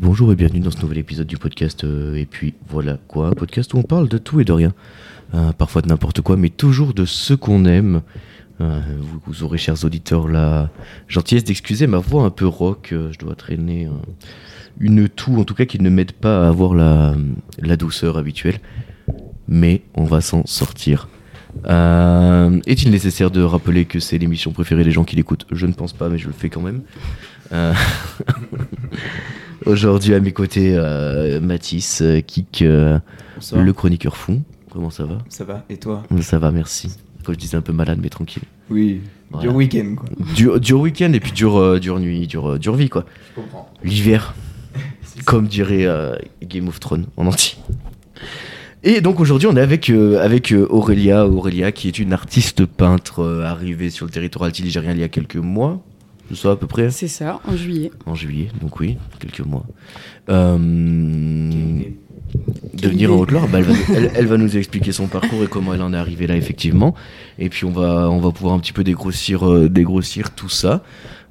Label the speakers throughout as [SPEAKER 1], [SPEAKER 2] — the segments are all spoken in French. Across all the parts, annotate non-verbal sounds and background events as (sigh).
[SPEAKER 1] bonjour et bienvenue dans ce nouvel épisode du podcast. euh, et puis voilà quoi, un podcast où on parle de tout et de rien. Euh, parfois de n'importe quoi, mais toujours de ce qu'on aime. Euh, vous, vous aurez, chers auditeurs, la gentillesse d'excuser ma voix un peu rock. Euh, je dois traîner euh, une toux, en tout cas, qui ne m'aide pas à avoir la, la douceur habituelle. Mais on va s'en sortir. Euh, Est-il nécessaire de rappeler que c'est l'émission préférée des gens qui l'écoutent Je ne pense pas, mais je le fais quand même. Euh, Aujourd'hui, à mes côtés, euh, Mathis, euh, Kik, euh,
[SPEAKER 2] Bonsoir.
[SPEAKER 1] le chroniqueur fou. Comment ça va
[SPEAKER 2] Ça va Et toi
[SPEAKER 1] Ça va, merci. Quand je disais un peu malade, mais tranquille.
[SPEAKER 2] Oui.
[SPEAKER 1] Voilà.
[SPEAKER 2] Dur week-end, quoi.
[SPEAKER 1] Mm. Dur, dur week-end et puis dure, euh, dure nuit, dure, euh, dure vie, quoi.
[SPEAKER 2] Je comprends.
[SPEAKER 1] (laughs) L'hiver, comme dirait euh, Game of Thrones en entier. Et donc aujourd'hui, on est avec, euh, avec euh, Aurélia. Aurélia, qui est une artiste peintre euh, arrivée sur le territoire alti-ligérien il y a quelques mois, je sais à peu près,
[SPEAKER 3] C'est ça, en juillet.
[SPEAKER 1] en juillet, donc oui, quelques mois. Euh, devenir en Haute-Loire, bah, elle, va, elle- elle va nous expliquer son parcours et comment elle en est arrivée là effectivement. Et puis on va, on va pouvoir un petit peu dégrossir, euh, dégrossir tout ça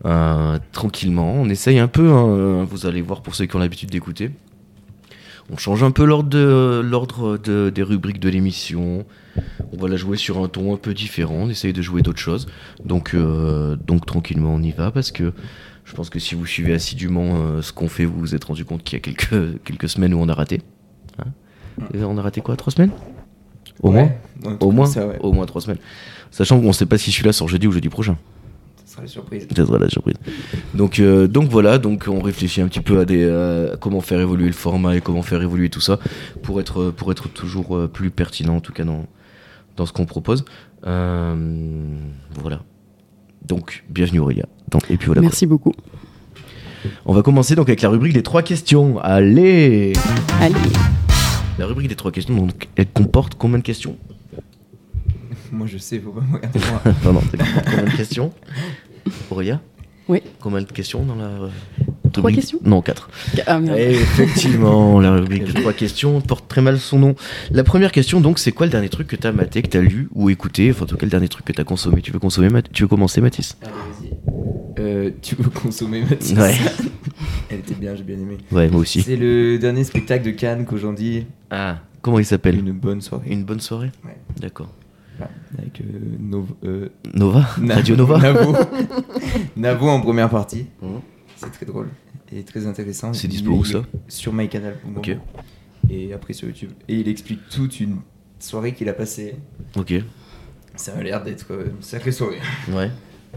[SPEAKER 1] euh, tranquillement. On essaye un peu, hein, vous allez voir pour ceux qui ont l'habitude d'écouter. On change un peu l'ordre de- l'ordre de- des rubriques de l'émission. On va la jouer sur un ton un peu différent. On essaye de jouer d'autres choses. Donc, euh, donc tranquillement, on y va parce que je pense que si vous suivez assidûment euh, ce qu'on fait, vous vous êtes rendu compte qu'il y a quelques, (laughs) quelques semaines où on a raté. Hein Euh, on a raté quoi Trois semaines Au moins
[SPEAKER 2] moins
[SPEAKER 1] Au moins,
[SPEAKER 2] Ça, ouais.
[SPEAKER 1] au moins trois semaines. Sachant qu'on ne sait pas si celui-là sort jeudi ou jeudi prochain.
[SPEAKER 2] ça sera la surprise.
[SPEAKER 1] Ça sera la surprise. Donc, euh, donc voilà, donc on réfléchit un petit peu à, des, euh, à comment faire évoluer le format et comment faire évoluer tout ça pour être, euh, pour être toujours euh, plus pertinent, en tout cas dans, dans ce qu'on propose. Euh, voilà. Donc, bienvenue Aurélia. Dans- et puis voilà.
[SPEAKER 3] Merci beaucoup.
[SPEAKER 1] On va commencer donc avec la rubrique des trois questions. Allez
[SPEAKER 3] Allez,
[SPEAKER 1] La rubrique des trois questions, donc, elle comporte combien de
[SPEAKER 3] (laughs)
[SPEAKER 1] questions
[SPEAKER 2] Moi, je sais, faut pas
[SPEAKER 1] (laughs)
[SPEAKER 2] me regarder. moi.
[SPEAKER 1] Pardon, elle comporte combien de questions Aurélia
[SPEAKER 3] Oui.
[SPEAKER 1] Combien de questions dans la. euh,
[SPEAKER 3] Trois
[SPEAKER 1] rubrique
[SPEAKER 3] questions
[SPEAKER 1] Non, quatre.
[SPEAKER 3] ah, merde.
[SPEAKER 1] Et Eh, (laughs) Effectivement, la rubrique de trois questions porte très mal son nom. La première question, donc, c'est quoi le dernier truc que t'as maté, que t'as lu ou écouté Enfin, en tout cas, le dernier truc que t'as consommé. Tu veux consommer, Math- tu veux commencer, Mathis
[SPEAKER 2] Allez, vas-y. Euh, tu veux consommer Mathis
[SPEAKER 1] Ouais.
[SPEAKER 2] Elle était bien, j'ai bien aimé.
[SPEAKER 1] Ouais, moi aussi.
[SPEAKER 2] C'est le dernier spectacle de Cannes qu'aujourd'hui.
[SPEAKER 1] Ah, comment il s'appelle
[SPEAKER 2] Une bonne soirée.
[SPEAKER 1] Une bonne soirée
[SPEAKER 2] Ouais.
[SPEAKER 1] D'accord.
[SPEAKER 2] Voilà. Avec euh, Nov- euh,
[SPEAKER 1] Nova
[SPEAKER 2] Na-
[SPEAKER 1] Radio Nova (laughs)
[SPEAKER 2] Navo. Navo en première partie.
[SPEAKER 1] Mhm.
[SPEAKER 2] C'est très drôle et très intéressant.
[SPEAKER 1] C'est
[SPEAKER 2] Il
[SPEAKER 1] dispo où,
[SPEAKER 2] est
[SPEAKER 1] ça
[SPEAKER 2] Sur MyCanal. pour le
[SPEAKER 1] Ok.
[SPEAKER 2] moment. Et après sur YouTube. Et il explique toute une soirée qu'il a passée.
[SPEAKER 1] Oh. Ok.
[SPEAKER 2] Ça a l'air d'être euh, une sacrée soirée.
[SPEAKER 1] Ouais.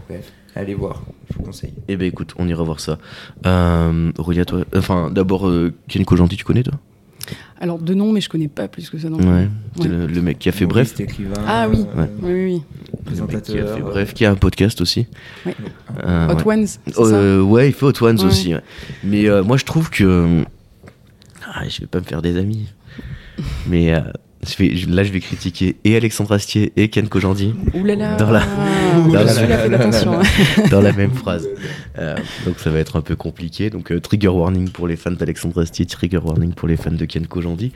[SPEAKER 2] Bref, allez voir, je vous conseille.
[SPEAKER 1] Eh ben écoute, on ira voir ça. Euh, Aurélia, toi. Enfin, d'abord, euh, Ken Kojandi, tu connais, toi
[SPEAKER 3] Alors, deux noms, mais je connais pas plus que ça non plus.
[SPEAKER 1] Ouais. C'est
[SPEAKER 3] Ouais.
[SPEAKER 1] le, le mec qui a fait
[SPEAKER 2] Humoriste,
[SPEAKER 1] Bref.
[SPEAKER 2] écrivain,
[SPEAKER 3] Ah oui.
[SPEAKER 2] euh,
[SPEAKER 3] Oui, oui,
[SPEAKER 1] Le mec qui a
[SPEAKER 2] présentateur,
[SPEAKER 1] fait
[SPEAKER 2] euh,
[SPEAKER 1] Bref, qui a un podcast aussi.
[SPEAKER 3] Ouais.
[SPEAKER 1] Euh,
[SPEAKER 3] oui.
[SPEAKER 1] ouais.
[SPEAKER 3] Hot Ones, c'est ça
[SPEAKER 1] Euh, ouais, il fait Hot Ones
[SPEAKER 3] Ouais.
[SPEAKER 1] aussi. ouais. Mais euh, moi, je trouve que. Ah, je vais pas me faire des amis. Mais euh, je vais- je- là, je vais critiquer et Alexandre Astier et Ken Kojandi
[SPEAKER 3] Ouh là là
[SPEAKER 1] dans la-
[SPEAKER 3] Ouh
[SPEAKER 1] dans la-
[SPEAKER 3] là là, celui-là, faites
[SPEAKER 1] (laughs)
[SPEAKER 3] attention. hein.
[SPEAKER 1] dans la même phrase. Euh, donc, ça va être un peu compliqué. Donc, euh, trigger warning pour les fans d'Alexandre Astier, trigger warning pour les fans de Ken Kojandi.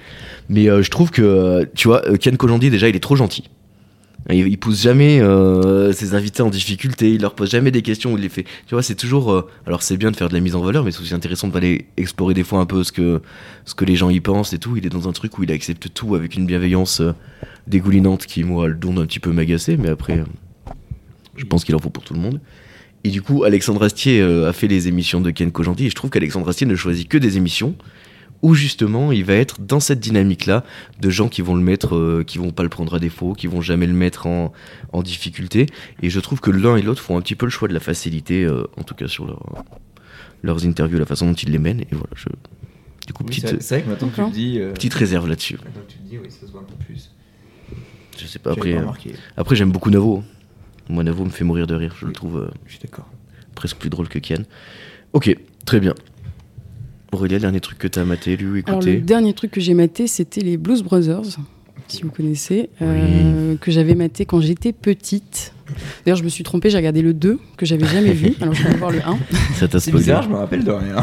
[SPEAKER 1] Mais euh, je trouve que, euh, tu vois, euh, Ken Kojandi, déjà, il est trop gentil. Il, il pousse jamais euh, ses invités en difficulté, il leur pose jamais des questions, il les fait. Tu vois, c'est toujours. euh, alors, c'est bien de faire de la mise en valeur, mais c'est aussi intéressant d'aller explorer des fois un peu ce que, ce que les gens y pensent et tout. Il est dans un truc où il accepte tout avec une bienveillance euh, dégoulinante qui, moi, le don d'un petit peu m'agacer, mais après, euh, je pense qu'il en faut pour tout le monde. Et du coup, Alexandre Astier euh, a fait les émissions de Ken Kojandi, et je trouve qu'Alexandre Astier ne choisit que des émissions où justement il va être dans cette dynamique-là de gens qui vont le mettre, euh, qui vont pas le prendre à défaut, qui vont jamais le mettre en, en difficulté. Et je trouve que l'un et l'autre font un petit peu le choix de la facilité, euh, en tout cas sur leur- leurs interviews, la façon dont ils les mènent. Et voilà, je... du coup,
[SPEAKER 2] oui,
[SPEAKER 1] petite,
[SPEAKER 2] c'est vrai- c'est vrai que maintenant que tu le
[SPEAKER 3] D'accord.
[SPEAKER 2] dis, euh,
[SPEAKER 1] petite réserve là-dessus.
[SPEAKER 2] maintenant que tu le dis, oui, ça se voit un peu plus.
[SPEAKER 1] Je sais pas,
[SPEAKER 2] J'avais
[SPEAKER 1] après,
[SPEAKER 2] pas
[SPEAKER 1] euh,
[SPEAKER 2] remarqué,
[SPEAKER 1] après j'aime beaucoup Navo. Moi, Navo me fait mourir de rire, je le trouve euh,
[SPEAKER 2] je suis d'accord.
[SPEAKER 1] presque plus drôle que Kian. Ok, très bien. Aurélia, dernier truc que t'as maté, lu,
[SPEAKER 3] Alors, le
[SPEAKER 1] écouté
[SPEAKER 3] dernier truc que j'ai maté, c'était les Blues Brothers, si vous connaissez, euh, que j'avais maté quand j'étais petite. D'ailleurs, je me suis trompée, j'ai regardé le 2 que j'avais jamais
[SPEAKER 1] (laughs)
[SPEAKER 3] vu. Alors, je suis allée voir le 1.
[SPEAKER 1] Ça t'a
[SPEAKER 2] C'est
[SPEAKER 1] spoilé
[SPEAKER 2] bizarre, je me rappelle de (laughs) rien.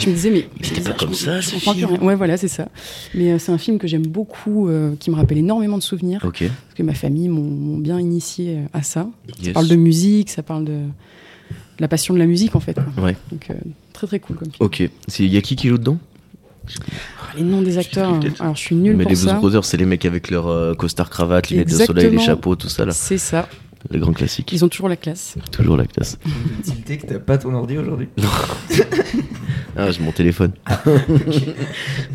[SPEAKER 3] Je me disais, mais. c'est
[SPEAKER 1] pas
[SPEAKER 3] bizarre,
[SPEAKER 1] comme
[SPEAKER 3] je-
[SPEAKER 1] ça,
[SPEAKER 3] je
[SPEAKER 1] ce
[SPEAKER 3] comprends plus
[SPEAKER 1] film.
[SPEAKER 3] rien. Ouais, voilà, c'est ça. Mais euh, c'est un film que j'aime beaucoup, euh, qui me rappelle énormément de souvenirs.
[SPEAKER 1] Ok,
[SPEAKER 3] Parce que ma famille m'ont m'ont bien initié euh, à ça.
[SPEAKER 1] yes.
[SPEAKER 3] Ça parle de musique, ça parle de la passion de la musique en fait. quoi.
[SPEAKER 1] Ouais.
[SPEAKER 3] Donc euh, très très cool comme film.
[SPEAKER 1] Ok. Il y a qui qui joue dedans
[SPEAKER 3] Ah, les noms des acteurs,
[SPEAKER 1] peut-être.
[SPEAKER 3] hein. alors je suis nulle
[SPEAKER 1] Mais
[SPEAKER 3] pour
[SPEAKER 1] les Blues
[SPEAKER 3] ça.
[SPEAKER 1] Brothers, c'est les mecs avec leur euh, costard cravate, les lunettes de soleil, les
[SPEAKER 3] Exactement.
[SPEAKER 1] chapeaux, tout ça là.
[SPEAKER 3] C'est ça,
[SPEAKER 1] Les grands
[SPEAKER 3] (laughs)
[SPEAKER 1] classiques.
[SPEAKER 3] ils ont toujours la classe.
[SPEAKER 1] Toujours la classe.
[SPEAKER 2] J'ai tilté que t'as pas ton ordi aujourd'hui.
[SPEAKER 1] Ah, j'ai mon
[SPEAKER 2] (laughs)
[SPEAKER 1] téléphone.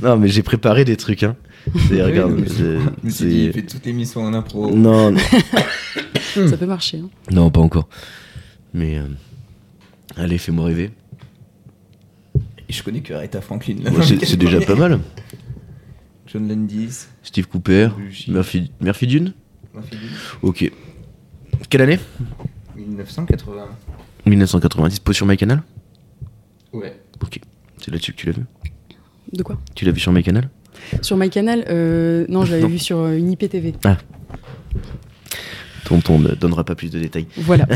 [SPEAKER 1] non, mais j'ai préparé des trucs, hein. C'est- regarde,
[SPEAKER 2] Oui, mais
[SPEAKER 1] c'est-
[SPEAKER 2] Je me suis dit, il
[SPEAKER 1] c'est- Mm.
[SPEAKER 2] fait toute l'émission en impro.
[SPEAKER 1] Non, non,
[SPEAKER 3] Ça peut marcher. hein.
[SPEAKER 1] non, pas encore. Mais. euh, Allez, fais-moi rêver.
[SPEAKER 2] Et je connais que Aretha Franklin. là.
[SPEAKER 1] Moi, c'est c'est déjà pas (laughs) mal.
[SPEAKER 2] (laughs) John Landis.
[SPEAKER 1] Steve Cooper,
[SPEAKER 2] Luchy.
[SPEAKER 1] Murphy, Murphy Dune
[SPEAKER 2] Murphy Lee,
[SPEAKER 1] Ok. Quelle année
[SPEAKER 2] 1980.
[SPEAKER 1] 1990, pose sur MyCanal
[SPEAKER 2] Ouais.
[SPEAKER 1] Ok. C'est là-dessus que tu l'as vu
[SPEAKER 3] De quoi
[SPEAKER 1] Tu l'as vu sur MyCanal
[SPEAKER 3] Sur MyCanal, euh, non, je l'avais
[SPEAKER 1] Non.
[SPEAKER 3] vu sur euh, une IPTV.
[SPEAKER 1] Tonton ne donnera pas plus de détails.
[SPEAKER 3] Voilà,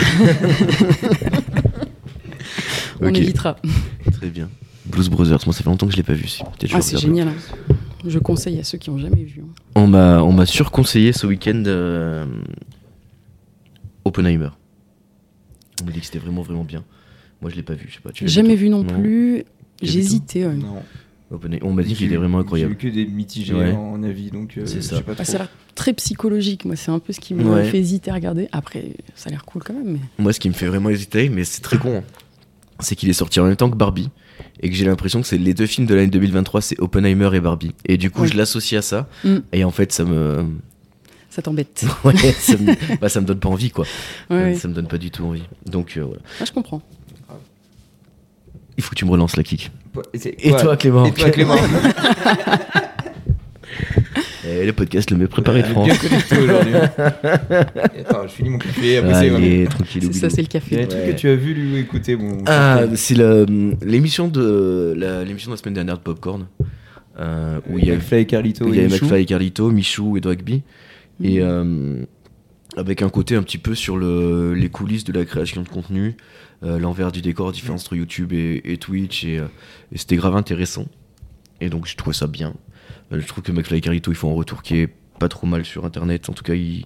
[SPEAKER 3] (laughs) on
[SPEAKER 1] Ok.
[SPEAKER 3] évitera.
[SPEAKER 1] Très bien. Blues Brothers, moi ça fait longtemps que je l'ai pas vu. si. Peut-être que je
[SPEAKER 3] Ah,
[SPEAKER 1] le
[SPEAKER 3] c'est
[SPEAKER 1] regarderai.
[SPEAKER 3] génial. hein. Je conseille à ceux qui n'ont jamais vu. hein.
[SPEAKER 1] On m'a on m'a surconseillé ce week-end euh, Oppenheimer. On me dit que c'était vraiment vraiment bien. Moi je l'ai pas vu, je sais pas. tu l'as
[SPEAKER 3] Jamais
[SPEAKER 1] toi
[SPEAKER 3] vu non,
[SPEAKER 1] Non.
[SPEAKER 3] plus.
[SPEAKER 1] l'as vu,
[SPEAKER 3] J'hésitais. ouais.
[SPEAKER 2] Non.
[SPEAKER 1] Oppenheimer- On m'a dit
[SPEAKER 2] J'ai
[SPEAKER 1] qu'il était
[SPEAKER 2] eu-
[SPEAKER 1] vraiment incroyable.
[SPEAKER 2] J'ai eu que des mitigés
[SPEAKER 1] Ouais.
[SPEAKER 2] en, en avis, donc euh,
[SPEAKER 1] C'est
[SPEAKER 2] je
[SPEAKER 1] ça.
[SPEAKER 2] sais pas trop.
[SPEAKER 3] Ah, ça a l'air très psychologique. Moi, c'est un peu ce qui me
[SPEAKER 1] Ouais.
[SPEAKER 3] fait hésiter à regarder. Après, ça a l'air cool quand même. Mais...
[SPEAKER 1] Moi, ce qui me fait vraiment hésiter, mais c'est très con, hein, c'est qu'il est sorti en même temps que Barbie et que j'ai l'impression que c'est les deux films de l'année 2023, c'est Oppenheimer et Barbie. Et du coup,
[SPEAKER 3] Oui.
[SPEAKER 1] je l'associe à ça.
[SPEAKER 3] Mm.
[SPEAKER 1] Et en fait, ça me, (laughs)
[SPEAKER 3] Ça t'embête.
[SPEAKER 1] ouais, ça me, bah, ça me donne pas envie, quoi.
[SPEAKER 3] Ouais, ouais.
[SPEAKER 1] Ça me donne pas du tout envie. Donc euh, voilà.
[SPEAKER 3] Ah, je comprends.
[SPEAKER 1] Il faut que tu me relances la kick.
[SPEAKER 2] Et, c'est-
[SPEAKER 1] Et
[SPEAKER 2] ouais.
[SPEAKER 1] toi, Clément
[SPEAKER 2] Et toi, Clément
[SPEAKER 1] (laughs) Eh, le podcast le mieux préparé de
[SPEAKER 2] Elle est
[SPEAKER 1] France.
[SPEAKER 2] Bien connecté (laughs) aujourd'hui. Et Attends, je finis mon café. Après, c'est
[SPEAKER 1] Allez,
[SPEAKER 3] C'est
[SPEAKER 1] tranquille.
[SPEAKER 3] ça, c'est le
[SPEAKER 2] Il y a
[SPEAKER 3] café.
[SPEAKER 2] un truc que tu as vu, lui, ou écouté. Bon,
[SPEAKER 1] Ah, c'est le- l'émission de la- l'émission de la semaine dernière de Popcorn euh, où il y a
[SPEAKER 2] McFly et Carlito.
[SPEAKER 1] Il y
[SPEAKER 2] et
[SPEAKER 1] avait
[SPEAKER 2] Michou. Mm.
[SPEAKER 1] McFly et Carlito, Michou et Dragby. Et euh, avec un côté un petit peu sur le, les coulisses de la création de contenu, euh, l'envers du décor, la différence entre YouTube et, et Twitch. Et, euh, et c'était grave intéressant. Et donc, je trouvais ça bien. Euh, je trouve que McFly et Carlito, ils font un retour qui est pas trop mal sur Internet. En tout cas, ils,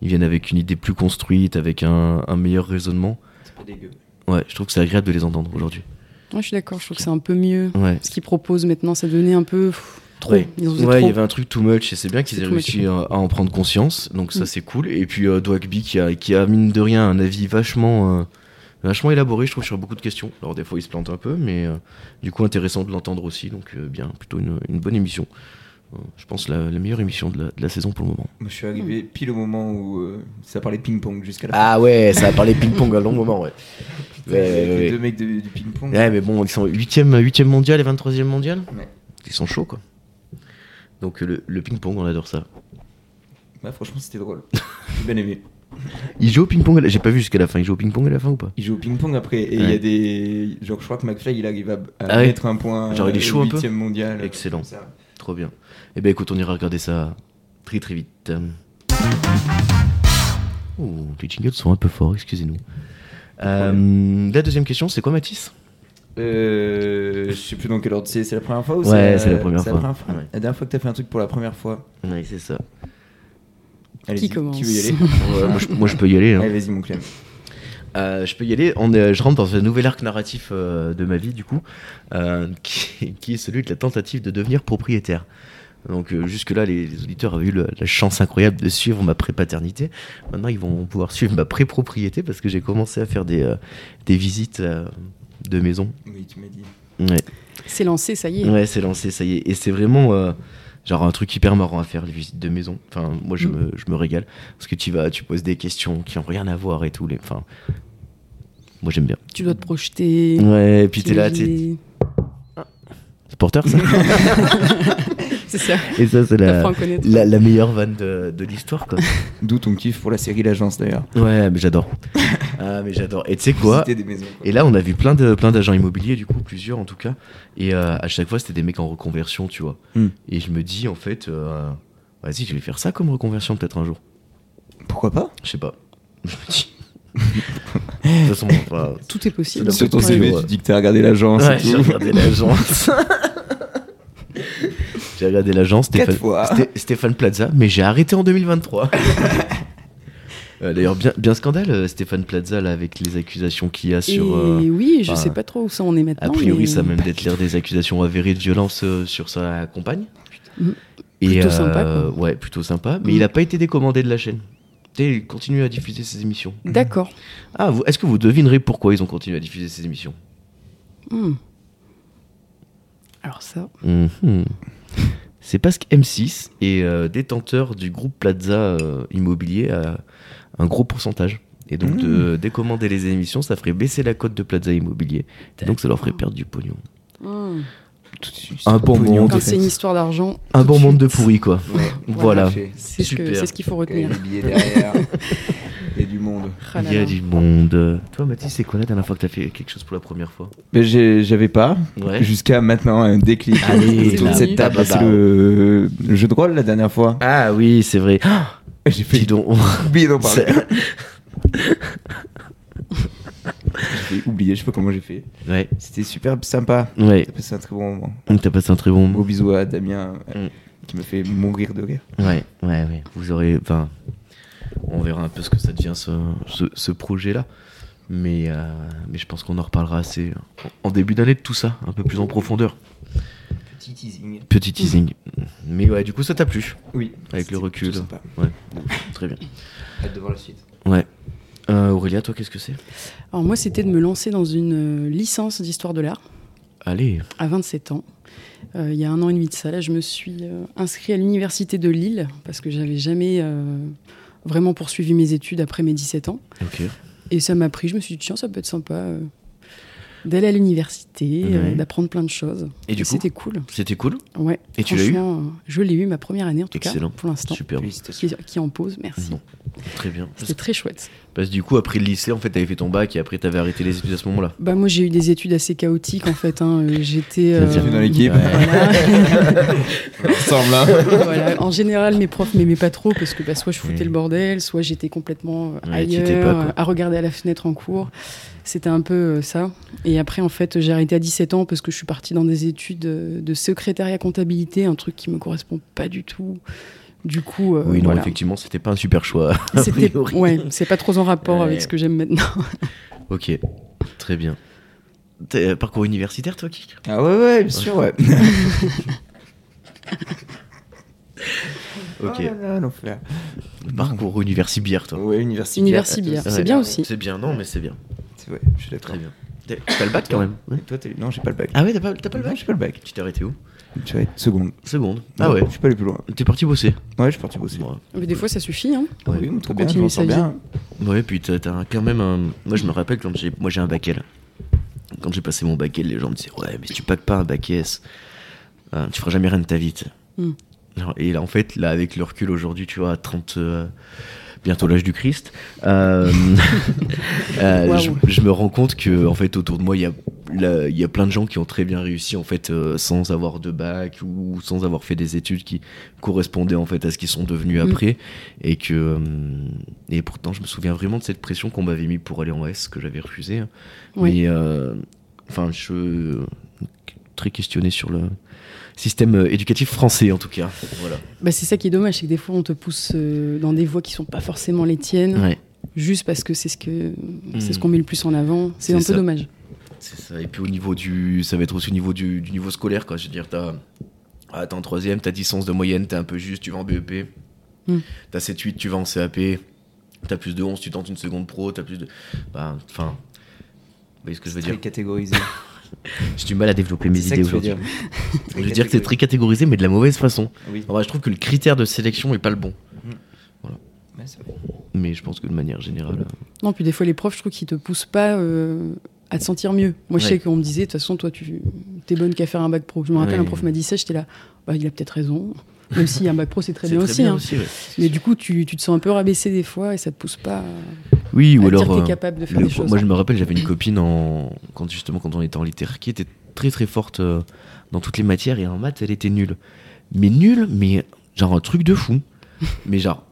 [SPEAKER 1] ils viennent avec une idée plus construite, avec un, un meilleur raisonnement.
[SPEAKER 2] C'est pas dégueu.
[SPEAKER 1] Ouais, je trouve que c'est agréable de les entendre aujourd'hui.
[SPEAKER 3] Ouais, je suis d'accord. Je trouve que c'est un peu mieux.
[SPEAKER 1] Ouais.
[SPEAKER 3] Ce qu'ils proposent maintenant, ça devenait un peu. pff, Trop.
[SPEAKER 1] Ouais,
[SPEAKER 3] Ils ont fait
[SPEAKER 1] Ouais, il y
[SPEAKER 3] trop.
[SPEAKER 1] avait un truc too much et c'est bien qu'ils
[SPEAKER 3] C'est
[SPEAKER 1] aient
[SPEAKER 3] too much,
[SPEAKER 1] réussi à, à en prendre conscience, donc ça
[SPEAKER 3] Mm.
[SPEAKER 1] c'est cool. Et puis euh, Dwagby qui a, qui a mine de rien un avis vachement, euh, vachement élaboré, je trouve, sur beaucoup de questions. Alors des fois il se plante un peu, mais euh, du coup intéressant de l'entendre aussi, donc euh, bien, plutôt une, une bonne émission. Euh, je pense la, la meilleure émission de la, de la saison pour le moment.
[SPEAKER 2] Moi, je suis arrivé pile au moment où euh, ça parlait de ping-pong jusqu'à la fin.
[SPEAKER 1] Ah ouais, ça a parlé ping-pong un long moment, (laughs) ouais.
[SPEAKER 2] Putain, les deux mecs de- du ping-pong.
[SPEAKER 1] Ouais, mais bon, ils sont 8ème, 8e mondial et 23e mondial.
[SPEAKER 2] Ouais.
[SPEAKER 1] Ils sont chauds, quoi. Donc euh, le, le ping-pong, on adore ça.
[SPEAKER 2] Bah, franchement, c'était drôle. J'ai bien aimé.
[SPEAKER 1] Ils jouent au ping-pong, à la- j'ai pas vu jusqu'à la fin, ils jouent au ping-pong à la fin ou pas
[SPEAKER 2] Il joue au ping-pong après. Et il y
[SPEAKER 1] Ouais.
[SPEAKER 2] a des. Genre, je crois que McFly, il arrive à, à
[SPEAKER 1] Ah ouais.
[SPEAKER 2] mettre un point.
[SPEAKER 1] Genre, il est
[SPEAKER 2] euh,
[SPEAKER 1] chaud un peu
[SPEAKER 2] huitième mondial. euh,
[SPEAKER 1] Excellent.
[SPEAKER 2] comme ça.
[SPEAKER 1] Trop bien. Eh ben écoute, on ira regarder ça très très vite. Oh, les jingles sont un peu forts, excusez-nous. Euh, la deuxième question, c'est quoi Mathis
[SPEAKER 2] Euh, je sais plus dans quel ordre c'est. C'est la première fois ou
[SPEAKER 1] Ouais, c'est la première fois. Ouais.
[SPEAKER 2] La dernière fois que t'as fait un truc pour la première fois.
[SPEAKER 1] Oui, c'est ça.
[SPEAKER 2] Allez-y,
[SPEAKER 3] commence
[SPEAKER 2] Qui veut y aller
[SPEAKER 1] (laughs) moi, je, moi, je peux y aller. hein.
[SPEAKER 2] Allez, vas-y, mon Clem.
[SPEAKER 1] Euh, je peux y aller. On est- je rentre dans un nouvel arc narratif euh, de ma vie, du coup, euh, (laughs) qui, qui est celui de la tentative de devenir propriétaire. Donc euh, jusque-là, les, les auditeurs avaient eu le- la chance incroyable de suivre ma prépaternité. Maintenant, ils vont pouvoir suivre ma pré-propriété parce que j'ai commencé à faire des, euh, des visites euh, de maison.
[SPEAKER 2] Oui, tu m'as dit.
[SPEAKER 1] Ouais.
[SPEAKER 3] C'est lancé, ça y est.
[SPEAKER 1] Ouais, c'est lancé, ça y est. Et c'est vraiment euh, genre un truc hyper marrant à faire, les visites de maison. Enfin, moi, je,
[SPEAKER 3] Mm.
[SPEAKER 1] me, je me régale. Parce que tu vas, tu poses des questions qui n'ont rien à voir et tout. Les, enfin, moi, j'aime bien.
[SPEAKER 3] Tu dois te projeter.
[SPEAKER 1] Ouais, et puis t'es là, t'es
[SPEAKER 3] t'imaginer.
[SPEAKER 1] c'est porteur, ça.
[SPEAKER 3] C'est ça.
[SPEAKER 1] et ça, c'est la,
[SPEAKER 3] T'apprends à connaître.
[SPEAKER 1] la, la meilleure vanne de, de l'histoire, quoi.
[SPEAKER 2] D'où ton kiff pour la série L'Agence d'ailleurs.
[SPEAKER 1] ouais, mais j'adore. (laughs) Ah, mais j'adore. Et tu sais quoi
[SPEAKER 2] Visiter des maisons. quoi.
[SPEAKER 1] Et là, on a vu plein de plein d'agents immobiliers, du coup, plusieurs en tout cas. Et euh, à chaque fois, c'était des mecs en reconversion, tu vois.
[SPEAKER 2] Hmm.
[SPEAKER 1] Et je me dis, en fait, euh, vas-y, je vais faire ça comme reconversion peut-être un jour.
[SPEAKER 2] Pourquoi pas
[SPEAKER 1] Je sais pas. (laughs) Je me dis. de toute façon, enfin,
[SPEAKER 3] Tout est possible.
[SPEAKER 1] Sur ton
[SPEAKER 3] Ouais.
[SPEAKER 1] CV, tu
[SPEAKER 2] dis que t'as regardé l'agence.
[SPEAKER 1] ouais, j'ai
[SPEAKER 2] (laughs)
[SPEAKER 1] regardé (laughs) l'agence. j'ai regardé l'agence,
[SPEAKER 2] Quatre
[SPEAKER 1] Stéphane,
[SPEAKER 2] fois.
[SPEAKER 3] (laughs)
[SPEAKER 1] Sté- Stéphane Plaza, mais j'ai arrêté en 2023. Euh, D'ailleurs, bien, bien scandale, euh, Stéphane Plaza, là, avec les accusations qu'il y a
[SPEAKER 3] Et
[SPEAKER 1] sur. euh,
[SPEAKER 3] oui, je
[SPEAKER 1] enfin,
[SPEAKER 3] sais pas trop où ça en est maintenant.
[SPEAKER 1] a priori,
[SPEAKER 3] mais
[SPEAKER 1] ça mène d'être l'air des accusations avérées de violence euh, sur sa compagne. euh,
[SPEAKER 3] Mhm. Plutôt sympa, quoi.
[SPEAKER 1] Ouais, plutôt sympa. Mais
[SPEAKER 3] Mhm.
[SPEAKER 1] il n'a pas été décommandé de la chaîne. Tu sais, Il continue à diffuser ses émissions.
[SPEAKER 3] D'accord.
[SPEAKER 1] Ah, vous- est-ce que vous devinerez pourquoi ils ont continué à diffuser ces émissions
[SPEAKER 3] Hmm. Alors ça,
[SPEAKER 1] Mhm. C'est parce que M6 est euh, détenteur du groupe Plaza euh, Immobilier à un gros pourcentage. Et donc,
[SPEAKER 3] Hmm.
[SPEAKER 1] de décommander les émissions, ça ferait baisser la cote de Plaza Immobilier. Donc, ça leur ferait perdre du pognon.
[SPEAKER 2] Tout de suite,
[SPEAKER 1] Un
[SPEAKER 2] c'est
[SPEAKER 1] bon monde.
[SPEAKER 2] pognon de
[SPEAKER 3] Mmh. quand c'est une
[SPEAKER 2] fête.
[SPEAKER 3] histoire d'argent,
[SPEAKER 1] Un
[SPEAKER 3] tout
[SPEAKER 1] bon
[SPEAKER 3] suite,
[SPEAKER 1] monde de pourri, quoi.
[SPEAKER 2] Ouais.
[SPEAKER 1] Voilà.
[SPEAKER 2] Marché.
[SPEAKER 3] C'est ce que-
[SPEAKER 1] Super.
[SPEAKER 3] c'est ce qu'il faut
[SPEAKER 2] Il y
[SPEAKER 1] (laughs)
[SPEAKER 2] a
[SPEAKER 3] retenir.
[SPEAKER 2] les billets derrière. Il y a du monde.
[SPEAKER 3] Ah là
[SPEAKER 1] Il y a
[SPEAKER 3] là.
[SPEAKER 1] du monde. Toi, Mathis, c'est quoi la dernière fois que t'as fait quelque chose pour la première fois
[SPEAKER 2] Mais j'ai- j'avais pas.
[SPEAKER 1] Ouais.
[SPEAKER 2] Jusqu'à maintenant, un déclic.
[SPEAKER 1] Allez,
[SPEAKER 2] Autour de
[SPEAKER 3] la
[SPEAKER 2] cette table,
[SPEAKER 1] baba.
[SPEAKER 2] c'est le le jeu de rôle la dernière fois.
[SPEAKER 1] Ah oui, c'est vrai.
[SPEAKER 2] J'ai
[SPEAKER 1] Ah, Dis
[SPEAKER 2] fait
[SPEAKER 1] donc.
[SPEAKER 2] oublier d'en parler.
[SPEAKER 1] C'est-
[SPEAKER 2] (laughs) J'ai oublié, je sais pas comment j'ai fait.
[SPEAKER 1] ouais.
[SPEAKER 2] C'était super sympa.
[SPEAKER 1] Ouais.
[SPEAKER 2] J'ai passé un très bon moment.
[SPEAKER 1] Donc, t'as passé un très bon
[SPEAKER 2] Un gros
[SPEAKER 1] moment.
[SPEAKER 2] bisou à Damien euh,
[SPEAKER 1] Mm.
[SPEAKER 2] qui me fait mourir de rire.
[SPEAKER 1] Ouais, ouais, ouais. Vous aurez. Enfin, on verra un peu ce que ça devient, ce, ce- ce projet-là. Mais, euh, mais je pense qu'on en reparlera assez en en début d'année de tout ça, un peu plus en profondeur.
[SPEAKER 2] Petit teasing.
[SPEAKER 1] Petit teasing. Mais ouais, du coup, ça t'a plu.
[SPEAKER 2] Oui.
[SPEAKER 1] Avec le recul.
[SPEAKER 2] C'était plutôt sympa.
[SPEAKER 1] Très bien.
[SPEAKER 2] Hâte de voir la suite.
[SPEAKER 1] Ouais. Euh, Aurélia, toi, qu'est-ce que c'est
[SPEAKER 3] Alors moi, c'était de me lancer dans une euh, licence d'histoire de l'art
[SPEAKER 1] Allez.
[SPEAKER 3] à 27 ans. Euh, il y a un an et demi de ça, là, je me suis euh, inscrite à l'université de Lille parce que j'avais jamais euh, vraiment poursuivi mes études après mes 17 ans.
[SPEAKER 1] Ok.
[SPEAKER 3] Et ça m'a pris. Je me suis dit tiens, ça peut être sympa euh, d'aller à l'université, euh,
[SPEAKER 1] Ouais.
[SPEAKER 3] d'apprendre plein de choses.
[SPEAKER 1] Et du coup
[SPEAKER 3] c'était cool.
[SPEAKER 1] C'était cool
[SPEAKER 3] Ouais.
[SPEAKER 1] Et tu l'as eu
[SPEAKER 3] Franchement, euh, Je l'ai eu ma première année en tout
[SPEAKER 1] Excellent.
[SPEAKER 3] cas pour l'instant.
[SPEAKER 1] Super.
[SPEAKER 3] Qui, qui est en pause, merci.
[SPEAKER 1] Non. Très bien. Parce,
[SPEAKER 3] C'était très chouette.
[SPEAKER 1] parce que du coup, après le lycée, en fait, t'avais fait ton bac et après, t'avais arrêté les études à ce moment-là.
[SPEAKER 3] Bah moi j'ai eu des études assez chaotiques en fait. hein. Euh, J'étais euh,
[SPEAKER 1] C'est-à-dire
[SPEAKER 2] dans l'équipe.
[SPEAKER 3] Voilà.
[SPEAKER 1] (laughs)
[SPEAKER 2] (laughs) Ensemble, hein.
[SPEAKER 3] Voilà. En général, mes profs m'aimaient pas trop parce que bah, soit je foutais
[SPEAKER 1] Oui.
[SPEAKER 3] le bordel, soit j'étais complètement euh,
[SPEAKER 1] Hmm. Ouais, t'y étais pas,
[SPEAKER 3] ailleurs,
[SPEAKER 1] quoi.
[SPEAKER 3] euh, à regarder à la fenêtre en cours. C'était un peu euh, ça. Et après, en fait, j'ai arrêté à 17 ans parce que je suis partie dans des études euh, de secrétariat comptabilité, un truc qui me correspond pas du tout. Du coup, euh,
[SPEAKER 1] oui, non,
[SPEAKER 3] voilà.
[SPEAKER 1] effectivement, (laughs) c'était pas un super choix. a
[SPEAKER 3] C'était-
[SPEAKER 1] priori.
[SPEAKER 3] ouais, c'est pas trop en rapport
[SPEAKER 1] Ouais.
[SPEAKER 3] avec ce que j'aime maintenant.
[SPEAKER 1] Ok. Très bien. T'es, euh, parcours universitaire, toi, Kik
[SPEAKER 2] Ah ouais, ouais, bien sûr, ouais.
[SPEAKER 1] Ok.
[SPEAKER 3] Ah
[SPEAKER 2] Oh là là, l'enfer.
[SPEAKER 1] Parcours universitaire, toi.
[SPEAKER 2] Ouais, universitaire.
[SPEAKER 3] Universibière, c'est bien aussi.
[SPEAKER 1] C'est bien, non, mais c'est bien.
[SPEAKER 2] Ouais, je suis d'accord.
[SPEAKER 1] Très bien. T'as t'as le bac quand même ouais.
[SPEAKER 2] Et Toi, t'as eu- Non, j'ai pas le bac.
[SPEAKER 1] Ah ouais, t'as pas, t'as pas le
[SPEAKER 2] Non,
[SPEAKER 1] bac
[SPEAKER 2] j'ai pas le bac.
[SPEAKER 1] Tu t'es arrêté où
[SPEAKER 2] Tu vois, seconde.
[SPEAKER 1] Seconde. Ah ouais.
[SPEAKER 2] Je suis pas allé plus loin.
[SPEAKER 1] T'es parti bosser.
[SPEAKER 2] Ouais, je suis parti bosser.
[SPEAKER 1] Ouais.
[SPEAKER 3] Mais des fois, ça suffit. Hein.
[SPEAKER 1] Ouais.
[SPEAKER 2] Oui, mais trop
[SPEAKER 3] Faut
[SPEAKER 2] bien, je
[SPEAKER 3] continuer
[SPEAKER 2] m'en
[SPEAKER 3] sa
[SPEAKER 2] sors
[SPEAKER 3] vie.
[SPEAKER 2] bien.
[SPEAKER 1] Ouais, puis t'as t'as quand même un. Moi, je me rappelle quand j'ai. Moi, j'ai un bac L. Quand j'ai passé mon bac L, les gens me disaient Ouais, mais si tu packes pas un bac S, euh, tu feras jamais rien de ta vie. tu sais.
[SPEAKER 3] Hmm.
[SPEAKER 1] Alors, Et là, en fait, là, avec le recul aujourd'hui, tu vois, à 30. euh, bientôt l'âge du Christ, euh, (laughs) euh,
[SPEAKER 3] Waouh.
[SPEAKER 1] je, je me rends compte que, en fait, autour de moi, il y a. la- Il y a plein de gens qui ont très bien réussi en fait euh, sans avoir de bac ou sans avoir fait des études qui correspondaient en fait à ce qu'ils sont devenus
[SPEAKER 3] Mm.
[SPEAKER 1] après et que euh, et pourtant je me souviens vraiment de cette pression qu'on m'avait mis pour aller en S que j'avais refusé
[SPEAKER 3] Ouais.
[SPEAKER 1] mais euh, enfin je euh, très questionné sur le système euh, éducatif français en tout cas voilà
[SPEAKER 3] Bah, c'est ça qui est dommage, c'est que des fois, on te pousse euh, dans des voies qui sont pas forcément les
[SPEAKER 2] Mm.
[SPEAKER 3] tiennes.
[SPEAKER 1] ouais
[SPEAKER 3] juste parce que c'est ce que c'est ce
[SPEAKER 1] Mm.
[SPEAKER 3] qu'on met le plus en avant.
[SPEAKER 1] C'est
[SPEAKER 3] C'est un
[SPEAKER 1] ça.
[SPEAKER 3] peu dommage.
[SPEAKER 1] C'est ça. Et puis au niveau du. Ça va être aussi au niveau du, du niveau scolaire, quoi. Je veux dire, t'as. Ah, t'es en troisième, t'as 10 11 de moyenne, t'es un peu juste, tu vas en BEP.
[SPEAKER 3] Mm.
[SPEAKER 1] T'as 7-8, tu vas en CAP. T'as plus de 11, tu tentes une seconde pro, t'as plus de. Bah, enfin. Vous voyez ce que je veux
[SPEAKER 2] Très
[SPEAKER 1] dire
[SPEAKER 2] catégorisé.
[SPEAKER 1] J'ai du mal à développer mes
[SPEAKER 2] C'est ça
[SPEAKER 1] idées
[SPEAKER 2] que tu veux
[SPEAKER 1] aujourd'hui.
[SPEAKER 2] dire.
[SPEAKER 1] (laughs) Je veux dire que Oh. c'est très catégorisé, mais de la mauvaise façon.
[SPEAKER 2] Oui.
[SPEAKER 1] En vrai, je trouve que le critère de sélection est pas le bon.
[SPEAKER 2] Ouais, c'est vrai.
[SPEAKER 1] Mais je pense que de manière générale. euh,
[SPEAKER 3] Non, puis des fois les profs, je trouve qu'ils te poussent pas euh, à te sentir mieux. Moi, je
[SPEAKER 1] Ouais.
[SPEAKER 3] sais qu'on me disait de toute façon, toi, tu t'es bonne qu'à faire un bac pro. Je me rappelle,
[SPEAKER 1] Ouais.
[SPEAKER 3] un prof m'a dit ça, j'étais là, bah, il a peut-être raison. Même si un bac pro, c'est très
[SPEAKER 1] (laughs) c'est
[SPEAKER 3] bien aussi. hein.
[SPEAKER 1] ouais.
[SPEAKER 3] Mais du coup, tu, tu te sens un peu rabaissé des fois et ça te pousse pas à,
[SPEAKER 1] Oui, ou
[SPEAKER 3] à dire
[SPEAKER 1] alors.
[SPEAKER 3] que
[SPEAKER 1] euh,
[SPEAKER 3] t'es capable de faire
[SPEAKER 1] Le-
[SPEAKER 3] des choses.
[SPEAKER 1] moi, je me rappelle, j'avais une copine en quand justement quand on était en littéraire qui était très très forte euh, dans toutes les matières et en maths, elle était nulle. Mais nulle, mais genre un truc de
[SPEAKER 3] (laughs)
[SPEAKER 1] fou. Mais genre,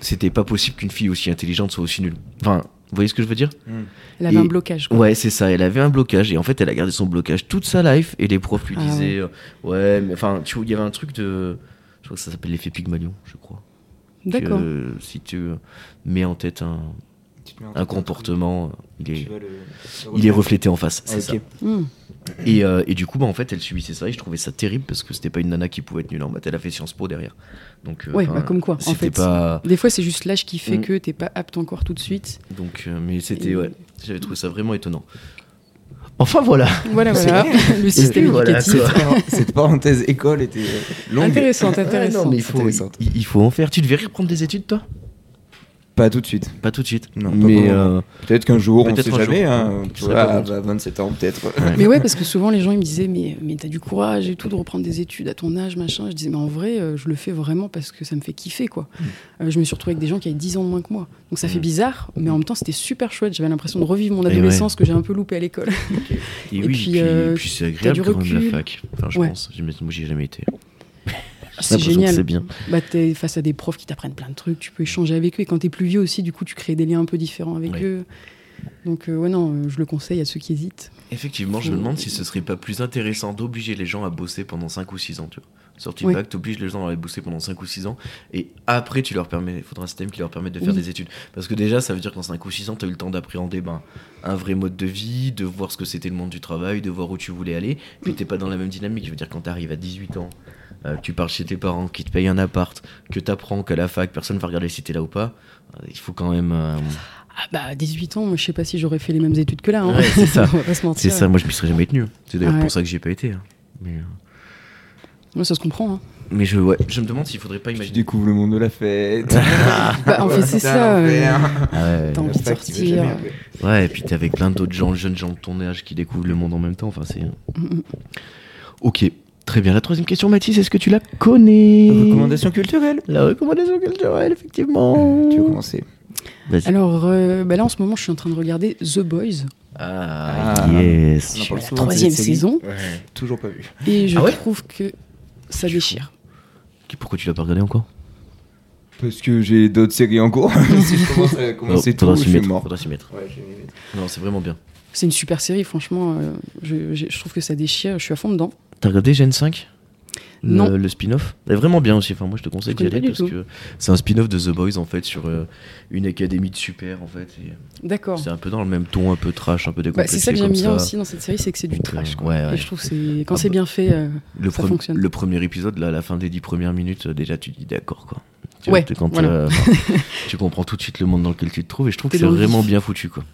[SPEAKER 1] c'était pas possible qu'une fille aussi intelligente soit aussi nulle. Enfin, vous voyez ce que je veux dire
[SPEAKER 2] Mm.
[SPEAKER 3] Elle avait un
[SPEAKER 1] et-
[SPEAKER 3] blocage. quoi.
[SPEAKER 1] Ouais, c'est ça. Elle avait un blocage et en fait, elle a gardé son blocage toute sa life et les profs lui
[SPEAKER 3] Ah
[SPEAKER 1] disaient euh, ouais, mais enfin, tu vois, il y avait un truc de, je crois que ça s'appelle l'effet Pygmalion, je crois.
[SPEAKER 3] D'accord.
[SPEAKER 1] que si tu euh, mets en tête un,
[SPEAKER 2] Tu te mets en
[SPEAKER 1] un
[SPEAKER 2] tête
[SPEAKER 1] comportement, euh, il
[SPEAKER 2] truc, tu
[SPEAKER 1] est,
[SPEAKER 2] vas le- le
[SPEAKER 1] il est
[SPEAKER 2] refaire.
[SPEAKER 1] reflété en face. C'est
[SPEAKER 2] Ah, (laughs)
[SPEAKER 1] ça.
[SPEAKER 2] ok.
[SPEAKER 3] Hmm.
[SPEAKER 1] Et, euh, et du coup, bah, en fait, elle subissait ça et je trouvais ça terrible parce que c'était pas une nana qui pouvait être nulle en maths. Elle a fait Sciences Po derrière. Donc, euh,
[SPEAKER 3] Ouais,
[SPEAKER 1] enfin,
[SPEAKER 3] bah, comme quoi, en
[SPEAKER 1] c'était
[SPEAKER 3] fait.
[SPEAKER 1] pas.
[SPEAKER 3] Des fois, c'est juste l'âge qui fait
[SPEAKER 1] Mm.
[SPEAKER 3] que t'es pas apte encore tout de suite.
[SPEAKER 1] Donc, euh, mais c'était.
[SPEAKER 3] Et-
[SPEAKER 1] Ouais, j'avais trouvé ça vraiment étonnant. Enfin (laughs) voilà.
[SPEAKER 3] Voilà,
[SPEAKER 2] C'est
[SPEAKER 3] voilà. (laughs) Le système
[SPEAKER 1] voilà,
[SPEAKER 3] éducatif.
[SPEAKER 1] quoi.
[SPEAKER 2] Cette parenthèse école était euh, longue.
[SPEAKER 3] Intéressante,
[SPEAKER 1] Ouais,
[SPEAKER 3] intéressante.
[SPEAKER 1] non, mais il faut,
[SPEAKER 2] Intéressante.
[SPEAKER 1] il, il faut en faire. Tu devais reprendre des études, toi
[SPEAKER 2] Pas tout de suite.
[SPEAKER 1] Pas tout de suite.
[SPEAKER 2] Non, pas
[SPEAKER 1] mais
[SPEAKER 2] pour le
[SPEAKER 1] euh,
[SPEAKER 2] Peut-être qu'un jour, on
[SPEAKER 1] Peut-être
[SPEAKER 2] sait
[SPEAKER 1] un
[SPEAKER 2] jamais.
[SPEAKER 1] jour.
[SPEAKER 2] hein,
[SPEAKER 1] Je
[SPEAKER 2] tu
[SPEAKER 1] serais
[SPEAKER 2] vois,
[SPEAKER 1] pas
[SPEAKER 2] à
[SPEAKER 1] contre.
[SPEAKER 2] 27 ans
[SPEAKER 1] (laughs)
[SPEAKER 2] peut-être.
[SPEAKER 3] Mais ouais, parce que souvent les gens ils me disaient mais, mais t'as du courage et tout de reprendre des études à ton âge, machin. Je disais mais en vrai, euh, je le fais vraiment parce que ça me fait kiffer quoi. Euh, je me suis retrouvée avec des gens qui avaient 10 ans de moins que moi. Donc ça fait
[SPEAKER 1] Mm. Eh
[SPEAKER 3] bizarre, mais en même temps c'était super chouette. J'avais l'impression de revivre mon
[SPEAKER 1] Et
[SPEAKER 3] adolescence que j'ai un peu loupé à l'école.
[SPEAKER 1] et,
[SPEAKER 3] Et
[SPEAKER 1] oui,
[SPEAKER 3] puis,
[SPEAKER 1] puis,
[SPEAKER 3] euh,
[SPEAKER 1] puis c'est
[SPEAKER 3] t'as
[SPEAKER 1] agréable
[SPEAKER 3] du
[SPEAKER 1] quand même la
[SPEAKER 3] recul.
[SPEAKER 1] fac. Enfin, je
[SPEAKER 3] Ouais.
[SPEAKER 1] pense. J'y- Moi, j'y ai jamais été.
[SPEAKER 3] (laughs) C'est
[SPEAKER 1] l'impression que
[SPEAKER 3] génial.
[SPEAKER 1] c'est bien.
[SPEAKER 3] Bah, t'es face à des profs qui t'apprennent plein de trucs, tu peux échanger avec eux. Et quand t'es plus vieux aussi, du coup, tu crées des liens un peu différents avec
[SPEAKER 1] Ouais.
[SPEAKER 3] eux. Donc euh, ouais non, euh, je le conseille à ceux qui hésitent.
[SPEAKER 1] Effectivement, je me demande si ce serait pas plus intéressant d'obliger les gens à bosser pendant 5 ou 6 ans, tu vois. Sortie de
[SPEAKER 3] Oui.
[SPEAKER 1] bac, t'obliges les gens à aller bosser pendant 5 ou 6 ans, et après, tu leur permets, il faudra un système qui leur permette de faire
[SPEAKER 3] Oui.
[SPEAKER 1] des études. Parce que déjà, ça veut dire qu'en 5 ou 6 ans, t'as eu le temps d'appréhender ben, un vrai mode de vie, de voir ce que c'était le monde du travail, de voir où tu voulais aller, puis t'es pas dans la même dynamique. Je veux dire, quand t'arrives à 18 ans, euh, que tu pars chez tes parents, qu'ils te payent un appart, que t'apprends qu'à la fac, personne va regarder si t'es là ou pas, euh, il faut quand même... euh,
[SPEAKER 3] Ah bah à 18 ans, moi je sais pas si j'aurais fait les mêmes études que là. hein.
[SPEAKER 1] Ouais, c'est ça.
[SPEAKER 3] (laughs) On va pas se mentir.
[SPEAKER 1] C'est ça, moi je m'y serais jamais tenu. C'est d'ailleurs
[SPEAKER 3] Ouais.
[SPEAKER 1] pour ça que j'y ai pas été. hein. Mais, euh,
[SPEAKER 3] Ouais, ça se comprend. hein.
[SPEAKER 1] Mais je, ouais, je me demande s'il faudrait pas
[SPEAKER 2] Tu
[SPEAKER 1] imaginer.
[SPEAKER 2] découvres le monde de la
[SPEAKER 1] (laughs)
[SPEAKER 2] fête.
[SPEAKER 3] Bah, en fait, c'est
[SPEAKER 2] Putain,
[SPEAKER 3] ça,
[SPEAKER 2] l'enfer.
[SPEAKER 1] Ouais,
[SPEAKER 3] T'as
[SPEAKER 2] La
[SPEAKER 3] envie de
[SPEAKER 2] fac, tu veux
[SPEAKER 3] sortir.
[SPEAKER 2] jamais après.
[SPEAKER 1] ouais, et puis t'es avec plein d'autres gens, jeunes gens de ton âge qui découvrent le monde en même temps. Enfin, c'est. euh.
[SPEAKER 3] Mm, mm.
[SPEAKER 1] Ok, très bien. La troisième question, Mathis, est-ce que tu la connais
[SPEAKER 2] Recommandation culturelle.
[SPEAKER 1] La recommandation culturelle, effectivement.
[SPEAKER 2] Tu veux commencer
[SPEAKER 1] Vas-y.
[SPEAKER 3] Alors euh, bah là en ce moment je suis en train de regarder The Boys
[SPEAKER 1] Ah,
[SPEAKER 2] Ah.
[SPEAKER 1] yes.
[SPEAKER 2] On en parle souvent,
[SPEAKER 3] troisième
[SPEAKER 2] cette série.
[SPEAKER 3] saison.
[SPEAKER 2] Ouais, Toujours pas vu.
[SPEAKER 3] et je
[SPEAKER 1] Ah ouais
[SPEAKER 3] trouve que ça déchire.
[SPEAKER 1] Qui- Pourquoi tu l'as pas regardé encore
[SPEAKER 2] Parce que j'ai d'autres séries en cours. (laughs) si je commence à commencer
[SPEAKER 1] Oh,
[SPEAKER 2] tout,
[SPEAKER 1] faudra
[SPEAKER 2] je
[SPEAKER 1] s'y
[SPEAKER 2] suis
[SPEAKER 1] mettre.
[SPEAKER 2] mort.
[SPEAKER 1] Faudra s'y mettre.
[SPEAKER 2] Ouais, je vais m'y mettre.
[SPEAKER 1] Non, c'est vraiment bien.
[SPEAKER 3] C'est une super série franchement. euh, je, je- je trouve que ça déchire. Je suis à fond dedans.
[SPEAKER 1] T'as regardé Gen 5 Le-
[SPEAKER 3] Non.
[SPEAKER 1] Le spin-off Elle est vraiment bien aussi. Enfin, moi, je te conseille
[SPEAKER 3] Je
[SPEAKER 1] d'y
[SPEAKER 3] connais
[SPEAKER 1] aller
[SPEAKER 3] pas du
[SPEAKER 1] parce que c'est un spin-off de The Boys en fait sur euh, une académie de super en fait. et
[SPEAKER 3] D'accord.
[SPEAKER 1] C'est un peu dans le même ton, un peu trash, un peu
[SPEAKER 3] Bah,
[SPEAKER 1] décomplexé
[SPEAKER 3] c'est ça que j'aime
[SPEAKER 1] comme
[SPEAKER 3] bien
[SPEAKER 1] ça.
[SPEAKER 3] aussi dans cette série, c'est que c'est du
[SPEAKER 1] Donc,
[SPEAKER 3] trash.
[SPEAKER 1] euh,
[SPEAKER 3] quoi.
[SPEAKER 1] ouais, ouais.
[SPEAKER 3] Et je trouve que c'est quand
[SPEAKER 1] Ah
[SPEAKER 3] c'est
[SPEAKER 1] bah.
[SPEAKER 3] bien fait. euh,
[SPEAKER 1] Le,
[SPEAKER 3] Ça
[SPEAKER 1] premi-
[SPEAKER 3] fonctionne.
[SPEAKER 1] le premier épisode, là, à la fin des dix premières minutes, euh, déjà tu dis d'accord quoi. Tu
[SPEAKER 3] Ouais,
[SPEAKER 1] vois, quand,
[SPEAKER 3] voilà. (laughs)
[SPEAKER 1] euh, enfin, tu comprends tout de suite le monde dans lequel tu te trouves et je trouve que
[SPEAKER 3] T'es
[SPEAKER 1] c'est
[SPEAKER 3] dans le
[SPEAKER 1] vraiment
[SPEAKER 3] vif.
[SPEAKER 1] bien foutu quoi.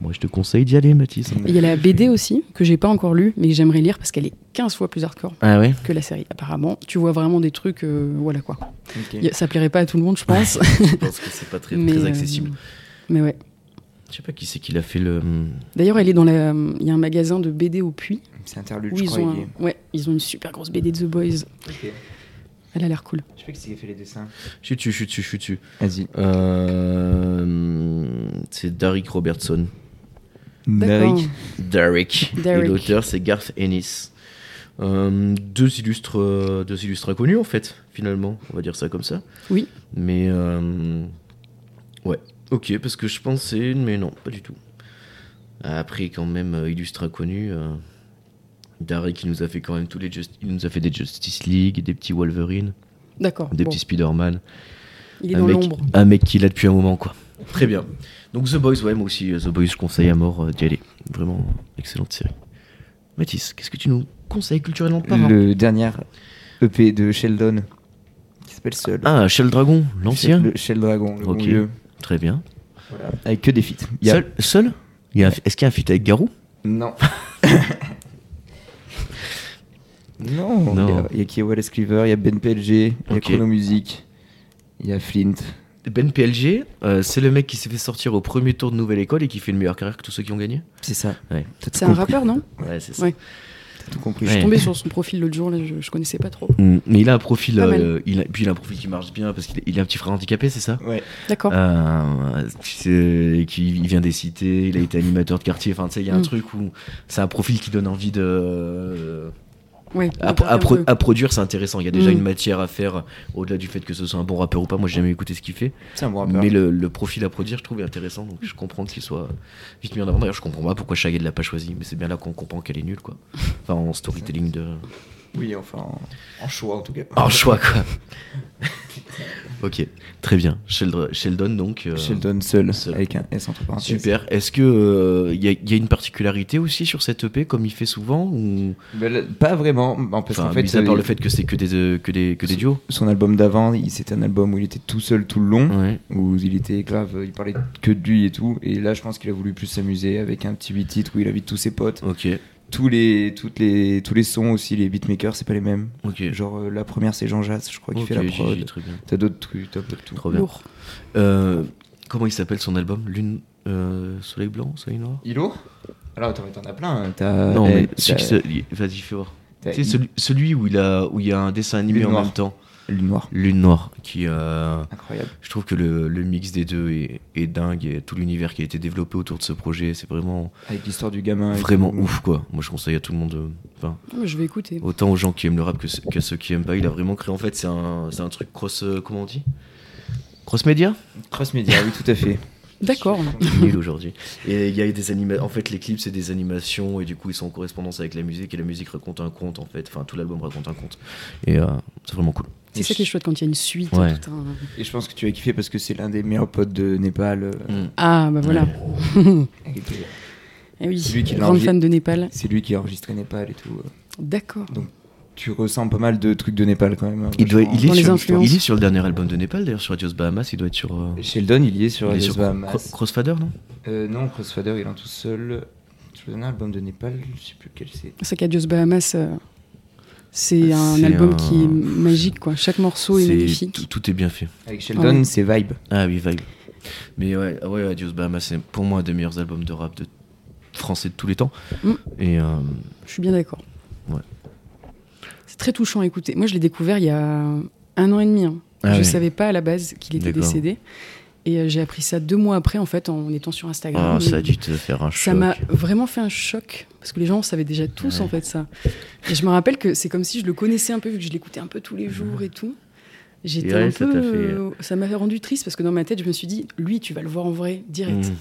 [SPEAKER 1] Moi je te conseille d'y aller Mathis.
[SPEAKER 3] et Il y a la BD aussi que j'ai pas encore lue mais que j'aimerais lire parce qu'elle est 15 fois plus hardcore
[SPEAKER 1] Ah
[SPEAKER 3] (laughs)
[SPEAKER 1] ouais
[SPEAKER 3] que la série apparemment. Tu vois vraiment des trucs euh, voilà quoi.
[SPEAKER 2] Ok.
[SPEAKER 3] Y a- Ça plairait pas à tout le monde je pense.
[SPEAKER 1] Je pense que c'est pas (laughs) très,
[SPEAKER 3] mais,
[SPEAKER 1] très
[SPEAKER 3] euh,
[SPEAKER 1] accessible.
[SPEAKER 3] mais ouais.
[SPEAKER 1] Je sais pas qui c'est qui l'a fait le. hmm,
[SPEAKER 3] D'ailleurs elle est dans la euh, il y a un magasin de BD au puits
[SPEAKER 2] C'est interlude,
[SPEAKER 3] où
[SPEAKER 2] je
[SPEAKER 3] ils
[SPEAKER 2] crois.
[SPEAKER 3] ont
[SPEAKER 2] il est.
[SPEAKER 3] un- ouais ils ont une super grosse BD de The Boys.
[SPEAKER 2] Ok.
[SPEAKER 3] Elle a l'air cool.
[SPEAKER 2] Je sais pas qui c'est qui a fait les dessins.
[SPEAKER 1] Je suis dessus, je suis dessus, je suis dessus.
[SPEAKER 2] Vas-y.
[SPEAKER 1] Euh, C'est Derrick Robertson.
[SPEAKER 3] D'accord.
[SPEAKER 2] Merrick.
[SPEAKER 1] Derrick.
[SPEAKER 3] Derrick.
[SPEAKER 1] Et l'auteur, c'est Garth Ennis. Euh, deux illustres, euh, deux illustres inconnus en fait, finalement, on va dire ça comme ça.
[SPEAKER 3] Oui.
[SPEAKER 1] Mais euh, ouais, ok, parce que je pensais, mais non, pas du tout. Après, quand même, euh, illustre inconnu, euh, Derrick, il nous a fait quand même tous les, Just- il nous a fait des Justice League, des petits Wolverine,
[SPEAKER 3] D'accord.
[SPEAKER 1] des
[SPEAKER 3] bon.
[SPEAKER 1] petits Spider-Man.
[SPEAKER 3] Il est
[SPEAKER 1] un
[SPEAKER 3] dans
[SPEAKER 1] mec,
[SPEAKER 3] l'ombre.
[SPEAKER 1] un mec qui l'a depuis un moment, quoi. Très bien. Donc The Boys, ouais, moi aussi, euh, The Boys, je conseille à mort euh, d'y aller. Vraiment, euh, excellente série. Mathis, qu'est-ce que tu nous conseilles culturellement parlant
[SPEAKER 2] Le dernier EP de Sheldon. Qui s'appelle Seul.
[SPEAKER 1] Ah, Shell Dragon, l'ancien
[SPEAKER 2] Le Shell Dragon, le
[SPEAKER 1] Ok.
[SPEAKER 2] bon vieux.
[SPEAKER 1] Très bien.
[SPEAKER 2] Voilà. Avec que des feats. Il y a-
[SPEAKER 1] Seul, seul Il y a un- Est-ce qu'il y a un feat avec Garou (laughs)
[SPEAKER 2] Non. non.
[SPEAKER 1] Non.
[SPEAKER 2] Il y a- Il y a Kia Wallace Cleaver, il y a Ben PLG, il y a
[SPEAKER 1] Ok.
[SPEAKER 2] Chrono Music, il y a Flint.
[SPEAKER 1] Ben PLG, euh, c'est le mec qui s'est fait sortir au premier tour de Nouvelle École et qui fait une meilleure carrière que tous ceux qui ont gagné
[SPEAKER 2] C'est ça.
[SPEAKER 1] Ouais.
[SPEAKER 2] T'as tout,
[SPEAKER 3] C'est un
[SPEAKER 2] compris.
[SPEAKER 3] rappeur non
[SPEAKER 1] Ouais, c'est ça.
[SPEAKER 3] Ouais.
[SPEAKER 2] T'as tout compris.
[SPEAKER 3] Je suis
[SPEAKER 1] Ouais.
[SPEAKER 3] tombée sur son profil l'autre jour là je, je connaissais pas trop.
[SPEAKER 1] Mm, Mais il a un profil,
[SPEAKER 3] Pas mal.
[SPEAKER 1] euh, il a- puis il a un profil qui marche bien parce qu'il il a un petit frère handicapé, c'est ça
[SPEAKER 2] Ouais.
[SPEAKER 3] D'accord.
[SPEAKER 1] Euh, c'est- qui il vient des cités, il a été animateur de quartier. Enfin, tu sais, il y a un
[SPEAKER 3] Mm.
[SPEAKER 1] truc où c'est un profil qui donne envie de.
[SPEAKER 3] Ouais.
[SPEAKER 1] À,
[SPEAKER 3] on parle
[SPEAKER 1] à
[SPEAKER 3] un
[SPEAKER 1] pro-
[SPEAKER 3] peu.
[SPEAKER 1] à produire, c'est intéressant. Il y a déjà
[SPEAKER 3] Mm.
[SPEAKER 1] une matière à faire au-delà du fait que ce soit un bon rappeur ou pas. Moi, j'ai jamais écouté ce qu'il fait.
[SPEAKER 2] C'est un bon rappeur.
[SPEAKER 1] Mais le, le profil à produire, je trouve, est intéressant. Donc, je comprends qu'il soit vite mis en avant. D'ailleurs, je comprends pas pourquoi Shaggy ne l'a pas choisi. Mais c'est bien là qu'on comprend qu'elle est nulle, quoi. Enfin, en storytelling de.
[SPEAKER 2] Oui, enfin, en, en choix en tout cas.
[SPEAKER 1] En choix, quoi. (laughs) Ok, très bien. Sheldon, Sheldon donc. euh,
[SPEAKER 2] Sheldon seul,
[SPEAKER 1] seul.
[SPEAKER 2] avec un S entre parenthèses.
[SPEAKER 1] Super. Est-ce que euh, y, a- y a une particularité aussi sur cette EP comme il fait souvent ou
[SPEAKER 2] Ben là, pas vraiment, en- parce
[SPEAKER 1] enfin,
[SPEAKER 2] qu'en fait,
[SPEAKER 1] mis à part
[SPEAKER 2] euh,
[SPEAKER 1] le fait que c'est que des euh, que des que des duos.
[SPEAKER 2] son album d'avant, il- c'était un album où il était tout seul tout le long,
[SPEAKER 1] Ouais.
[SPEAKER 2] où il était grave, il parlait que de lui et tout. Et là, je pense qu'il a voulu plus s'amuser avec un petit huit titres où il invite tous ses potes.
[SPEAKER 1] Ok.
[SPEAKER 2] Tous les, toutes les, tous les sons aussi, les beatmakers, c'est pas les mêmes.
[SPEAKER 1] Ok.
[SPEAKER 2] Genre, euh, la première, c'est Jean Jass, je crois, qui
[SPEAKER 1] Ok,
[SPEAKER 2] fait la
[SPEAKER 1] Gigi,
[SPEAKER 2] prod.
[SPEAKER 1] très bien.
[SPEAKER 2] T'as d'autres trucs, t'as d'autres tout.
[SPEAKER 1] Trop bien.
[SPEAKER 3] Lourd.
[SPEAKER 1] Euh, comment il s'appelle son album Lune, euh, soleil blanc, soleil noir.
[SPEAKER 2] Ilo Alors, attends, mais t'en as plein. hein. T'as,
[SPEAKER 1] non
[SPEAKER 2] eh,
[SPEAKER 1] mais celui qui
[SPEAKER 2] t'as-
[SPEAKER 1] se- il- vas-y fais voir.
[SPEAKER 2] t'as
[SPEAKER 1] Tu sais, celui, celui où il a où il y a un dessin animé
[SPEAKER 2] bah, Lune
[SPEAKER 1] en
[SPEAKER 2] noire.
[SPEAKER 1] même temps.
[SPEAKER 2] Lune Noire.
[SPEAKER 1] Lune noire qui euh,
[SPEAKER 2] Incroyable.
[SPEAKER 1] Je trouve que le, le mix des deux est, est dingue et tout l'univers qui a été développé autour de ce projet, c'est vraiment
[SPEAKER 2] Avec l'histoire du gamin. et
[SPEAKER 1] vraiment
[SPEAKER 2] tout.
[SPEAKER 1] ouf quoi. Moi je conseille à tout le monde, euh, enfin
[SPEAKER 3] Ah, mais Je vais écouter.
[SPEAKER 1] autant aux gens qui aiment le rap que, ce- qu'à ceux qui aiment pas. Il a vraiment créé en fait c'est un c'est un truc cross euh, comment on dit cross média.
[SPEAKER 2] Cross média, oui, tout à fait.
[SPEAKER 3] D'accord.
[SPEAKER 1] Je suis (laughs) nul aujourd'hui. Et il y a des anima- en fait les clips c'est des animations et du coup ils sont en correspondance avec la musique et la musique raconte un conte en fait. Enfin tout l'album raconte un conte et euh, c'est vraiment cool.
[SPEAKER 3] C'est ça qui est chouette quand il y a une suite.
[SPEAKER 1] Ouais.
[SPEAKER 3] tout un-
[SPEAKER 2] Et je pense que tu vas kiffer parce que c'est l'un des meilleurs potes de Népal. euh,
[SPEAKER 3] Ah, bah voilà. Mm.
[SPEAKER 2] avec des-
[SPEAKER 3] Eh oui,
[SPEAKER 2] C'est lui qui l'a
[SPEAKER 3] grande
[SPEAKER 2] enlevé.
[SPEAKER 3] fan de Népal.
[SPEAKER 2] C'est lui qui a enregistré Népal et tout. euh.
[SPEAKER 3] D'accord.
[SPEAKER 2] Tu ressens pas mal de trucs de Népal quand même. hein,
[SPEAKER 1] Il doit
[SPEAKER 2] vachement.
[SPEAKER 1] il est
[SPEAKER 3] Dans les
[SPEAKER 1] sur
[SPEAKER 3] influences.
[SPEAKER 1] il est sur le dernier album de Népal d'ailleurs sur Adios Bahamas il doit être sur euh,
[SPEAKER 2] Sheldon, il y est sur
[SPEAKER 1] il est
[SPEAKER 2] les
[SPEAKER 1] sur
[SPEAKER 2] Bahamas.
[SPEAKER 1] Cro- Crossfader non
[SPEAKER 2] Euh, non, Crossfader, il est en tout seul. Je vous donne un album de Népal, je sais plus quel c'est.
[SPEAKER 3] C'est qu'Adios Bahamas, euh, c'est un
[SPEAKER 1] Bah, C'est
[SPEAKER 3] album
[SPEAKER 1] un-
[SPEAKER 3] qui est magique, quoi. Chaque morceau est,
[SPEAKER 1] C'est- Tout,
[SPEAKER 3] magnifique.
[SPEAKER 1] tout est bien fait.
[SPEAKER 2] Avec Sheldon, c'est Vibe.
[SPEAKER 1] Ah oui, Vibe. Mais ouais, ah ouais Adios Bahamas, c'est pour moi un des meilleurs albums de rap de français de tous les temps.
[SPEAKER 3] Mm.
[SPEAKER 1] Et euh,
[SPEAKER 3] Je suis bien d'accord.
[SPEAKER 1] Ouais.
[SPEAKER 3] C'est très touchant à écouter. Moi, je l'ai découvert il y a un an et demi. hein.
[SPEAKER 1] Ah
[SPEAKER 3] je
[SPEAKER 1] ouais.
[SPEAKER 3] savais pas à la base qu'il était
[SPEAKER 1] D'accord.
[SPEAKER 3] décédé. Et euh, j'ai appris ça deux mois après, en fait, en étant sur Instagram.
[SPEAKER 1] ah, ça a
[SPEAKER 3] Et-
[SPEAKER 1] dû te faire un
[SPEAKER 3] Ça
[SPEAKER 1] choc. Mm.
[SPEAKER 3] m'a vraiment fait un choc parce que les gens savaient déjà tous
[SPEAKER 1] Ouais.
[SPEAKER 3] en fait ça. Et je me rappelle que c'est comme si je le connaissais un peu vu que je l'écoutais un peu tous les jours et tout. J'étais
[SPEAKER 1] ouais,
[SPEAKER 3] un
[SPEAKER 1] ça
[SPEAKER 3] peu,
[SPEAKER 1] t'a fait-
[SPEAKER 3] euh, ça m'a rendu triste parce que dans ma tête je me suis dit lui tu vas le voir en vrai direct.
[SPEAKER 1] Mm.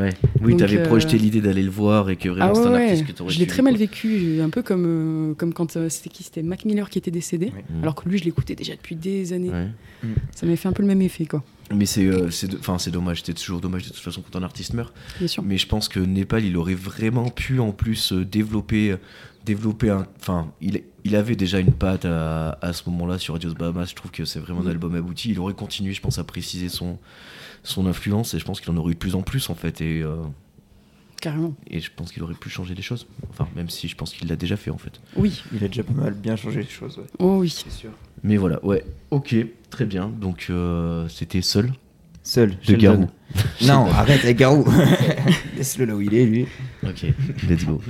[SPEAKER 1] Ouais. Oui,
[SPEAKER 3] Donc,
[SPEAKER 1] t'avais
[SPEAKER 3] euh,
[SPEAKER 1] projeté l'idée d'aller le voir et que vraiment
[SPEAKER 3] Ah
[SPEAKER 1] c'est
[SPEAKER 3] ouais,
[SPEAKER 1] un
[SPEAKER 3] ouais.
[SPEAKER 1] artiste que t'aurais
[SPEAKER 3] je l'ai
[SPEAKER 1] suivi,
[SPEAKER 3] très mal
[SPEAKER 1] quoi.
[SPEAKER 3] vécu, un peu comme euh, comme quand euh, c'était qui c'était Mac Miller qui était décédé,
[SPEAKER 2] Ouais.
[SPEAKER 1] Mm.
[SPEAKER 3] alors que lui je l'écoutais déjà depuis des années.
[SPEAKER 1] Ouais.
[SPEAKER 3] Ça m'avait fait un peu le même effet quoi,
[SPEAKER 1] Mais c'est euh, c'est de- enfin, c'est dommage, c'est toujours dommage de toute façon quand un artiste meurt.
[SPEAKER 3] bien sûr.
[SPEAKER 1] Mais je pense que Népal, il aurait vraiment pu en plus euh, développer, euh, développer un. Enfin, il, il avait déjà une patte à, à ce moment-là sur Adios Bahamas. Je trouve que c'est vraiment un
[SPEAKER 3] Mhm.
[SPEAKER 1] album abouti. Il aurait continué, je pense, à préciser son, son influence et je pense qu'il en aurait eu de plus en plus en fait. Et, euh,
[SPEAKER 3] Carrément.
[SPEAKER 1] et je pense qu'il aurait pu changer les choses. Enfin, même si je pense qu'il l'a déjà fait en fait.
[SPEAKER 3] Oui,
[SPEAKER 2] Il a déjà pas mal bien changé les choses, ouais.
[SPEAKER 3] oh oui.
[SPEAKER 2] C'est sûr.
[SPEAKER 1] Mais voilà, ouais. Ok, très bien. Donc euh, c'était seul
[SPEAKER 2] Seul.
[SPEAKER 1] de
[SPEAKER 2] Sheldon.
[SPEAKER 1] Garou.
[SPEAKER 2] Non, arrête avec Garou. (laughs) Laisse-le là où il est, lui.
[SPEAKER 1] Ok, let's go.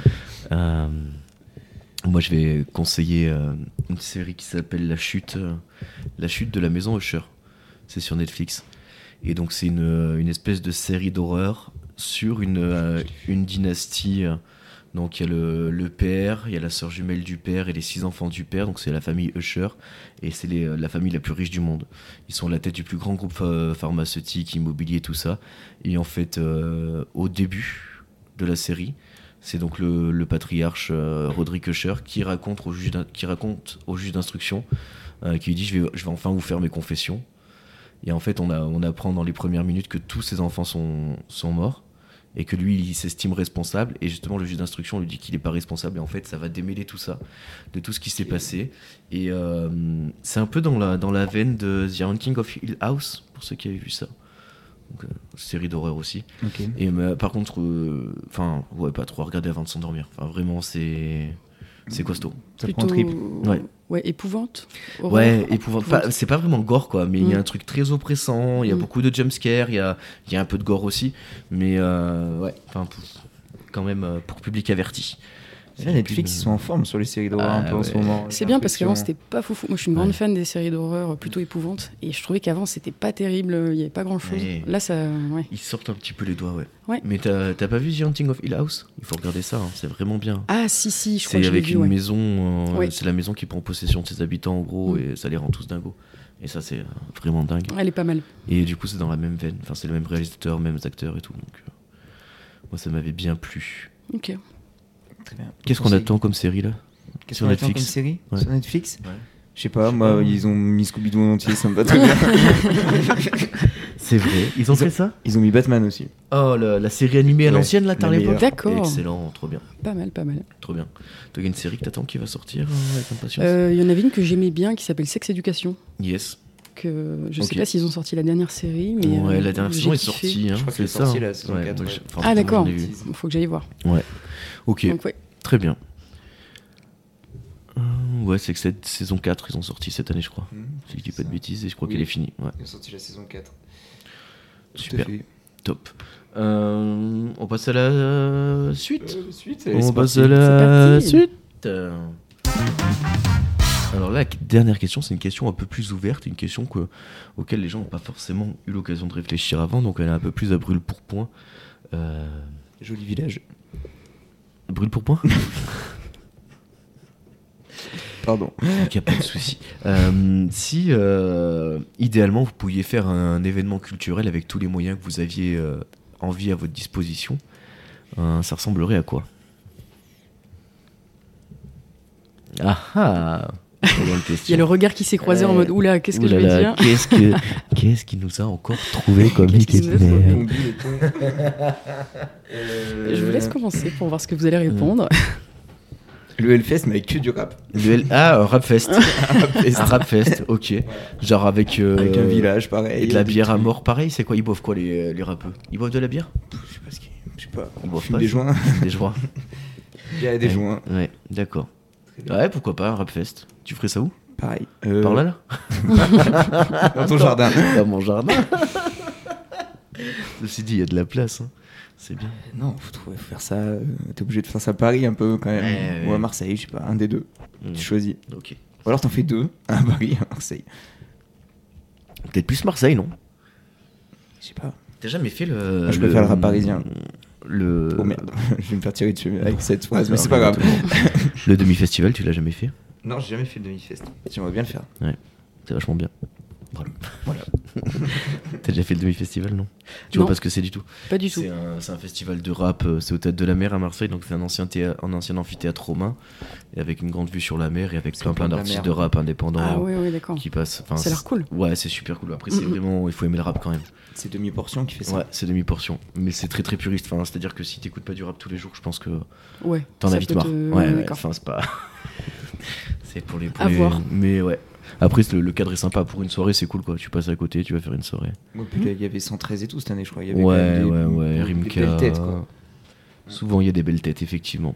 [SPEAKER 1] Euh, moi, je vais conseiller euh, une série qui s'appelle La Chute, euh, La Chute de la Maison Usher. C'est sur Netflix. Et donc, c'est une, euh, une espèce de série d'horreur sur une, euh, une dynastie. euh, Donc, il y a le, le père, il y a la sœur jumelle du père et les six enfants du père. Donc, c'est la famille Usher. Et c'est les, euh, la famille la plus riche du monde. Ils sont à la tête du plus grand groupe pha- pharmaceutique, immobilier, tout ça. Et en fait, euh, au début de la série, c'est donc le, le patriarche euh, Roderick Usher qui raconte au juge, d'in- qui raconte au juge d'instruction, euh, qui lui dit je vais, je vais enfin vous faire mes confessions. Et en fait, on, a, on apprend dans les premières minutes que tous ses enfants sont, sont morts et que lui, il s'estime responsable. Et justement, le juge d'instruction lui dit qu'il n'est pas responsable. Et en fait, ça va démêler tout ça, de tout ce qui s'est passé. Et euh, c'est un peu dans la, dans la veine de The Ranking of Hill House, pour ceux qui avaient vu ça. Donc, euh, série d'horreur aussi.
[SPEAKER 2] Ok.
[SPEAKER 1] Et mais, par contre, euh, enfin, ouais, pas trop à regarder avant de s'endormir. Enfin, vraiment, c'est c'est costaud.
[SPEAKER 2] Ça prend
[SPEAKER 3] Plutôt
[SPEAKER 2] trip.
[SPEAKER 1] Ouais.
[SPEAKER 3] ouais, épouvante.
[SPEAKER 1] ouais,
[SPEAKER 3] horreur,
[SPEAKER 1] épouvante. Pas- C'est pas vraiment gore, quoi, mais il y a
[SPEAKER 3] Mm.
[SPEAKER 1] un truc très oppressant. Il y a
[SPEAKER 3] Mm.
[SPEAKER 1] beaucoup de jumpscares. Il y a, il y a un peu de gore aussi, mais euh, ouais, enfin, pour- quand même euh, pour public averti.
[SPEAKER 2] Là, Netflix, ils sont en forme sur les séries d'horreur
[SPEAKER 1] Ah,
[SPEAKER 2] un peu en ce
[SPEAKER 1] ouais.
[SPEAKER 2] moment.
[SPEAKER 3] C'est
[SPEAKER 2] J'ai
[SPEAKER 3] bien parce qu'avant
[SPEAKER 2] l'impression.
[SPEAKER 3] c'était pas foufou. Moi je suis une grande
[SPEAKER 1] Ouais.
[SPEAKER 3] fan des séries d'horreur euh, plutôt épouvantes et je trouvais qu'avant c'était pas terrible, euh, il y avait pas grand chose.
[SPEAKER 1] Ouais.
[SPEAKER 3] Là ça. ouais.
[SPEAKER 1] Ils sortent un petit peu les doigts, ouais.
[SPEAKER 3] Ouais.
[SPEAKER 1] Mais t'as t'as pas vu The Hunting of Hill House Il faut regarder ça. hein, c'est vraiment bien.
[SPEAKER 3] Ah si, si, je crois
[SPEAKER 1] C'est
[SPEAKER 3] que je l'ai
[SPEAKER 1] avec
[SPEAKER 3] vu.
[SPEAKER 1] une
[SPEAKER 3] ouais.
[SPEAKER 1] maison, euh,
[SPEAKER 3] Ouais.
[SPEAKER 1] c'est la maison qui prend possession de ses habitants en gros
[SPEAKER 3] Mm.
[SPEAKER 1] et ça les rend tous dingos. Et ça c'est euh, vraiment dingue.
[SPEAKER 3] Elle est pas mal.
[SPEAKER 1] Et du coup, c'est dans la même veine. Enfin, c'est le même réalisateur, mêmes acteurs et tout. Donc, euh, moi, ça m'avait bien plu.
[SPEAKER 3] Ok.
[SPEAKER 2] Très bien.
[SPEAKER 1] Qu'est-ce qu'on
[SPEAKER 2] Conseil.
[SPEAKER 1] attend comme série là
[SPEAKER 2] Qu'est-ce
[SPEAKER 1] sur
[SPEAKER 2] qu'on attend comme
[SPEAKER 1] Netflix
[SPEAKER 2] série
[SPEAKER 1] Ouais.
[SPEAKER 2] sur Netflix
[SPEAKER 1] Ouais.
[SPEAKER 2] Je sais pas, moi, ils ont mis Scooby-Doo en entier, ça me va très bien.
[SPEAKER 1] C'est vrai. (laughs) Ils ont
[SPEAKER 2] Ils
[SPEAKER 1] fait
[SPEAKER 2] ont-
[SPEAKER 1] ça
[SPEAKER 2] Ils ont mis Batman aussi.
[SPEAKER 1] Oh, la, la série animée à
[SPEAKER 2] Ouais,
[SPEAKER 1] l'ancienne, là, t'as
[SPEAKER 2] la
[SPEAKER 1] l'époque
[SPEAKER 2] meilleure.
[SPEAKER 3] D'accord.
[SPEAKER 1] Excellent, trop bien.
[SPEAKER 3] Pas mal, pas mal.
[SPEAKER 1] Trop bien. T'as une série que t'attends qui va sortir euh, avec impatience
[SPEAKER 3] Euh, Il y en avait une que j'aimais bien qui s'appelle Sex Education.
[SPEAKER 1] Yes.
[SPEAKER 3] Que je sais
[SPEAKER 1] Ok.
[SPEAKER 3] pas s'ils ont sorti la dernière série, mais
[SPEAKER 1] ouais,
[SPEAKER 3] euh,
[SPEAKER 1] la dernière
[SPEAKER 3] j'ai
[SPEAKER 1] saison est
[SPEAKER 3] kiffé.
[SPEAKER 1] sortie. Hein,
[SPEAKER 2] Je crois
[SPEAKER 1] c'est
[SPEAKER 2] qu'elle est
[SPEAKER 1] ça.
[SPEAKER 2] sortie, la saison
[SPEAKER 1] Ouais,
[SPEAKER 2] quatre,
[SPEAKER 1] moi,
[SPEAKER 2] ouais.
[SPEAKER 1] j'ai- enfin,
[SPEAKER 3] Ah
[SPEAKER 1] j'en ai
[SPEAKER 3] d'accord.
[SPEAKER 1] vu.
[SPEAKER 3] Faut que j'aille voir.
[SPEAKER 1] Ok,
[SPEAKER 3] Donc ouais.
[SPEAKER 1] très bien. Euh, ouais, c'est que cette saison 4, ils ont sorti cette année, je crois. Si je dis pas de
[SPEAKER 2] Ça.
[SPEAKER 1] bêtises, et je crois
[SPEAKER 2] Oui.
[SPEAKER 1] qu'elle est finie. Ouais,
[SPEAKER 2] Ils ont sorti la saison 4.
[SPEAKER 1] Super. top. Euh, on passe à la euh, suite.
[SPEAKER 2] suite,
[SPEAKER 1] on passe à
[SPEAKER 3] C'est
[SPEAKER 1] la
[SPEAKER 3] parti.
[SPEAKER 1] suite. Euh. Alors là, la dernière question, c'est une question un peu plus ouverte, une question que, auquel les gens n'ont pas forcément eu l'occasion de réfléchir avant, donc elle est un peu plus à brûle pour point. Euh,
[SPEAKER 2] Joli village.
[SPEAKER 1] brûle pour point
[SPEAKER 2] Pardon.
[SPEAKER 1] Donc y a pas de souci. Euh, si euh, idéalement vous pouviez faire un événement culturel avec tous les moyens que vous aviez euh, envie à votre disposition, euh, ça ressemblerait à quoi Ah ah Très bonne
[SPEAKER 3] Il y a
[SPEAKER 1] question.
[SPEAKER 3] le regard qui s'est croisé en
[SPEAKER 2] Ouais.
[SPEAKER 3] mode oula, qu'est-ce que
[SPEAKER 1] Ouh là
[SPEAKER 3] je vais
[SPEAKER 1] là,
[SPEAKER 3] dire
[SPEAKER 1] Qu'est-ce que- qu'est-ce qu'il nous a encore trouvé comme
[SPEAKER 3] Qu'est-ce qu'il
[SPEAKER 1] idée
[SPEAKER 3] nous a
[SPEAKER 1] de
[SPEAKER 3] trouvé
[SPEAKER 1] (laughs) merde
[SPEAKER 2] Euh,
[SPEAKER 3] Je vous laisse commencer pour voir ce que vous allez répondre.
[SPEAKER 1] Euh.
[SPEAKER 2] Le Hellfest, mais avec que du rap.
[SPEAKER 1] Le L- Ah, un
[SPEAKER 3] (laughs)
[SPEAKER 1] rapfest. un
[SPEAKER 2] Avec
[SPEAKER 1] rapfest, ok. Genre avec, euh,
[SPEAKER 2] un village, pareil.
[SPEAKER 1] Et de la
[SPEAKER 2] des
[SPEAKER 1] bière à
[SPEAKER 2] trucs.
[SPEAKER 1] mort, pareil, c'est quoi Ils boivent quoi les, les rappeux Ils boivent de la bière
[SPEAKER 2] Je sais pas ce qui. Je sais pas.
[SPEAKER 1] Ils
[SPEAKER 2] On
[SPEAKER 1] boivent
[SPEAKER 2] fume
[SPEAKER 1] pas
[SPEAKER 2] des
[SPEAKER 1] ça (laughs)
[SPEAKER 2] joints.
[SPEAKER 1] Des joints.
[SPEAKER 2] Il y a des
[SPEAKER 1] Ouais.
[SPEAKER 2] joints.
[SPEAKER 1] Ouais, d'accord.
[SPEAKER 2] bien.
[SPEAKER 1] Ouais, pourquoi pas un rapfest Tu ferais ça où
[SPEAKER 2] Pareil. Euh,
[SPEAKER 1] Par là, là
[SPEAKER 2] (laughs) Dans ton
[SPEAKER 1] (laughs)
[SPEAKER 2] jardin.
[SPEAKER 1] Dans mon jardin. Ceci dit, il y a de la place. hein. C'est bien.
[SPEAKER 2] Non, faut, trouver- faut faire ça. euh, T'es obligé de faire ça à Paris un peu quand même.
[SPEAKER 1] Ouais, ouais.
[SPEAKER 2] Ou à Marseille, je sais pas. Un des deux.
[SPEAKER 1] Mm.
[SPEAKER 2] Tu choisis.
[SPEAKER 1] Ok.
[SPEAKER 2] Ou alors t'en fais deux. Un à Paris, un à Marseille.
[SPEAKER 1] Peut-être plus Marseille, non
[SPEAKER 2] Je sais pas.
[SPEAKER 1] T'as jamais fait le.
[SPEAKER 2] Moi, Ah, je préfère le rap parisien.
[SPEAKER 1] Le, Ah,
[SPEAKER 2] Oh merde. (laughs) je vais me faire tirer dessus avec cette phrase, mais
[SPEAKER 1] Non,
[SPEAKER 2] c'est pas
[SPEAKER 1] rien
[SPEAKER 2] grave. (laughs)
[SPEAKER 1] le demi-festival, tu l'as jamais fait
[SPEAKER 2] Non, j'ai jamais fait le demi-fest. J'aimerais bien le faire.
[SPEAKER 1] C'est vachement bien. Voilà. (laughs)
[SPEAKER 2] Voilà.
[SPEAKER 1] T'as déjà fait le demi-festival, non Tu
[SPEAKER 3] Non.
[SPEAKER 1] vois pas ce que c'est du tout
[SPEAKER 3] (laughs) Pas du tout.
[SPEAKER 1] C'est un, c'est un festival de rap, euh, c'est au Théâtre de la Mer à Marseille, donc c'est un ancien, théâ- un ancien amphithéâtre romain, et avec une grande vue sur la mer, et avec
[SPEAKER 2] C'est
[SPEAKER 1] plein
[SPEAKER 2] le
[SPEAKER 1] plein
[SPEAKER 2] plan de la
[SPEAKER 1] d'artistes
[SPEAKER 2] mer.
[SPEAKER 1] de rap indépendants
[SPEAKER 3] Ah ouais, ouais, d'accord.
[SPEAKER 1] qui passent. Enfin,
[SPEAKER 3] Ça a l'air cool.
[SPEAKER 1] c'est- Ouais, c'est super cool. Après, c'est vraiment, il faut aimer le rap quand même.
[SPEAKER 2] C'est demi-portion qui fait ça.
[SPEAKER 1] Ouais, c'est demi-portion, mais c'est très très puriste. Enfin, c'est-à-dire que si t'écoutes pas du rap tous les jours, je pense que
[SPEAKER 3] Ouais.
[SPEAKER 1] t'en
[SPEAKER 3] ça
[SPEAKER 1] as vite
[SPEAKER 3] peut
[SPEAKER 1] marre.
[SPEAKER 3] te-
[SPEAKER 1] Ouais, ouais,
[SPEAKER 3] d'accord.
[SPEAKER 1] enfin, c'est pas. (laughs) c'est pour les. pour
[SPEAKER 3] À
[SPEAKER 1] les-
[SPEAKER 3] voir.
[SPEAKER 1] Mais ouais. Après, c'est le, le cadre est sympa pour une soirée, c'est cool quoi. Tu passes à côté, tu vas faire une soirée.
[SPEAKER 2] Moi, puis là, Oh, il y avait 113 et tout cette année, je crois. Il y avait quand
[SPEAKER 1] Ouais,
[SPEAKER 2] même des-
[SPEAKER 1] ouais,
[SPEAKER 2] des
[SPEAKER 1] ouais, Rimka.
[SPEAKER 2] belles têtes, quoi.
[SPEAKER 1] Souvent, il y a des belles têtes, effectivement.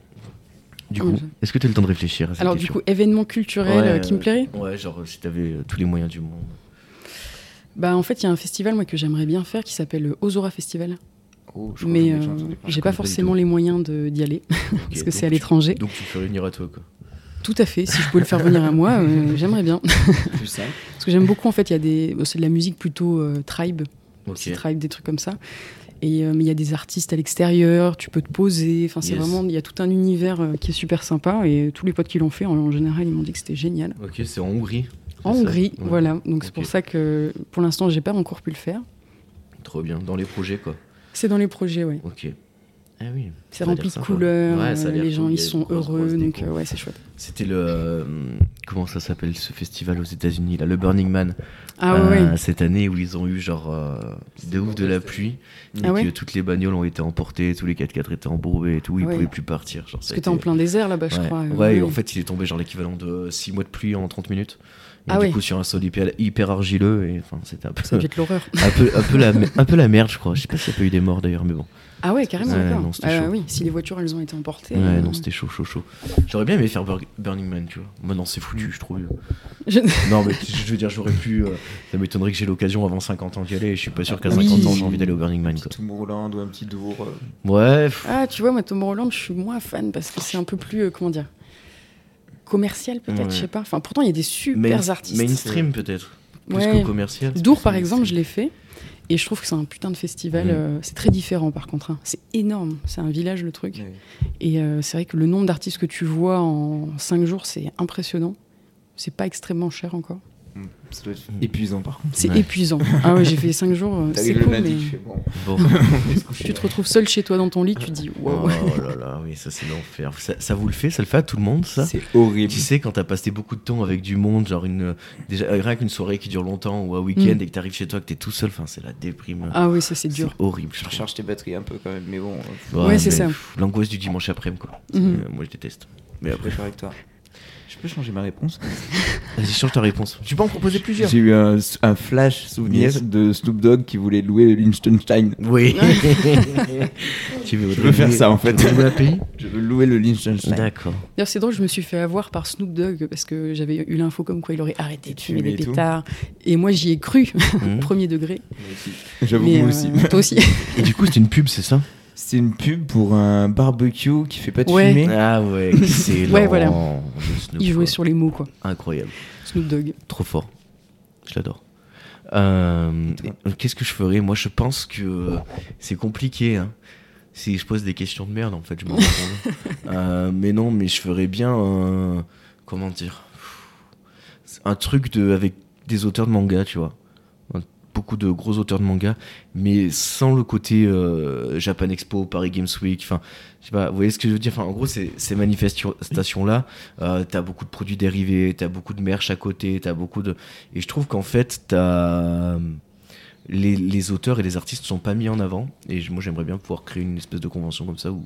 [SPEAKER 1] Du coup,
[SPEAKER 3] Ouais,
[SPEAKER 1] est-ce que tu as le temps de réfléchir à cette
[SPEAKER 3] Alors du
[SPEAKER 1] question
[SPEAKER 3] coup, événement culturel
[SPEAKER 1] Ouais,
[SPEAKER 3] euh, qui me
[SPEAKER 1] euh,
[SPEAKER 3] plairait
[SPEAKER 1] Ouais, genre euh, si t'avais euh, tous les moyens du monde.
[SPEAKER 3] Bah en fait, il y a un festival moi que j'aimerais bien faire qui s'appelle le Ozora Festival,
[SPEAKER 2] Oh, je crois que j'en ai
[SPEAKER 3] mais
[SPEAKER 2] déjà
[SPEAKER 3] euh,
[SPEAKER 2] entendu parler.
[SPEAKER 3] j'ai pas
[SPEAKER 1] connais pas du
[SPEAKER 3] forcément
[SPEAKER 1] tout.
[SPEAKER 3] les moyens de- d'y aller (laughs)
[SPEAKER 1] Ok,
[SPEAKER 3] (laughs) parce que
[SPEAKER 1] donc
[SPEAKER 3] c'est à
[SPEAKER 1] tu-
[SPEAKER 3] l'étranger.
[SPEAKER 1] Donc tu fais venir à toi, quoi.
[SPEAKER 3] Tout à fait, si je pouvais le faire venir à moi, euh, j'aimerais bien (laughs)
[SPEAKER 2] Plus simple.
[SPEAKER 3] parce que j'aime beaucoup en fait, il y a des bon, c'est de la musique plutôt euh, tribe,
[SPEAKER 1] Ok.
[SPEAKER 3] c'est tribe des trucs comme ça. Et euh, mais il y a des artistes à l'extérieur, tu peux te poser, enfin c'est
[SPEAKER 1] Yes.
[SPEAKER 3] vraiment il y a tout un univers euh, qui est super sympa et tous les potes qui l'ont fait en, en général, ils m'ont dit que c'était génial.
[SPEAKER 1] Ok, c'est en Hongrie. c'est
[SPEAKER 3] En
[SPEAKER 1] ça
[SPEAKER 3] Hongrie,
[SPEAKER 1] Ouais.
[SPEAKER 3] voilà. Donc c'est
[SPEAKER 1] Ok.
[SPEAKER 3] pour ça que pour l'instant, j'ai pas encore pu le faire.
[SPEAKER 1] Trop bien, dans les projets, quoi.
[SPEAKER 3] C'est dans les projets, ouais.
[SPEAKER 1] Ok. Ah oui.
[SPEAKER 3] C'est
[SPEAKER 1] Ça a
[SPEAKER 3] rempli
[SPEAKER 1] l'air
[SPEAKER 3] de
[SPEAKER 1] sympa.
[SPEAKER 3] couleurs,
[SPEAKER 1] Ouais, ça a
[SPEAKER 3] euh,
[SPEAKER 1] l'air
[SPEAKER 3] les gens
[SPEAKER 1] cool,
[SPEAKER 3] ils
[SPEAKER 1] il y a une
[SPEAKER 3] sont
[SPEAKER 1] grosse, grosse
[SPEAKER 3] heureux, donc
[SPEAKER 1] déco.
[SPEAKER 3] euh, ouais, c'est chouette.
[SPEAKER 1] C'était le. euh, comment ça s'appelle ce festival aux États-Unis, là Le Burning Man.
[SPEAKER 3] Ah ouais,
[SPEAKER 1] Euh,
[SPEAKER 3] ouais.
[SPEAKER 1] Cette année où ils ont eu, genre, euh, de ouf de la pluie. Et
[SPEAKER 3] Ah ouais
[SPEAKER 1] que toutes les bagnoles ont été emportées, tous les 4x4 étaient embourbés et tout, ils
[SPEAKER 3] Ouais.
[SPEAKER 1] pouvaient plus partir. Genre, ça
[SPEAKER 3] Parce
[SPEAKER 1] a
[SPEAKER 3] que t'es en
[SPEAKER 1] été-
[SPEAKER 3] plein désert là-bas,
[SPEAKER 1] Ouais,
[SPEAKER 3] je crois. euh,
[SPEAKER 1] ouais, et en fait, il est tombé genre l'équivalent de 6 mois de pluie en 30 minutes. Et
[SPEAKER 3] Ah
[SPEAKER 1] du
[SPEAKER 3] ouais.
[SPEAKER 1] coup, sur un sol hyper, hyper argileux, et enfin, c'était un peu,
[SPEAKER 3] Ça devait être l'horreur.
[SPEAKER 1] (laughs) un, peu, un, peu la, un peu la merde, je crois. Je sais pas s'il y a pas eu des morts d'ailleurs, mais bon.
[SPEAKER 3] Ah ouais, carrément.
[SPEAKER 1] Ouais,
[SPEAKER 3] d'accord.
[SPEAKER 1] non, c'était
[SPEAKER 3] Ah
[SPEAKER 1] chaud.
[SPEAKER 3] oui, si les voitures elles ont été emportées.
[SPEAKER 1] Ouais,
[SPEAKER 3] euh,
[SPEAKER 1] non, c'était chaud, chaud, chaud. J'aurais bien aimé faire Bur- Burning Man, tu vois. Moi, non, c'est foutu, je trouve.
[SPEAKER 3] je-
[SPEAKER 1] Non, mais je veux dire, j'aurais pu. euh, ça m'étonnerait que j'ai l'occasion avant 50 ans d'y aller, et je suis pas sûr qu'à
[SPEAKER 3] Oui.
[SPEAKER 1] 50 ans j'ai envie d'aller au Burning Man,
[SPEAKER 2] Petit
[SPEAKER 1] quoi.
[SPEAKER 2] Tomorrowland ou un petit Dour. euh,
[SPEAKER 1] Ouais, pff,
[SPEAKER 3] Ah, tu vois, moi Tomorrowland, je suis moins fan parce que c'est un peu plus euh, comment dire commercial peut-être,
[SPEAKER 1] Ouais.
[SPEAKER 3] je sais pas. Enfin, pourtant il y a des super
[SPEAKER 1] main-
[SPEAKER 3] artistes.
[SPEAKER 1] mainstream peut-être. Plus
[SPEAKER 3] Ouais.
[SPEAKER 1] que commercial.
[SPEAKER 3] Dour par exemple, je l'ai fait. Et je trouve que c'est un putain de festival.
[SPEAKER 1] Mm.
[SPEAKER 3] euh, c'est très différent par contre. hein. C'est énorme. C'est un village le
[SPEAKER 1] Mm.
[SPEAKER 3] truc.
[SPEAKER 2] ouais.
[SPEAKER 3] Et euh, c'est vrai que le nombre d'artistes que tu vois en 5 jours, c'est impressionnant. C'est pas extrêmement cher encore.
[SPEAKER 2] Ça doit être épuisant par contre.
[SPEAKER 3] C'est
[SPEAKER 1] Ouais.
[SPEAKER 3] épuisant. Ah ouais, j'ai fait 5
[SPEAKER 2] (laughs)
[SPEAKER 3] jours. euh,
[SPEAKER 2] T'arrives
[SPEAKER 3] C'est
[SPEAKER 2] le
[SPEAKER 3] cool,
[SPEAKER 2] lundi,
[SPEAKER 3] mais
[SPEAKER 2] tu fais bon.
[SPEAKER 1] Bon.
[SPEAKER 3] tu te retrouves seul chez toi dans ton lit, tu dis (laughs) waouh.
[SPEAKER 1] Oh là là, oui, ça c'est l'enfer. Ça, ça vous le fait Ça le fait à tout le monde, ça
[SPEAKER 2] C'est horrible.
[SPEAKER 1] Tu sais, quand t'as passé beaucoup de temps avec du monde, genre une, déjà, euh, rien qu'une soirée qui dure longtemps ou un week-end
[SPEAKER 3] Mm.
[SPEAKER 1] et que t'arrives chez toi, que t'es tout seul, enfin, c'est la déprime.
[SPEAKER 3] Ah oui, ça c'est
[SPEAKER 1] c'est
[SPEAKER 3] dur.
[SPEAKER 1] horrible, je
[SPEAKER 2] Je
[SPEAKER 1] trouve.
[SPEAKER 2] recharge tes batteries un peu quand même, mais bon, euh,
[SPEAKER 3] Ouais, c'est
[SPEAKER 1] mais,
[SPEAKER 3] ça.
[SPEAKER 1] pff, L'angoisse du dimanche après-midi, quoi.
[SPEAKER 3] Mhm.
[SPEAKER 1] Euh, moi, je déteste. Mais
[SPEAKER 2] je
[SPEAKER 1] après,
[SPEAKER 2] préfère avec toi. Je peux changer ma réponse
[SPEAKER 1] vas-y, change ta réponse. Tu peux en proposer plusieurs.
[SPEAKER 2] J'ai eu un, un flash souvenir
[SPEAKER 1] Yes.
[SPEAKER 2] de Snoop Dogg qui voulait louer le Liechtenstein.
[SPEAKER 1] Oui. (laughs) tu veux,
[SPEAKER 2] Je veux faire ça en fait.
[SPEAKER 1] Tu veux louer un pays
[SPEAKER 2] Je veux louer le Liechtenstein.
[SPEAKER 3] (laughs)
[SPEAKER 1] D'accord.
[SPEAKER 3] D'ailleurs, c'est drôle, je me suis fait avoir par Snoop Dogg parce que j'avais eu l'info comme quoi il aurait arrêté de
[SPEAKER 2] Tu
[SPEAKER 3] fumer
[SPEAKER 2] mets
[SPEAKER 3] des
[SPEAKER 2] tout. Mmh.
[SPEAKER 3] pétards. Et moi, j'y ai cru, (laughs)
[SPEAKER 1] Mhm.
[SPEAKER 3] premier degré.
[SPEAKER 2] (laughs) J'avoue
[SPEAKER 3] Mais,
[SPEAKER 2] moi
[SPEAKER 3] euh,
[SPEAKER 2] aussi.
[SPEAKER 3] Toi aussi.
[SPEAKER 2] (laughs)
[SPEAKER 1] Et du coup, c'est une pub, c'est ça
[SPEAKER 2] C'est une pub pour un barbecue qui fait pas de
[SPEAKER 3] Ouais.
[SPEAKER 2] fumée.
[SPEAKER 1] Ah
[SPEAKER 3] (laughs)
[SPEAKER 1] ouais, excellent.
[SPEAKER 3] Ouais, voilà.
[SPEAKER 1] Le Snoop,
[SPEAKER 3] Il jouait
[SPEAKER 1] quoi.
[SPEAKER 3] sur les mots, quoi.
[SPEAKER 1] Incroyable.
[SPEAKER 3] Snoop Dogg.
[SPEAKER 1] Trop fort. Je l'adore. Euh,
[SPEAKER 2] Toi
[SPEAKER 1] et- Qu'est-ce que je ferais Moi, je pense que euh, c'est compliqué. hein. Si je pose des questions de merde, en fait, je m'en rends compte. Euh, mais non, mais je ferais bien. un- comment dire Un truc de, avec des auteurs de manga, tu vois. Un- Beaucoup de gros auteurs de manga, mais sans le côté euh, Japan Expo, Paris Games Week. Enfin, je sais pas, vous voyez ce que je veux dire Enfin, en gros, ces, ces manifestations-là, euh, t'as beaucoup de produits dérivés, t'as beaucoup de merch à côté, t'as beaucoup de. Et je trouve qu'en fait, t'as. Les, les auteurs et les artistes sont pas mis en avant et je- moi j'aimerais bien pouvoir créer une espèce de convention comme ça où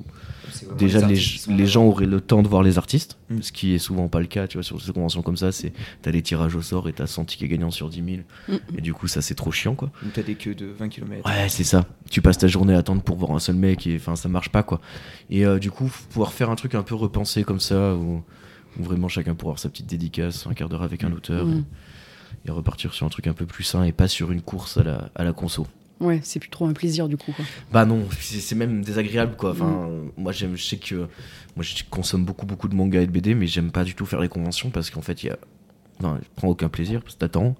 [SPEAKER 2] C'est vraiment
[SPEAKER 1] déjà les,
[SPEAKER 2] artistes qui sont
[SPEAKER 1] les
[SPEAKER 2] là.
[SPEAKER 1] gens auraient le temps de voir les artistes
[SPEAKER 2] Mm.
[SPEAKER 1] ce qui est souvent pas le cas tu vois sur ces conventions comme ça c'est t'as des tirages au sort et t'as 100 tickets gagnants sur 10 000
[SPEAKER 3] Mm.
[SPEAKER 1] et du coup ça c'est trop chiant quoi
[SPEAKER 2] Donc T'as des queues de 20 km.
[SPEAKER 1] Ouais, c'est ça. Tu passes ta journée à attendre pour voir un seul mec et enfin ça marche pas quoi. Et euh, du coup, faut pouvoir faire un truc un peu repensé comme ça où, où vraiment chacun pourra avoir sa petite dédicace, un quart d'heure avec un auteur
[SPEAKER 3] Mhm.
[SPEAKER 1] et, et repartir sur un truc un peu plus sain et pas sur une course à la, à la conso.
[SPEAKER 3] Ouais, c'est plus trop un plaisir, du coup, quoi.
[SPEAKER 1] Bah non, c'est c'est même désagréable quoi. Enfin, euh, moi j'aime, je sais que moi je consomme beaucoup beaucoup de mangas et de BD, mais j'aime pas du tout faire les conventions parce qu'en fait il y a, non, je prends aucun plaisir parce que t'attends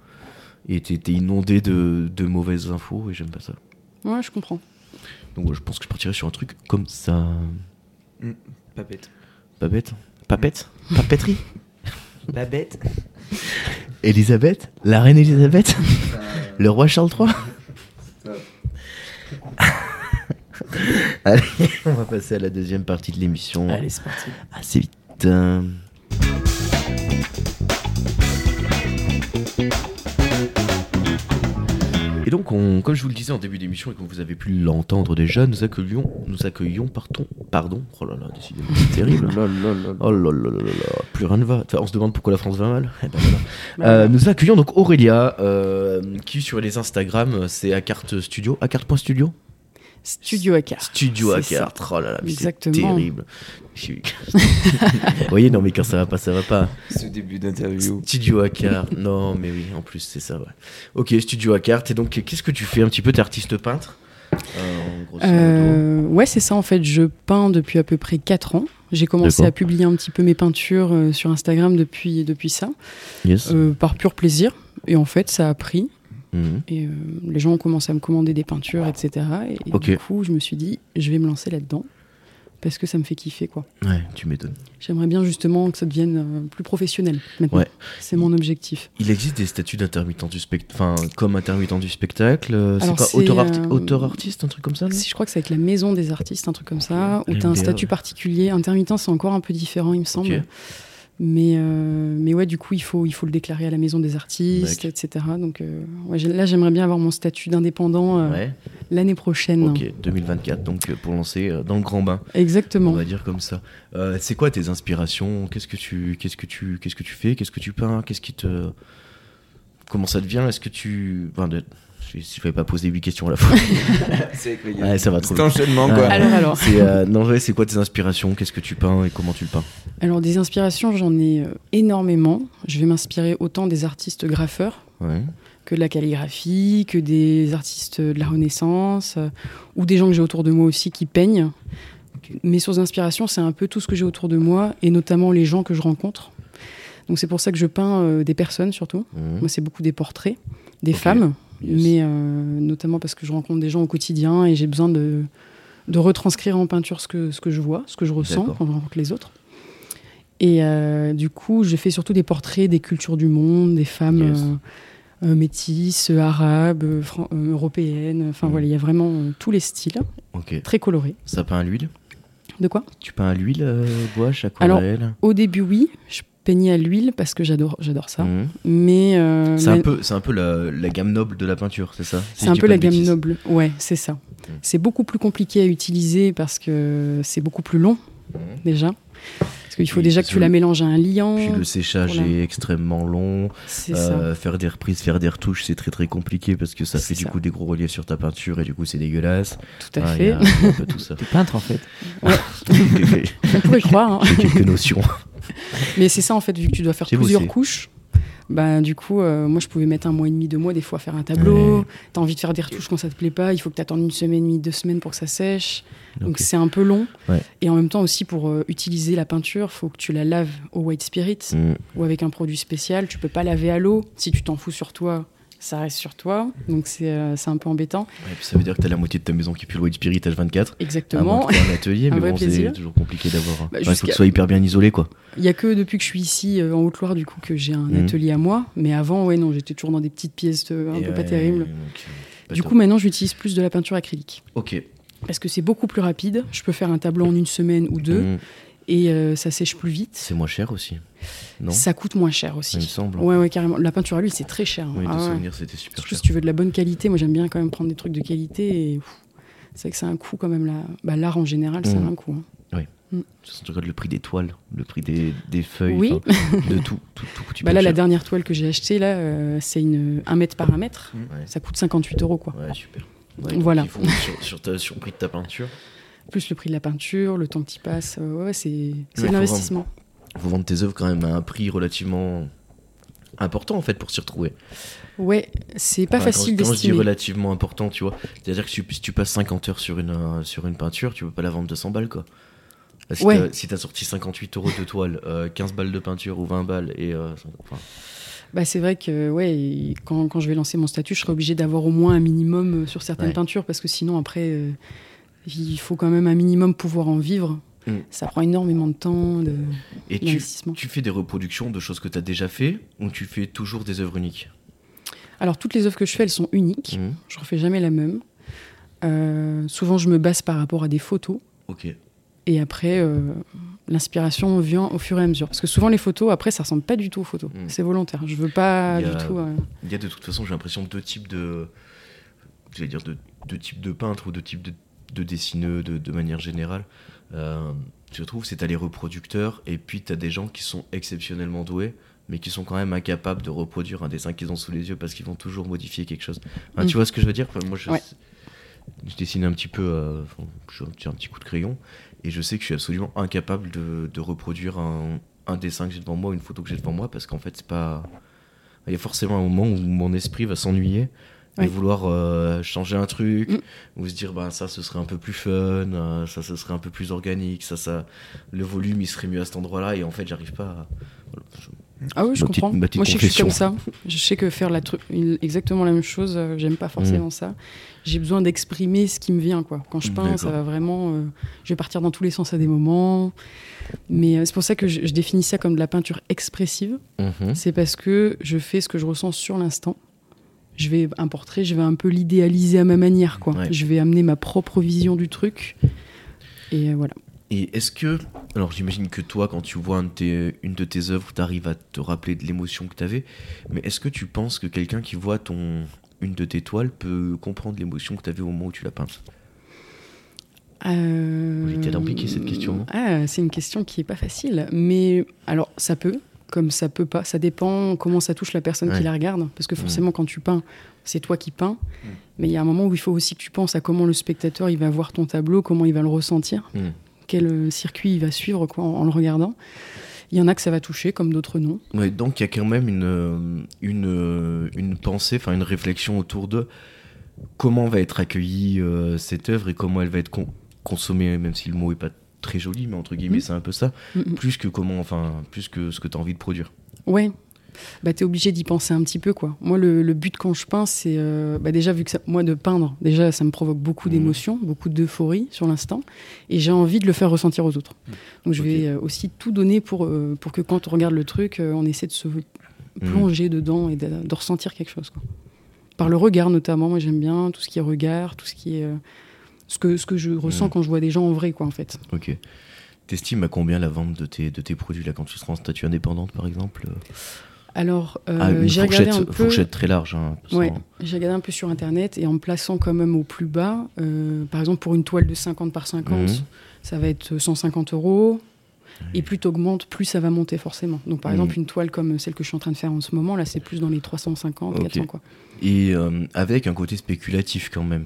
[SPEAKER 1] et t'es t'es inondé de, de mauvaises infos et j'aime pas ça.
[SPEAKER 3] Ouais, je comprends.
[SPEAKER 1] Donc ouais, je pense que je partirais sur un truc comme ça.
[SPEAKER 2] Pas bête.
[SPEAKER 1] Pas bête. Papette Papeterie
[SPEAKER 2] Pas (laughs) bête.
[SPEAKER 1] Elisabeth La reine Elisabeth Le roi Charles III (laughs) Allez, on va passer à la deuxième partie de l'émission.
[SPEAKER 2] Allez, c'est parti.
[SPEAKER 1] Assez vite. Euh, Et donc, on- comme je vous le disais en début d'émission et comme vous avez pu l'entendre déjà, nous accueillions, nous accueillons, pardon, pardon, oh là là, décidément, c'est terrible. Oh là là là là là, plus rien ne va. Enfin, on se demande pourquoi la France va mal. Eh ben voilà. Euh, nous accueillons donc Aurélia, euh, qui sur les Instagram, euh, c'est Acarte Studio, acarte.studio
[SPEAKER 3] Studio Akar.
[SPEAKER 1] Studio
[SPEAKER 3] Ah, C'est
[SPEAKER 1] Acarte. Oh là là, mais c'est
[SPEAKER 3] Exactement.
[SPEAKER 1] terrible. Je
[SPEAKER 3] (laughs)
[SPEAKER 1] suis- Vous voyez, non mais quand ça va pas, ça va pas.
[SPEAKER 2] (laughs) Ce début d'interview.
[SPEAKER 1] Studio Acarte, non mais oui, en plus c'est ça, ouais. Ok, Studio Acarte, et donc qu'est-ce que tu fais un petit peu T'es artiste peintre Euh, en grosso modo.
[SPEAKER 3] Euh, ouais, c'est ça en fait. Je peins depuis à peu près 4 ans. J'ai commencé
[SPEAKER 1] D'accord.
[SPEAKER 3] à publier un petit peu mes peintures euh, sur Instagram depuis, depuis ça,
[SPEAKER 1] Yes.
[SPEAKER 3] euh, par pur plaisir. Et en fait, ça a pris.
[SPEAKER 1] Mhm.
[SPEAKER 3] Et euh, les gens ont commencé à me commander des peintures, etc. Et, et
[SPEAKER 1] Ok.
[SPEAKER 3] du coup, je me suis dit, je vais me lancer là-dedans. Parce que ça me fait kiffer, quoi.
[SPEAKER 1] Ouais, tu m'étonnes.
[SPEAKER 3] J'aimerais bien justement que ça devienne euh, plus professionnel maintenant.
[SPEAKER 1] Ouais.
[SPEAKER 3] C'est mon objectif.
[SPEAKER 1] Il existe des statuts d'intermittent du spectacle, enfin comme intermittent du spectacle, euh, c'est
[SPEAKER 3] Alors,
[SPEAKER 1] quoi
[SPEAKER 3] c'est,
[SPEAKER 1] auteur-arti-
[SPEAKER 3] euh,
[SPEAKER 1] auteur-artiste, un truc comme ça non
[SPEAKER 3] Si je crois que c'est avec la maison des artistes, un truc comme ça, où tu as un
[SPEAKER 1] MDA,
[SPEAKER 3] statut
[SPEAKER 1] ouais.
[SPEAKER 3] particulier. Intermittent, c'est encore un peu différent, il me semble.
[SPEAKER 1] Ok.
[SPEAKER 3] Mais, euh, mais ouais, du coup, il faut, il faut le déclarer à la maison des artistes, etc. Donc euh, ouais, j'ai- là, j'aimerais bien avoir mon statut d'indépendant euh,
[SPEAKER 1] Ouais,
[SPEAKER 3] l'année prochaine.
[SPEAKER 1] ok, 2024, donc euh, pour lancer euh, dans le grand bain, on
[SPEAKER 3] Exactement.
[SPEAKER 1] va dire comme ça. Euh, c'est quoi tes inspirations Qu'est-ce que tu, qu'est-ce que tu, qu'est-ce que tu fais Qu'est-ce que tu peins Qu'est-ce qui te, comment ça devient Est-ce que tu, enfin, de- je, je vais pas poser huit questions à la fois.
[SPEAKER 2] C'est avec les
[SPEAKER 1] (laughs)
[SPEAKER 2] gars.
[SPEAKER 1] ouais, ça va trop.
[SPEAKER 2] Cet
[SPEAKER 1] vite.
[SPEAKER 2] enchaînement quoi.
[SPEAKER 1] Ouais.
[SPEAKER 3] Alors, alors,
[SPEAKER 1] C'est, euh, non, ouais, c'est quoi tes inspirations Qu'est-ce que tu peins et comment tu le peins
[SPEAKER 3] alors, des inspirations, j'en ai euh, énormément. Je vais m'inspirer autant des artistes graffeurs
[SPEAKER 1] Ouais.
[SPEAKER 3] que de la calligraphie, que des artistes de la Renaissance, euh, ou des gens que j'ai autour de moi aussi qui peignent.
[SPEAKER 2] Ok.
[SPEAKER 3] Mes sources d'inspiration, c'est un peu tout ce que j'ai autour de moi, et notamment les gens que je rencontre. Donc c'est pour ça que je peins euh, des personnes surtout.
[SPEAKER 1] Mhm.
[SPEAKER 3] Moi, c'est beaucoup des portraits, des
[SPEAKER 1] Ok.
[SPEAKER 3] femmes,
[SPEAKER 1] Yes.
[SPEAKER 3] mais euh, notamment parce que je rencontre des gens au quotidien et j'ai besoin de, de retranscrire en peinture ce que, ce que je vois, ce que je ressens
[SPEAKER 1] D'accord.
[SPEAKER 3] quand je rencontre les autres. Et euh, du coup, je fais surtout des portraits des cultures du monde, des femmes
[SPEAKER 1] Yes.
[SPEAKER 3] euh, euh, métisses, euh, arabes, euh, fran- euh, européennes. Enfin
[SPEAKER 1] Mm.
[SPEAKER 3] voilà, il y a vraiment euh, tous les styles,
[SPEAKER 1] Ok.
[SPEAKER 3] très colorés.
[SPEAKER 1] Ça peint à l'huile
[SPEAKER 3] De quoi
[SPEAKER 1] Tu peins à l'huile, euh, gouache,
[SPEAKER 3] Alors,
[SPEAKER 1] aquarelle
[SPEAKER 3] Au début, oui, je peignais à l'huile parce que j'adore, j'adore ça.
[SPEAKER 1] Mhm.
[SPEAKER 3] Mais euh,
[SPEAKER 1] C'est un
[SPEAKER 3] mais-
[SPEAKER 1] peu, c'est un peu la, la gamme noble de la peinture, c'est ça Si
[SPEAKER 3] c'est
[SPEAKER 1] je
[SPEAKER 3] un
[SPEAKER 1] dis
[SPEAKER 3] peu
[SPEAKER 1] pas
[SPEAKER 3] la
[SPEAKER 1] de
[SPEAKER 3] gamme
[SPEAKER 1] bêtises. Mm.
[SPEAKER 3] noble. Ouais, c'est ça. C'est beaucoup plus compliqué à utiliser parce que c'est beaucoup plus long
[SPEAKER 1] Mhm.
[SPEAKER 3] déjà. Parce qu'il faut
[SPEAKER 1] Oui,
[SPEAKER 3] déjà que
[SPEAKER 1] parce
[SPEAKER 3] tu
[SPEAKER 1] que
[SPEAKER 3] la
[SPEAKER 1] le-
[SPEAKER 3] mélanges à un liant.
[SPEAKER 1] Puis le séchage
[SPEAKER 3] Voilà.
[SPEAKER 1] est extrêmement long.
[SPEAKER 3] C'est ça.
[SPEAKER 1] Euh, faire des reprises, faire des retouches, c'est très très compliqué parce que ça
[SPEAKER 3] C'est
[SPEAKER 1] fait du
[SPEAKER 3] ça.
[SPEAKER 1] coup des gros reliefs sur ta peinture et du coup c'est dégueulasse.
[SPEAKER 3] Tout à
[SPEAKER 1] Ah, il y
[SPEAKER 3] fait.
[SPEAKER 1] a un peu tout ça.
[SPEAKER 2] T'es peintre en fait.
[SPEAKER 1] J'ai
[SPEAKER 3] (laughs) On pourrait
[SPEAKER 1] (laughs)
[SPEAKER 3] croire. hein.
[SPEAKER 1] quelques notions.
[SPEAKER 3] Mais c'est ça en fait, vu que tu dois faire
[SPEAKER 1] J'ai
[SPEAKER 3] plusieurs
[SPEAKER 1] bossé.
[SPEAKER 3] couches. Bah, du coup, euh, moi je pouvais mettre un mois et demi, deux mois, des fois à faire un tableau.
[SPEAKER 1] Ouais.
[SPEAKER 3] T'as envie de faire des retouches quand ça te plaît pas, il faut que t'attendes une semaine et demie, deux semaines pour que ça sèche. Donc
[SPEAKER 1] Ok.
[SPEAKER 3] c'est un peu long.
[SPEAKER 1] Ouais.
[SPEAKER 3] Et en même temps aussi pour euh, utiliser la peinture, faut que tu la laves au white spirit
[SPEAKER 1] Mm.
[SPEAKER 3] ou avec un produit spécial. Tu peux pas laver à l'eau. Si tu t'en fous sur toi, ça reste sur toi. Donc c'est euh, c'est un peu embêtant.
[SPEAKER 1] Ouais, puis ça veut dire que t'as la moitié de ta maison qui pue le White Spirit H24. À moins
[SPEAKER 3] Exactement.
[SPEAKER 1] que t'aies un atelier,
[SPEAKER 3] (laughs) Un
[SPEAKER 1] mais
[SPEAKER 3] vrai
[SPEAKER 1] bon, c'est
[SPEAKER 3] plaisir.
[SPEAKER 1] toujours compliqué d'avoir. un- Enfin,
[SPEAKER 3] Bah,
[SPEAKER 1] il faut
[SPEAKER 3] jusqu'à-
[SPEAKER 1] que ce soit hyper bien isolé, quoi.
[SPEAKER 3] Il y a que depuis que je suis ici euh, en Haute-Loire du coup que j'ai un
[SPEAKER 1] Mhm.
[SPEAKER 3] atelier à moi. Mais avant, ouais non, j'étais toujours dans des petites pièces euh, un
[SPEAKER 1] Et
[SPEAKER 3] peu
[SPEAKER 1] ouais,
[SPEAKER 3] pas terribles.
[SPEAKER 1] donc, euh, pas
[SPEAKER 3] Du
[SPEAKER 1] top.
[SPEAKER 3] coup, maintenant, j'utilise plus de la peinture acrylique
[SPEAKER 1] ok.
[SPEAKER 3] parce que c'est beaucoup plus rapide. Je peux faire un tableau en une semaine ou deux
[SPEAKER 1] Mm.
[SPEAKER 3] et euh, ça sèche plus vite.
[SPEAKER 1] C'est moins cher aussi. Non
[SPEAKER 3] Ça coûte moins cher
[SPEAKER 1] Il me
[SPEAKER 3] aussi.
[SPEAKER 1] semble. hein.
[SPEAKER 3] Ouais, ouais, carrément. La peinture à l'huile, c'est très cher. hein.
[SPEAKER 1] Oui, de
[SPEAKER 3] Ah ouais.
[SPEAKER 1] souvenir, c'était super
[SPEAKER 3] Surtout
[SPEAKER 1] cher.
[SPEAKER 3] si tu veux de la bonne qualité. Moi, j'aime bien quand même prendre des trucs de qualité. et, pff, C'est vrai que c'est un coût quand même. la- bah, L'art en général, ça
[SPEAKER 1] Mhm.
[SPEAKER 3] a un coût. hein.
[SPEAKER 1] Tu regardes le prix des toiles, le prix des, des feuilles,
[SPEAKER 3] Oui.
[SPEAKER 1] enfin,
[SPEAKER 3] (laughs)
[SPEAKER 1] de tout. tout, tout coûte
[SPEAKER 3] Bah,
[SPEAKER 1] hyper
[SPEAKER 3] là, la
[SPEAKER 1] cher.
[SPEAKER 3] dernière toile que j'ai achetée, là, euh, c'est une 1 mètre par 1 mètre.
[SPEAKER 1] Mmh. Ouais.
[SPEAKER 3] Ça coûte 58 euros, quoi.
[SPEAKER 1] Ouais, super. Ouais, donc,
[SPEAKER 3] Voilà.
[SPEAKER 1] ils font sur, sur, ta- sur le prix de ta peinture.
[SPEAKER 3] Plus le prix de la peinture, le temps que tu passes. euh, ouais, c'est c'est
[SPEAKER 1] faut
[SPEAKER 3] de l'investissement.
[SPEAKER 1] Vous vendez tes œuvres quand même à un prix relativement important en fait pour s'y retrouver.
[SPEAKER 3] Ouais, c'est pas
[SPEAKER 1] Enfin,
[SPEAKER 3] facile
[SPEAKER 1] quand, quand je dis
[SPEAKER 3] d'estimer.
[SPEAKER 1] relativement important, tu vois, c'est-à-dire que si, si tu passes 50 heures sur une, euh, sur une peinture, tu peux pas la vendre 200 balles quoi. Si
[SPEAKER 3] Ouais.
[SPEAKER 1] t'as si t'as sorti 58 euros de toile, euh, 15 balles de peinture ou 20 balles et euh, cinq- enfin,
[SPEAKER 3] Bah, c'est vrai que ouais, et quand, quand je vais lancer mon statut, je serai obligée d'avoir au moins un minimum euh, sur certaines
[SPEAKER 1] Ouais.
[SPEAKER 3] peintures parce que sinon, après, euh, il faut quand même un minimum pouvoir en vivre.
[SPEAKER 1] Mm.
[SPEAKER 3] Ça prend énormément de temps, de-
[SPEAKER 1] et tu,
[SPEAKER 3] d'investissement.
[SPEAKER 1] tu fais des reproductions de choses que tu as déjà fait ou tu fais toujours des œuvres uniques
[SPEAKER 3] Alors, toutes les œuvres que je fais, elles sont uniques.
[SPEAKER 1] Mhm.
[SPEAKER 3] Je refais jamais la même. Euh, souvent, je me base par rapport à des photos.
[SPEAKER 1] Ok.
[SPEAKER 3] Et après, euh, l'inspiration vient au fur et à mesure. Parce que souvent, les photos, après, ça ressemble pas du tout aux photos.
[SPEAKER 1] Mm.
[SPEAKER 3] C'est volontaire. Je veux pas
[SPEAKER 1] Il y a-
[SPEAKER 3] du tout. euh,
[SPEAKER 1] Il y a de toute façon, j'ai l'impression, deux types de. J'allais dire deux, deux types de peintres ou deux types de, de dessineux de, de manière générale. Euh, je trouve, c'est t'as les reproducteurs et puis t'as des gens qui sont exceptionnellement doués, mais qui sont quand même incapables de reproduire un dessin qu'ils ont sous les yeux parce qu'ils vont toujours modifier quelque chose. Hein,
[SPEAKER 3] Mm.
[SPEAKER 1] Tu vois ce que je veux dire Enfin, Moi, je,
[SPEAKER 3] Ouais.
[SPEAKER 1] je dessine un petit peu. euh, enfin, je j'ai un petit coup de crayon et je sais que je suis absolument incapable de, de reproduire un, un dessin que j'ai devant moi, une photo que j'ai devant moi, parce qu'en fait, c'est pas. Il y a forcément un moment où mon esprit va s'ennuyer
[SPEAKER 3] Ouais.
[SPEAKER 1] et vouloir euh, changer un truc,
[SPEAKER 3] Mm.
[SPEAKER 1] ou se dire bah ça ce serait un peu plus fun, euh, ça ce serait un peu plus organique, ça ça le volume il serait mieux à cet endroit-là et en fait j'arrive pas. À... Je-
[SPEAKER 3] Ah oui, je
[SPEAKER 1] Ma petite-
[SPEAKER 3] comprends.
[SPEAKER 1] ma petite
[SPEAKER 3] Moi, je sais que je suis comme
[SPEAKER 1] confession.
[SPEAKER 3] ça. Je sais que faire la tru- une- exactement la même chose, euh, j'aime pas
[SPEAKER 1] Mm.
[SPEAKER 3] forcément ça. J'ai besoin d'exprimer ce qui me vient, quoi. Quand je peins, ça
[SPEAKER 1] D'accord.
[SPEAKER 3] va vraiment. euh, je vais partir dans tous les sens à des moments. Mais euh, c'est pour ça que je, je définis ça comme de la peinture expressive.
[SPEAKER 1] Mhm.
[SPEAKER 3] C'est parce que je fais ce que je ressens sur l'instant. Je vais un portrait, je vais un peu l'idéaliser à ma manière, quoi.
[SPEAKER 1] Ouais.
[SPEAKER 3] Je vais amener ma propre vision du truc. Et euh, voilà.
[SPEAKER 1] Et est-ce que alors j'imagine que toi quand tu vois un de tes- une de tes œuvres t'arrives à te rappeler de l'émotion que t'avais, mais est-ce que tu penses que quelqu'un qui voit ton une de tes toiles peut comprendre l'émotion que t'avais au moment où tu l'as peinte
[SPEAKER 3] Euh...
[SPEAKER 1] Vous étiez alambiqué, cette question, non
[SPEAKER 3] Ah, c'est une question qui est pas facile. Mais alors, ça peut, comme ça peut pas. Ça dépend comment ça touche la personne
[SPEAKER 1] Ouais.
[SPEAKER 3] qui la regarde. Parce que forcément, quand tu peins, c'est toi qui peins. Mais il y a un moment où il faut aussi que tu penses à comment le spectateur il va voir ton tableau, comment il va le ressentir,
[SPEAKER 1] Mm.
[SPEAKER 3] quel euh, circuit il va suivre quoi, en, en le regardant. Il y en a que ça va toucher, comme d'autres non.
[SPEAKER 1] Ouais, donc il y a quand même une, euh, une, euh, une pensée, enfin une réflexion autour de comment va être accueillie euh, cette œuvre et comment elle va être con- consommée, même si le mot est pas très joli, mais entre guillemets
[SPEAKER 3] Mhm.
[SPEAKER 1] c'est un peu ça,
[SPEAKER 3] Mm, mm.
[SPEAKER 1] plus que comment, enfin plus que ce que tu as envie de produire.
[SPEAKER 3] Ouais. bah, tu es obligé d'y penser un petit peu. quoi. Moi, le, le but quand je peins, c'est euh, bah, déjà, vu que ça- moi, de peindre, déjà, ça me provoque beaucoup
[SPEAKER 1] Mhm.
[SPEAKER 3] d'émotions, beaucoup d'euphorie sur l'instant, et j'ai envie de le faire ressentir aux autres. Donc, je
[SPEAKER 1] Mmh. Ok.
[SPEAKER 3] vais euh, aussi tout donner pour, euh, pour que quand on regarde le truc, euh, on essaie de
[SPEAKER 1] Mmh.
[SPEAKER 3] se plonger dedans et de, de ressentir quelque chose. quoi. Par le regard, notamment, moi, j'aime bien tout ce qui est regard, tout ce qui est. euh, ce que, ce que je ressens
[SPEAKER 1] Mhm.
[SPEAKER 3] quand je vois des gens en vrai, quoi, en fait.
[SPEAKER 1] Ok. T'estimes à combien la vente de tes, de tes produits là quand tu seras en statut indépendante par exemple euh
[SPEAKER 3] Alors, euh,
[SPEAKER 1] Ah, une
[SPEAKER 3] j'ai
[SPEAKER 1] fourchette,
[SPEAKER 3] regardé un peu.
[SPEAKER 1] fourchette très large. hein, sans-
[SPEAKER 3] Ouais, j'ai regardé un peu sur internet et en me plaçant quand même au plus bas, euh, par exemple pour une toile de 50 par 50,
[SPEAKER 1] Mhm.
[SPEAKER 3] ça va être 150 euros. Et plus tu augmentes, plus ça va monter forcément. Donc par
[SPEAKER 1] Mhm.
[SPEAKER 3] exemple, une toile comme celle que je suis en train de faire en ce moment, là c'est plus dans les 350,
[SPEAKER 1] Ok.
[SPEAKER 3] 400 quoi.
[SPEAKER 1] Et euh, avec un côté spéculatif quand même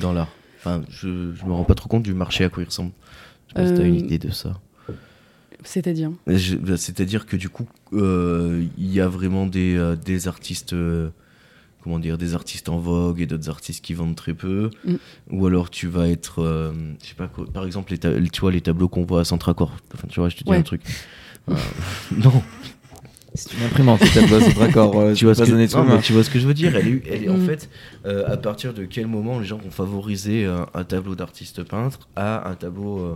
[SPEAKER 1] dans l'art. Enfin, je, je me rends pas trop compte du marché à quoi il ressemble. Je pense que t'as
[SPEAKER 3] Euh,
[SPEAKER 1] une idée de ça.
[SPEAKER 3] C'est-à-dire
[SPEAKER 1] Je- bah, C'est-à-dire que du coup, euh, il y a vraiment des, euh, des artistes, euh, comment dire, des artistes en vogue et d'autres artistes qui vendent très peu.
[SPEAKER 3] Mm.
[SPEAKER 1] Ou alors tu vas être, euh, je sais pas, quoi, par exemple, les ta- tu vois les tableaux qu'on voit à Centracor. Enfin, tu vois, je te dis
[SPEAKER 3] Ouais.
[SPEAKER 1] un truc. Euh, (laughs) non,
[SPEAKER 2] C'est une imprimante, (laughs) cette bosse, c'est d'accord. euh,
[SPEAKER 1] tu vois,
[SPEAKER 2] c'est
[SPEAKER 1] ce
[SPEAKER 2] pas
[SPEAKER 1] que,
[SPEAKER 2] un être
[SPEAKER 1] non,
[SPEAKER 2] humain.
[SPEAKER 1] mais tu vois ce que je veux dire. Elle est, elle est- en
[SPEAKER 3] Mm.
[SPEAKER 1] fait, euh, à partir de quel moment les gens vont favoriser euh, un tableau d'artiste peintre à un tableau, euh,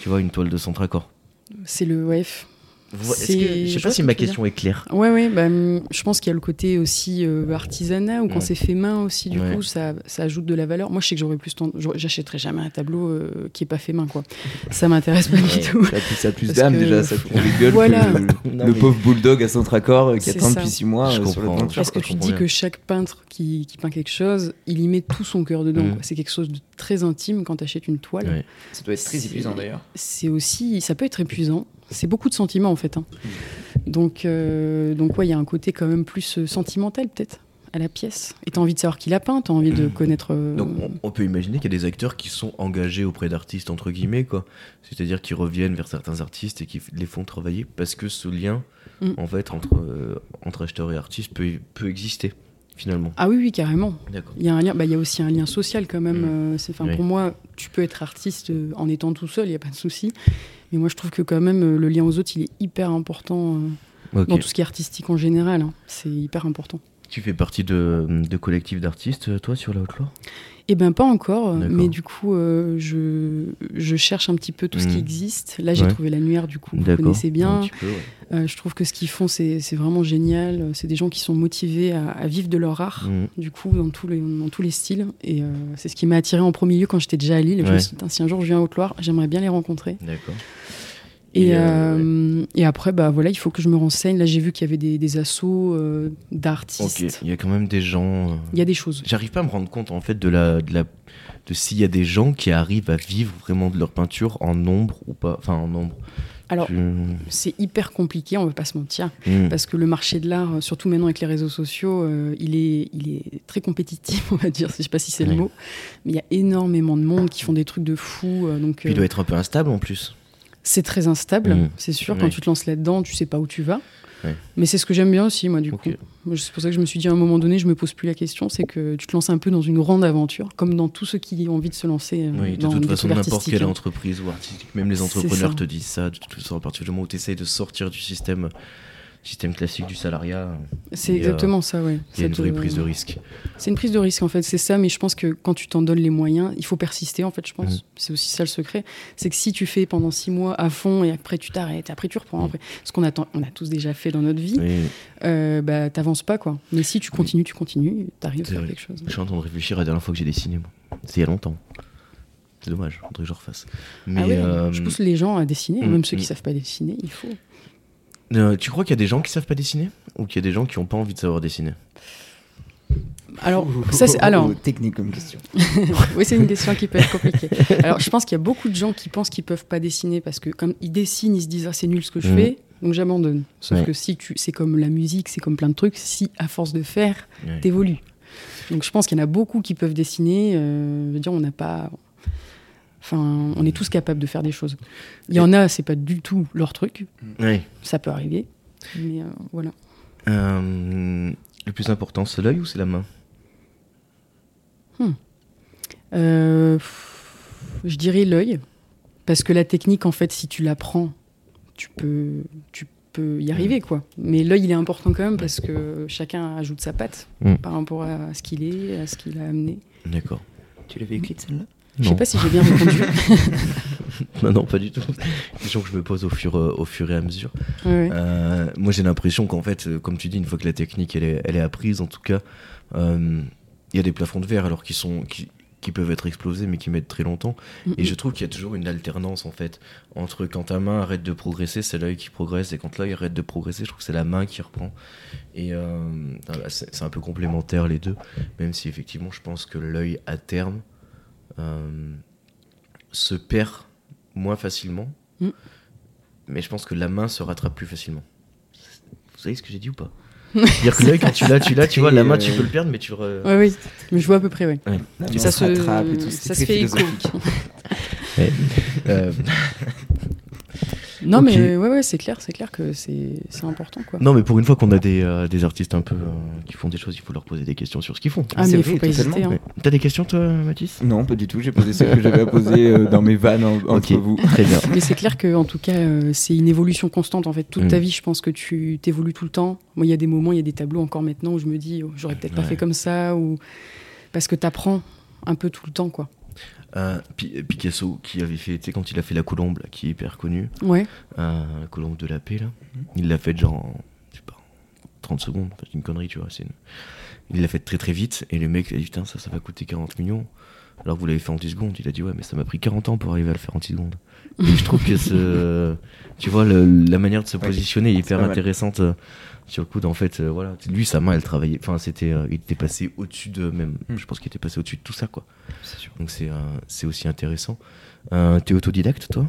[SPEAKER 1] tu vois, une toile de Centracor.
[SPEAKER 3] C'est le WEF.
[SPEAKER 1] Vous- est-ce
[SPEAKER 3] C'est-
[SPEAKER 1] que- Je
[SPEAKER 3] je
[SPEAKER 1] sais
[SPEAKER 3] vois
[SPEAKER 1] pas
[SPEAKER 3] ce
[SPEAKER 1] si
[SPEAKER 3] que
[SPEAKER 1] ma
[SPEAKER 3] tu veux
[SPEAKER 1] question est claire.
[SPEAKER 3] Ouais, ouais, bah, hum, je pense qu'il y a le côté aussi euh, artisanat ou quand
[SPEAKER 1] Ouais.
[SPEAKER 3] c'est fait main aussi, du
[SPEAKER 1] Ouais.
[SPEAKER 3] coup, ça, ça ajoute de la valeur. Moi, je sais que j'aurais plus tendance- j'aurais- J'achèterais jamais un tableau euh, qui est pas fait main, quoi. Ça m'intéresse pas du
[SPEAKER 1] Ouais.
[SPEAKER 3] tout.
[SPEAKER 2] Ça a plus, ça a plus
[SPEAKER 3] Parce
[SPEAKER 2] d'âme
[SPEAKER 3] que-
[SPEAKER 2] déjà, (laughs) ça a plus de gueule
[SPEAKER 3] Voilà.
[SPEAKER 2] que le,
[SPEAKER 1] Non,
[SPEAKER 2] le
[SPEAKER 1] mais-
[SPEAKER 2] pauvre bulldog à Centracor euh, qui
[SPEAKER 3] C'est
[SPEAKER 2] attend
[SPEAKER 3] ça.
[SPEAKER 2] depuis 6 mois
[SPEAKER 1] Je
[SPEAKER 2] euh, sur la
[SPEAKER 1] comprends.
[SPEAKER 2] peinture.
[SPEAKER 3] Parce que
[SPEAKER 1] je
[SPEAKER 3] tu
[SPEAKER 1] comprends
[SPEAKER 3] dis
[SPEAKER 1] bien.
[SPEAKER 3] que chaque peintre qui, qui peint quelque chose, il y met tout son cœur dedans.
[SPEAKER 1] Mhm.
[SPEAKER 3] quoi. C'est quelque chose de très intime quand tu achètes une toile.
[SPEAKER 1] Ouais.
[SPEAKER 2] Ça doit être très
[SPEAKER 3] C'est-
[SPEAKER 2] épuisant d'ailleurs.
[SPEAKER 3] C'est aussi, ça peut être épuisant. C'est beaucoup de sentiments en fait. hein. Donc, euh, donc ouais, il y a un côté quand même plus euh, sentimental peut-être à la pièce. Et t'as envie de savoir qui l'a peint, t'as envie de connaître. euh,
[SPEAKER 1] Mm. Donc on, on peut imaginer qu'il y a des acteurs qui sont engagés auprès d'artistes entre guillemets quoi, c'est-à-dire qui reviennent vers certains artistes et qui f- les font travailler parce que ce lien
[SPEAKER 3] Mm.
[SPEAKER 1] en fait entre euh, entre acheteur et artiste peut peut exister finalement.
[SPEAKER 3] Ah oui, oui, carrément.
[SPEAKER 1] D'accord.
[SPEAKER 3] Il y a un lien. bah, il y a aussi un lien social quand même. euh, c'est, enfin,
[SPEAKER 1] Mm. Oui.
[SPEAKER 3] pour moi, tu peux être artiste euh, en étant tout seul, il y a pas de souci. Mais moi, je trouve que quand même euh, le lien aux autres, il est hyper important. euh,
[SPEAKER 1] Ok.
[SPEAKER 3] dans tout ce qui est artistique en général. hein. C'est hyper important.
[SPEAKER 1] Tu fais partie de, de collectifs d'artistes toi sur la Haute-Loire
[SPEAKER 3] Eh ben pas encore, euh,
[SPEAKER 1] D'accord.
[SPEAKER 3] mais du coup, euh, je, je cherche un petit peu tout ce qui
[SPEAKER 1] Mhm.
[SPEAKER 3] existe. Là, j'ai
[SPEAKER 1] Ouais.
[SPEAKER 3] trouvé l'annuaire, du coup, vous connaissez bien.
[SPEAKER 1] Un petit peu, ouais.
[SPEAKER 3] Euh, je trouve que ce qu'ils font, c'est c'est vraiment génial. Euh, C'est des gens qui sont motivés à, à vivre de leur art.
[SPEAKER 1] Mm.
[SPEAKER 3] Du coup, dans tous les, dans tous les styles. Et euh, c'est ce qui m'a attiré en premier lieu quand j'étais déjà à Lille. Je me
[SPEAKER 1] Ouais.
[SPEAKER 3] suis dit, Putain, si un jour je viens à Haute-Loire, j'aimerais bien les rencontrer.
[SPEAKER 1] D'accord.
[SPEAKER 3] Et,
[SPEAKER 1] Et, euh,
[SPEAKER 3] euh, et après, bah voilà, il faut que je me renseigne. Là, j'ai vu qu'il y avait des, des assos euh,
[SPEAKER 1] Ok.
[SPEAKER 3] d'artistes.
[SPEAKER 1] Il y a quand même des gens. euh,
[SPEAKER 3] Il y a des choses.
[SPEAKER 1] J'arrive pas à me rendre compte en fait de la de la de s'il y a des gens qui arrivent à vivre vraiment de leur peinture en nombre ou pas, enfin en nombre.
[SPEAKER 3] Alors,
[SPEAKER 1] Tu- mmh.
[SPEAKER 3] c'est hyper compliqué, on va pas se mentir,
[SPEAKER 1] Mm.
[SPEAKER 3] parce que le marché de l'art, euh, surtout maintenant avec les réseaux sociaux, euh, il, est, il est très compétitif, (laughs) on va dire. Je sais pas si c'est le
[SPEAKER 1] Oui.
[SPEAKER 3] mot, mais il y a énormément de monde qui font des trucs de fou. euh, donc,
[SPEAKER 1] Puis il
[SPEAKER 3] euh,
[SPEAKER 1] doit être un peu instable en plus.
[SPEAKER 3] c'est très instable,
[SPEAKER 1] Mm.
[SPEAKER 3] c'est sûr.
[SPEAKER 1] Oui.
[SPEAKER 3] Quand tu te lances là-dedans, tu sais pas où tu vas.
[SPEAKER 1] Ouais.
[SPEAKER 3] Mais c'est ce que j'aime bien aussi, moi, du
[SPEAKER 1] Ok.
[SPEAKER 3] coup. Moi, C'est pour ça que je me suis dit à un moment donné, je me pose plus la question, c'est que tu te lances un peu dans une grande aventure, comme dans tous ceux qui ont envie de se lancer euh,
[SPEAKER 1] Oui, de
[SPEAKER 3] dans
[SPEAKER 1] toute
[SPEAKER 3] des
[SPEAKER 1] façon,
[SPEAKER 3] trucs
[SPEAKER 1] n'importe
[SPEAKER 3] artistiques,
[SPEAKER 1] quelle
[SPEAKER 3] hein.
[SPEAKER 1] entreprise ou artistique, même les
[SPEAKER 3] C'est
[SPEAKER 1] entrepreneurs
[SPEAKER 3] ça.
[SPEAKER 1] te disent ça, de toute façon, à partir du moment où tu essayes de sortir du système, système classique du salariat,
[SPEAKER 3] C'est
[SPEAKER 1] il y a-
[SPEAKER 3] exactement ça, ouais.
[SPEAKER 1] il y a une
[SPEAKER 3] Cette,
[SPEAKER 1] vraie
[SPEAKER 3] euh,
[SPEAKER 1] prise de risque.
[SPEAKER 3] C'est une prise de risque en fait, c'est ça, mais je pense que quand tu t'en donnes les moyens, il faut persister en fait, je pense. C'est aussi ça le secret. C'est que si tu fais pendant six mois à fond et après tu t'arrêtes, après tu reprends,
[SPEAKER 1] Mm.
[SPEAKER 3] après, ce qu'on attend, on a tous déjà fait dans notre vie,
[SPEAKER 1] Oui,
[SPEAKER 3] euh, bah t'avances pas quoi. Mais si tu continues, tu continues, t'arrives à
[SPEAKER 1] C'est
[SPEAKER 3] faire
[SPEAKER 1] vrai.
[SPEAKER 3] quelque chose.
[SPEAKER 1] je suis en train de réfléchir à la dernière fois que j'ai dessiné, moi. c'est il y a longtemps. C'est dommage, faudrait que je refasse. Mais
[SPEAKER 3] ah ouais,
[SPEAKER 1] euh,
[SPEAKER 3] je pousse les gens à dessiner,
[SPEAKER 1] mm,
[SPEAKER 3] même ceux qui
[SPEAKER 1] mm.
[SPEAKER 3] savent pas dessiner, il faut.
[SPEAKER 1] euh, tu crois qu'il y a des gens qui savent pas dessiner ou qu'il y a des gens qui ont pas envie de savoir dessiner
[SPEAKER 3] Alors,
[SPEAKER 1] (laughs)
[SPEAKER 2] (laughs)
[SPEAKER 3] ça, c'est- alors (laughs)
[SPEAKER 2] Technique comme question.
[SPEAKER 3] oui, c'est une question qui peut être compliquée. Alors, je pense qu'il y a beaucoup de gens qui pensent qu'ils peuvent pas dessiner parce que comme ils dessinent, ils se disent ah c'est nul ce que je
[SPEAKER 1] Mhm.
[SPEAKER 3] fais, donc j'abandonne. Sauf
[SPEAKER 1] Ouais.
[SPEAKER 3] que si tu, c'est comme la musique, c'est comme plein de trucs. Si à force de faire,
[SPEAKER 1] Ouais.
[SPEAKER 3] t'évolues. Donc je pense qu'il y en a beaucoup qui peuvent dessiner. euh, je veux dire, on n'a pas. Enfin, on est tous capables de faire des choses. Il y en a, c'est pas du tout leur truc.
[SPEAKER 1] Ouais.
[SPEAKER 3] Ça peut arriver. Mais euh, voilà.
[SPEAKER 1] Euh, le plus important, c'est l'œil ou c'est la main
[SPEAKER 3] Euh, je dirais l'œil, parce que la technique, en fait, si tu l'apprends, tu peux, tu peut y arriver, quoi. Mais l'œil, il est important quand même parce que chacun ajoute sa patte
[SPEAKER 1] Mm.
[SPEAKER 3] par rapport à ce qu'il est, à ce qu'il a amené.
[SPEAKER 1] D'accord.
[SPEAKER 4] Tu l'avais écrite celle-là
[SPEAKER 3] Je
[SPEAKER 1] (laughs)
[SPEAKER 3] sais
[SPEAKER 1] Non.
[SPEAKER 3] pas si j'ai bien répondu.
[SPEAKER 1] Non, non, pas du tout. (laughs) Question que je me pose au fur, euh, au fur et à mesure.
[SPEAKER 3] Ouais, ouais.
[SPEAKER 1] Euh, moi, j'ai l'impression qu'en fait, euh, comme tu dis, une fois que la technique elle est, elle est apprise, en tout cas, euh, il y a des plafonds de verre alors qui sont qui, qui peuvent être explosés, mais qui mettent très longtemps. Euh, Et je trouve qu'il y a toujours une alternance en fait entre quand ta main arrête de progresser, c'est l'œil qui progresse, et quand l'œil arrête de progresser, je trouve que c'est la main qui reprend. Et euh, voilà, c'est c'est un peu complémentaire les deux, même si effectivement, je pense que l'œil à terme euh, se perd moins facilement,
[SPEAKER 3] Mm.
[SPEAKER 1] mais je pense que la main se rattrape plus facilement. Vous savez ce que j'ai dit ou
[SPEAKER 3] (laughs)
[SPEAKER 1] pas C'est-à-dire que l'œil, quand tu l'as, tu l'as, tu vois, la main, tu peux le perdre, mais tu le. re-
[SPEAKER 3] Ouais, oui, mais je vois à peu près, ouais.
[SPEAKER 2] Mais
[SPEAKER 3] Ça
[SPEAKER 2] on
[SPEAKER 3] se-
[SPEAKER 2] rattrape et tout,
[SPEAKER 3] ça
[SPEAKER 2] c'était
[SPEAKER 3] se
[SPEAKER 2] très
[SPEAKER 3] fait écho.
[SPEAKER 2] philosophique.
[SPEAKER 1] Euh,
[SPEAKER 3] Non,
[SPEAKER 1] Ok.
[SPEAKER 3] mais euh, ouais, ouais, c'est clair, c'est clair que c'est c'est important, quoi.
[SPEAKER 1] Non, mais pour une fois qu'on a des, euh, des artistes un peu euh, qui font des choses, il faut leur poser des questions sur ce qu'ils font.
[SPEAKER 3] Ah,
[SPEAKER 2] C'est
[SPEAKER 3] mais
[SPEAKER 2] vrai,
[SPEAKER 3] faut pas
[SPEAKER 2] totalement.
[SPEAKER 3] hésiter. hein.
[SPEAKER 1] Ouais. T'as des questions, toi, Mathis
[SPEAKER 2] Non, pas du tout. J'ai posé celle que j'avais à poser euh, dans mes vannes en- entre
[SPEAKER 1] Ok.
[SPEAKER 2] vous.
[SPEAKER 1] Très bien.
[SPEAKER 3] Mais c'est clair que, en tout cas, euh, c'est une évolution constante. En fait, toute
[SPEAKER 1] Mm.
[SPEAKER 3] ta vie, je pense que tu t'évolues tout le temps. Moi, il y a des moments, il y a des tableaux encore maintenant où je me dis, oh, j'aurais peut-être pas
[SPEAKER 1] Ouais.
[SPEAKER 3] fait comme ça, ou parce que t'apprends un peu tout le temps, quoi.
[SPEAKER 1] Euh, Pi- Picasso, qui avait fait, tu sais, quand il a fait La Colombe, là, qui est hyper connue,
[SPEAKER 3] Ouais.
[SPEAKER 1] euh, La Colombe de la Paix, là,
[SPEAKER 2] Mhm.
[SPEAKER 1] il l'a fait genre en, je sais pas, en 30 secondes, Enfin, c'est une connerie, tu vois. c'est une- Il l'a fait très très vite, et le mec il a dit Putain, ça, ça va coûter 40 millions. Alors que vous l'avez fait en 10 secondes, il a dit ouais mais ça m'a pris 40 ans pour arriver à le faire en 10 secondes. Et je trouve que
[SPEAKER 2] (laughs)
[SPEAKER 1] ce, tu vois le- la manière de se
[SPEAKER 2] Ouais,
[SPEAKER 1] positionner est hyper
[SPEAKER 2] pas mal.
[SPEAKER 1] intéressante euh, sur le coup. d'en fait euh, voilà lui sa main elle travaillait, enfin c'était euh, il était passé au-dessus de même,
[SPEAKER 2] Mm.
[SPEAKER 1] je pense qu'il était passé au-dessus de tout ça quoi. Donc c'est euh, c'est aussi intéressant. Euh, T'es autodidacte, toi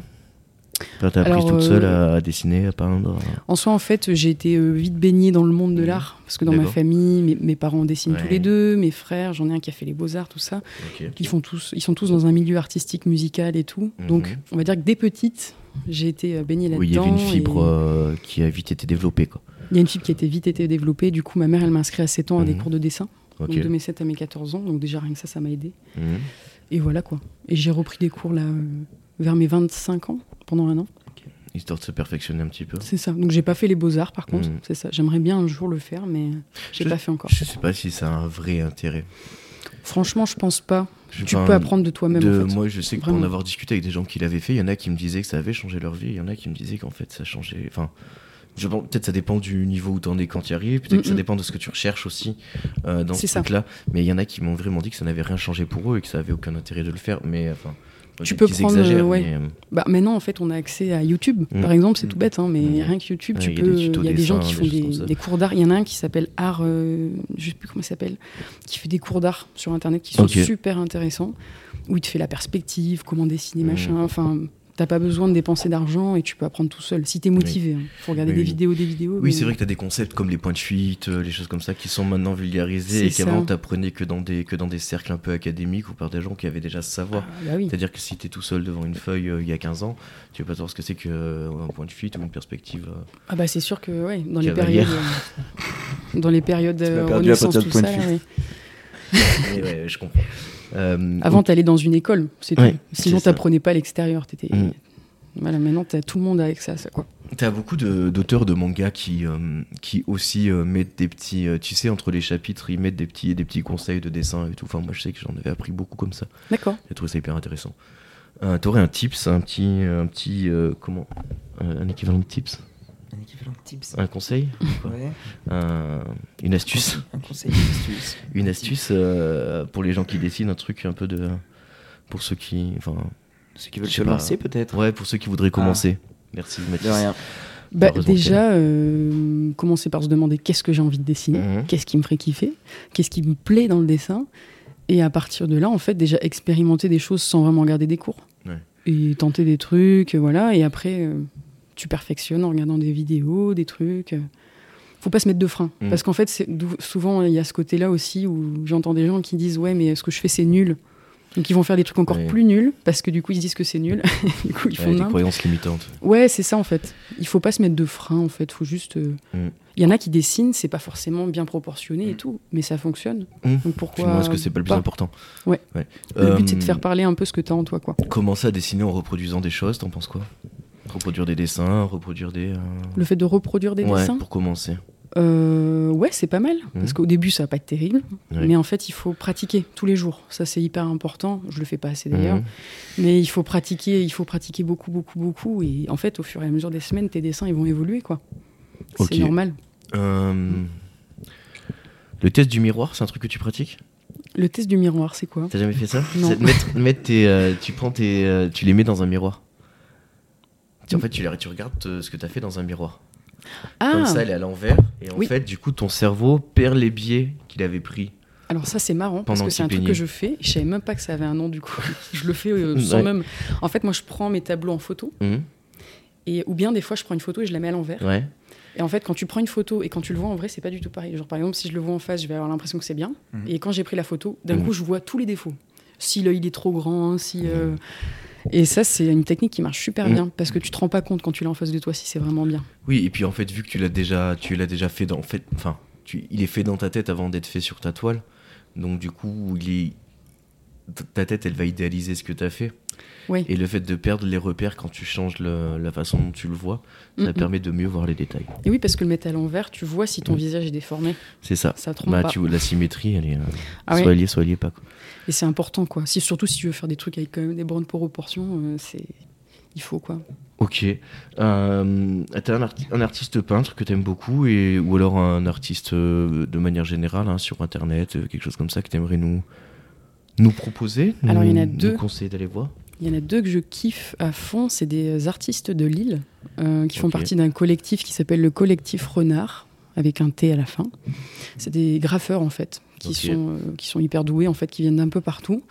[SPEAKER 1] Enfin, T'as appris
[SPEAKER 3] Alors,
[SPEAKER 1] toute seule
[SPEAKER 3] euh,
[SPEAKER 1] à, à dessiner, à peindre à-
[SPEAKER 3] En soi, en fait, j'ai été euh, vite baignée dans le monde de
[SPEAKER 1] Mhm.
[SPEAKER 3] l'art, parce que dans ma
[SPEAKER 1] D'accord.
[SPEAKER 3] famille, mes, mes parents dessinent tous
[SPEAKER 1] Ouais.
[SPEAKER 3] les deux, mes frères, j'en ai un qui a fait les beaux-arts, tout ça. Ils, font tous, ils sont tous dans un milieu artistique, musical et tout. Donc,
[SPEAKER 1] Mhm.
[SPEAKER 3] on va dire que dès petite, j'ai été euh, baignée là-dedans.
[SPEAKER 1] Oui, il y avait une
[SPEAKER 3] et
[SPEAKER 1] fibre euh, qui a vite été développée. Quoi.
[SPEAKER 3] Il y a une fibre qui a été vite été développée. Du coup, ma mère, elle m'a inscrit à 7 ans à des
[SPEAKER 1] Mhm.
[SPEAKER 3] cours de dessin,
[SPEAKER 1] Ok.
[SPEAKER 3] donc de mes 7 à mes 14 ans. Donc, déjà, rien que ça, ça m'a aidé.
[SPEAKER 1] Mhm.
[SPEAKER 3] Et voilà quoi. Et j'ai repris des cours là, euh, vers mes 25 ans, pendant un an.
[SPEAKER 1] Histoire de se perfectionner un petit peu.
[SPEAKER 3] C'est ça. Donc, j'ai pas fait les beaux-arts par contre.
[SPEAKER 1] Mhm.
[SPEAKER 3] C'est ça. J'aimerais bien un jour le faire, mais euh, j'ai
[SPEAKER 1] Je-
[SPEAKER 3] pas fait encore.
[SPEAKER 1] Je sais pas si ça a un vrai intérêt.
[SPEAKER 3] Franchement, je pense pas.
[SPEAKER 1] Je
[SPEAKER 3] Tu
[SPEAKER 1] sais
[SPEAKER 3] peux
[SPEAKER 1] pas,
[SPEAKER 3] apprendre de toi-même.
[SPEAKER 1] de-
[SPEAKER 3] en fait.
[SPEAKER 1] Moi, je sais que pour en
[SPEAKER 3] Vraiment.
[SPEAKER 1] avoir discuté avec des gens qui l'avaient fait, il y en a qui me disaient que ça avait changé leur vie, il y en a qui me disaient qu'en fait ça changeait. Enfin, je pense- peut-être ça dépend du niveau où t'en es quand tu arrives, peut-être que ça
[SPEAKER 3] Mm, mm.
[SPEAKER 1] dépend de ce que tu recherches aussi euh, dans ce
[SPEAKER 3] C'est ça.
[SPEAKER 1] truc-là. Mais il y en a qui m'ont vraiment dit que ça n'avait rien changé pour eux et que ça avait aucun intérêt de le faire. Mais enfin,
[SPEAKER 3] Tu
[SPEAKER 1] peut-être
[SPEAKER 3] peux
[SPEAKER 1] qu'ils
[SPEAKER 3] prendre,
[SPEAKER 1] exagèrent,
[SPEAKER 3] euh, ouais.
[SPEAKER 1] mais, euh,
[SPEAKER 3] Bah, maintenant, en fait, on a accès à YouTube.
[SPEAKER 1] Mm.
[SPEAKER 3] Par exemple, c'est
[SPEAKER 2] Mm.
[SPEAKER 3] tout bête, hein, mais
[SPEAKER 1] Mm.
[SPEAKER 3] rien que YouTube,
[SPEAKER 1] Ouais,
[SPEAKER 3] tu
[SPEAKER 1] il y a des
[SPEAKER 3] peux.
[SPEAKER 1] tutos
[SPEAKER 3] Il y a des gens
[SPEAKER 1] dessin, des
[SPEAKER 3] qui font
[SPEAKER 1] choses
[SPEAKER 3] des,
[SPEAKER 1] comme ça.
[SPEAKER 3] des cours d'art. Il y en a un qui s'appelle Art, euh, je sais plus comment il s'appelle, qui fait des cours d'art sur Internet qui sont
[SPEAKER 1] Ok.
[SPEAKER 3] super intéressants, où il te fait la perspective, comment dessiner,
[SPEAKER 1] Mm.
[SPEAKER 3] machin. Enfin, t'as pas besoin de dépenser d'argent et tu peux apprendre tout seul si t'es motivé. hein. Faut regarder
[SPEAKER 1] Oui,
[SPEAKER 3] des
[SPEAKER 1] oui.
[SPEAKER 3] vidéos, des vidéos.
[SPEAKER 1] Oui,
[SPEAKER 3] mais- Ah,
[SPEAKER 1] c'est vrai que tu as des concepts comme les points de fuite, euh, les choses comme ça qui sont maintenant vulgarisés
[SPEAKER 3] C'est
[SPEAKER 1] et qu'avant
[SPEAKER 3] ça.
[SPEAKER 1] t'apprenais que dans des que dans des cercles un peu académiques ou par des gens qui avaient déjà ce
[SPEAKER 3] Ah,
[SPEAKER 1] savoir.
[SPEAKER 3] bah oui.
[SPEAKER 1] C'est-à-dire que si t'es tout seul devant une feuille euh, il y a 15 ans, tu vas pas savoir ce que c'est qu'un point de fuite ou une perspective. euh,
[SPEAKER 3] Ah bah c'est sûr que ouais, dans les
[SPEAKER 1] Cavalière.
[SPEAKER 3] périodes, euh, dans les périodes
[SPEAKER 2] m'as
[SPEAKER 3] euh,
[SPEAKER 2] perdu à partir
[SPEAKER 3] renaissance,
[SPEAKER 2] de
[SPEAKER 3] tout
[SPEAKER 2] point
[SPEAKER 3] ça.
[SPEAKER 2] de
[SPEAKER 3] là,
[SPEAKER 2] fuite.
[SPEAKER 3] ouais.
[SPEAKER 1] Mais ouais, je comprends. Euh,
[SPEAKER 3] Avant, t'allais dans une école, c'est tout.
[SPEAKER 1] Ouais,
[SPEAKER 3] Sinon,
[SPEAKER 1] c'est ça.
[SPEAKER 3] t'apprenais pas à l'extérieur. T'étais.
[SPEAKER 1] Mm.
[SPEAKER 3] Voilà, maintenant, t'as tout le monde avec ça, ça quoi.
[SPEAKER 1] T'as beaucoup de- d'auteurs de, mangas qui, euh, qui aussi euh, mettent des petits. euh, tu sais, entre les chapitres, ils mettent des petits, des petits conseils de dessin et tout. Enfin, moi, je sais que j'en avais appris beaucoup comme ça.
[SPEAKER 3] D'accord.
[SPEAKER 1] J'ai trouvé ça hyper intéressant. Euh, T'aurais un tips, un petit. Un petit euh, comment Euh, Un équivalent de tips
[SPEAKER 4] Un équivalent de tips.
[SPEAKER 1] Un conseil
[SPEAKER 4] Ouais.
[SPEAKER 1] Un- Une astuce
[SPEAKER 4] Un conseil d'astuce.
[SPEAKER 1] Une astuce euh, pour les gens qui dessinent, un truc un peu de. Pour ceux qui. Enfin.
[SPEAKER 4] Ceux qui veulent
[SPEAKER 1] Je sais
[SPEAKER 4] se
[SPEAKER 1] pas.
[SPEAKER 4] lancer peut-être.
[SPEAKER 1] Ouais, pour ceux qui voudraient commencer. Merci, Mathis.
[SPEAKER 2] Ah. De rien.
[SPEAKER 3] Bah,
[SPEAKER 1] Heureusement
[SPEAKER 3] déjà, euh, commencer par se demander qu'est-ce que j'ai envie de dessiner,
[SPEAKER 1] Mhm.
[SPEAKER 3] qu'est-ce qui me ferait kiffer, qu'est-ce qui me plaît dans le dessin. Et à partir de là, en fait, déjà expérimenter des choses sans vraiment regarder des cours.
[SPEAKER 1] Ouais.
[SPEAKER 3] Et tenter des trucs, euh, voilà. Et après, euh, tu perfectionnes en regardant des vidéos, des trucs. euh. Faut pas se mettre de frein.
[SPEAKER 1] Mhm.
[SPEAKER 3] Parce qu'en fait, c'est- dou- souvent, il y a ce côté-là aussi où j'entends des gens qui disent Ouais, mais ce que je fais, c'est nul. Donc ils vont faire des trucs encore
[SPEAKER 1] Ouais.
[SPEAKER 3] plus nuls parce que du coup, ils se disent que c'est nul. (laughs) du coup, ils font
[SPEAKER 1] Ouais, des
[SPEAKER 3] n'importe
[SPEAKER 1] croyances limitantes.
[SPEAKER 3] Ouais, c'est ça en fait. Il faut pas se mettre de frein en fait. Faut juste. euh, Il
[SPEAKER 1] Mm.
[SPEAKER 3] y en a qui dessinent, c'est pas forcément bien proportionné et tout, mais ça fonctionne.
[SPEAKER 1] Mm.
[SPEAKER 3] Donc pourquoi
[SPEAKER 1] Finalement, est-ce que c'est pas le plus
[SPEAKER 3] pas
[SPEAKER 1] important
[SPEAKER 3] Bah, Ouais. Le but c'est de
[SPEAKER 1] Euh,
[SPEAKER 3] faire parler un peu ce que t'as en toi quoi.
[SPEAKER 1] Commencer à dessiner en reproduisant des choses, t'en penses quoi Reproduire des dessins, reproduire des. euh,
[SPEAKER 3] Le fait de reproduire des
[SPEAKER 1] ouais,
[SPEAKER 3] dessins,
[SPEAKER 1] pour commencer.
[SPEAKER 3] euh, ouais, c'est pas mal.
[SPEAKER 1] Mhm.
[SPEAKER 3] Parce qu'au début, ça va pas être terrible.
[SPEAKER 1] Ouais.
[SPEAKER 3] Mais en fait, il faut pratiquer tous les jours. Ça, c'est hyper important. Je le fais pas assez d'ailleurs.
[SPEAKER 1] Mhm.
[SPEAKER 3] Mais il faut pratiquer, il faut pratiquer beaucoup, beaucoup, beaucoup. Et en fait, au fur et à mesure des semaines, tes dessins, ils vont évoluer, quoi. C'est
[SPEAKER 1] Ok.
[SPEAKER 3] normal.
[SPEAKER 1] Euh, Le test du miroir, c'est un truc que tu pratiques
[SPEAKER 3] Le test du miroir, c'est quoi
[SPEAKER 1] T'as jamais fait ça
[SPEAKER 3] Non.
[SPEAKER 1] C'est de Mettre, mettre tes, euh, tu prends tes, euh, tu les mets dans un miroir. Tu- En fait, tu, les- tu regardes euh, ce que t'as fait dans un miroir. Comme ça, elle est à l'envers. Et en
[SPEAKER 3] Ah. Oui.
[SPEAKER 1] fait, du coup, ton cerveau perd les biais qu'il avait pris.
[SPEAKER 3] Alors ça c'est marrant parce
[SPEAKER 1] Pendant
[SPEAKER 3] que
[SPEAKER 1] que
[SPEAKER 3] c'est
[SPEAKER 1] tu
[SPEAKER 3] un truc
[SPEAKER 1] peignais.
[SPEAKER 3] que je fais. Je savais même pas que ça avait un nom du coup. (laughs) je le fais euh, sans
[SPEAKER 1] Ouais.
[SPEAKER 3] même. En fait moi je prends mes tableaux en photo
[SPEAKER 1] Mmh.
[SPEAKER 3] et ou bien des fois je prends une photo et je la mets à l'envers.
[SPEAKER 1] Ouais.
[SPEAKER 3] Et en fait quand tu prends une photo et quand tu le vois en vrai c'est pas du tout pareil. Genre par exemple si je le vois en face je vais avoir l'impression que c'est bien
[SPEAKER 2] Mhm.
[SPEAKER 3] et quand j'ai pris la photo d'un
[SPEAKER 1] Mhm.
[SPEAKER 3] coup je vois tous les défauts. Si l'œil il est trop grand, si euh, et ça c'est une technique qui marche super
[SPEAKER 1] Mhm.
[SPEAKER 3] bien parce que tu te rends pas compte quand tu l'as en face de toi si c'est vraiment bien.
[SPEAKER 1] Oui, et puis en fait, vu que tu l'as déjà, tu l'as déjà fait dans, en fait, enfin, tu- il est fait dans ta tête avant d'être fait sur ta toile. Donc du coup, il est- t- ta tête, elle va idéaliser ce que tu as fait.
[SPEAKER 3] Oui.
[SPEAKER 1] Et le fait de perdre les repères quand tu changes le- la façon dont tu le vois, ça
[SPEAKER 3] Mhm.
[SPEAKER 1] permet de mieux voir les détails.
[SPEAKER 3] Et oui parce que le mettre à l'envers tu vois si ton visage est déformé.
[SPEAKER 1] C'est ça.
[SPEAKER 3] Ça trompe
[SPEAKER 1] Mhm. Bah,
[SPEAKER 3] pas.
[SPEAKER 1] tu vois, la symétrie, elle est euh,
[SPEAKER 3] Ah
[SPEAKER 1] soit
[SPEAKER 3] ouais.
[SPEAKER 1] elle y est, soit elle y est pas. quoi.
[SPEAKER 3] Et c'est important, quoi. Si, surtout si tu veux faire des trucs avec quand même des bonnes proportions, euh, c'est. Il faut, quoi.
[SPEAKER 1] Ok. Euh, T'as un, arti- un artiste peintre que t'aimes beaucoup, et, ou alors un artiste euh, de manière générale hein, sur internet, euh, quelque chose comme ça que t'aimerais nous, nous proposer nous-
[SPEAKER 3] Alors, il y en a
[SPEAKER 1] nous
[SPEAKER 3] deux.
[SPEAKER 1] conseiller d'aller voir
[SPEAKER 3] Il y en a deux que je kiffe à fond, c'est des artistes de Lille euh, qui font
[SPEAKER 1] Ok.
[SPEAKER 3] partie d'un collectif qui s'appelle le collectif Renard, avec un T à la fin. C'est des graffeurs en fait, qui,
[SPEAKER 1] Ok.
[SPEAKER 3] sont, euh, qui sont hyper doués en fait, qui viennent d'un peu partout.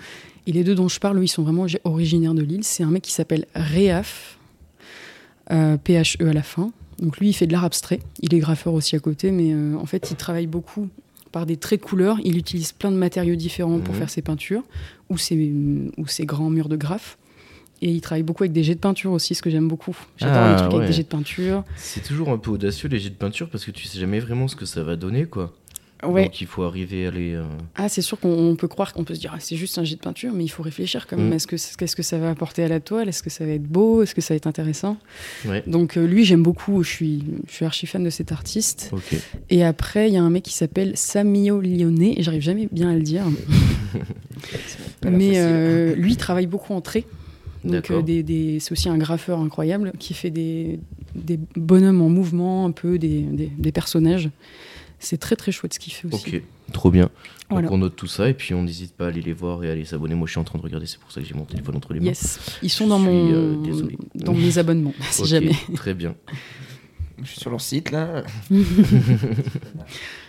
[SPEAKER 3] Et les deux dont je parle, eux, ils sont vraiment gé- originaires de Lille. C'est un mec qui s'appelle Réaf, euh, PHE à la fin. Donc lui, il fait de l'art abstrait. Il est graffeur aussi à côté, mais euh, en fait, il travaille beaucoup par des traits de couleurs. Il utilise plein de matériaux différents pour
[SPEAKER 1] Mhm.
[SPEAKER 3] faire ses peintures ou ses, ou ses grands murs de graphe. Et il travaille beaucoup avec des jets de peinture aussi, ce que j'aime beaucoup. J'adore
[SPEAKER 1] Ah,
[SPEAKER 3] les trucs
[SPEAKER 1] ouais.
[SPEAKER 3] avec des jets de peinture.
[SPEAKER 1] C'est toujours un peu audacieux les jets de peinture parce que tu sais jamais vraiment ce que ça va donner quoi.
[SPEAKER 3] Ouais.
[SPEAKER 1] Donc il faut arriver à les. euh,
[SPEAKER 3] Ah, c'est sûr qu'on on peut croire qu'on peut se dire ah, c'est juste un jet de peinture, mais il faut réfléchir quand même.
[SPEAKER 1] Mm.
[SPEAKER 3] Est-ce que c'est- qu'est-ce que ça va apporter à la toile Est-ce que ça va être beau Est-ce que ça va être intéressant
[SPEAKER 1] Ouais.
[SPEAKER 3] Donc euh, lui, j'aime beaucoup. Je suis, je suis archi fan de cet artiste.
[SPEAKER 1] Ok.
[SPEAKER 3] Et après, il y a un mec qui s'appelle Samio Lyonnais. et J'arrive jamais bien à
[SPEAKER 1] (laughs)
[SPEAKER 3] le dire,
[SPEAKER 2] Pas l'air
[SPEAKER 3] mais
[SPEAKER 2] facile.
[SPEAKER 3] euh, lui il travaille beaucoup en traits. Donc
[SPEAKER 1] D'accord.
[SPEAKER 3] euh, des, des- c'est aussi un graffeur incroyable qui fait des, des bonhommes en mouvement, un peu des, des- des personnages. C'est très très chouette ce qu'il fait aussi.
[SPEAKER 1] Ok. Trop bien.
[SPEAKER 3] Voilà.
[SPEAKER 1] Donc on note tout ça et puis on n'hésite pas à aller les voir et à aller s'abonner. Moi je suis en train de regarder, c'est pour ça que j'ai mon téléphone entre les mains.
[SPEAKER 3] Yes, ils
[SPEAKER 1] Je
[SPEAKER 3] sont dans
[SPEAKER 1] suis,
[SPEAKER 3] mon
[SPEAKER 1] euh, désolé.
[SPEAKER 3] dans
[SPEAKER 1] (laughs)
[SPEAKER 3] mes abonnements si
[SPEAKER 1] Ok,
[SPEAKER 3] jamais.
[SPEAKER 1] Très (laughs) bien.
[SPEAKER 2] Je suis sur leur site là.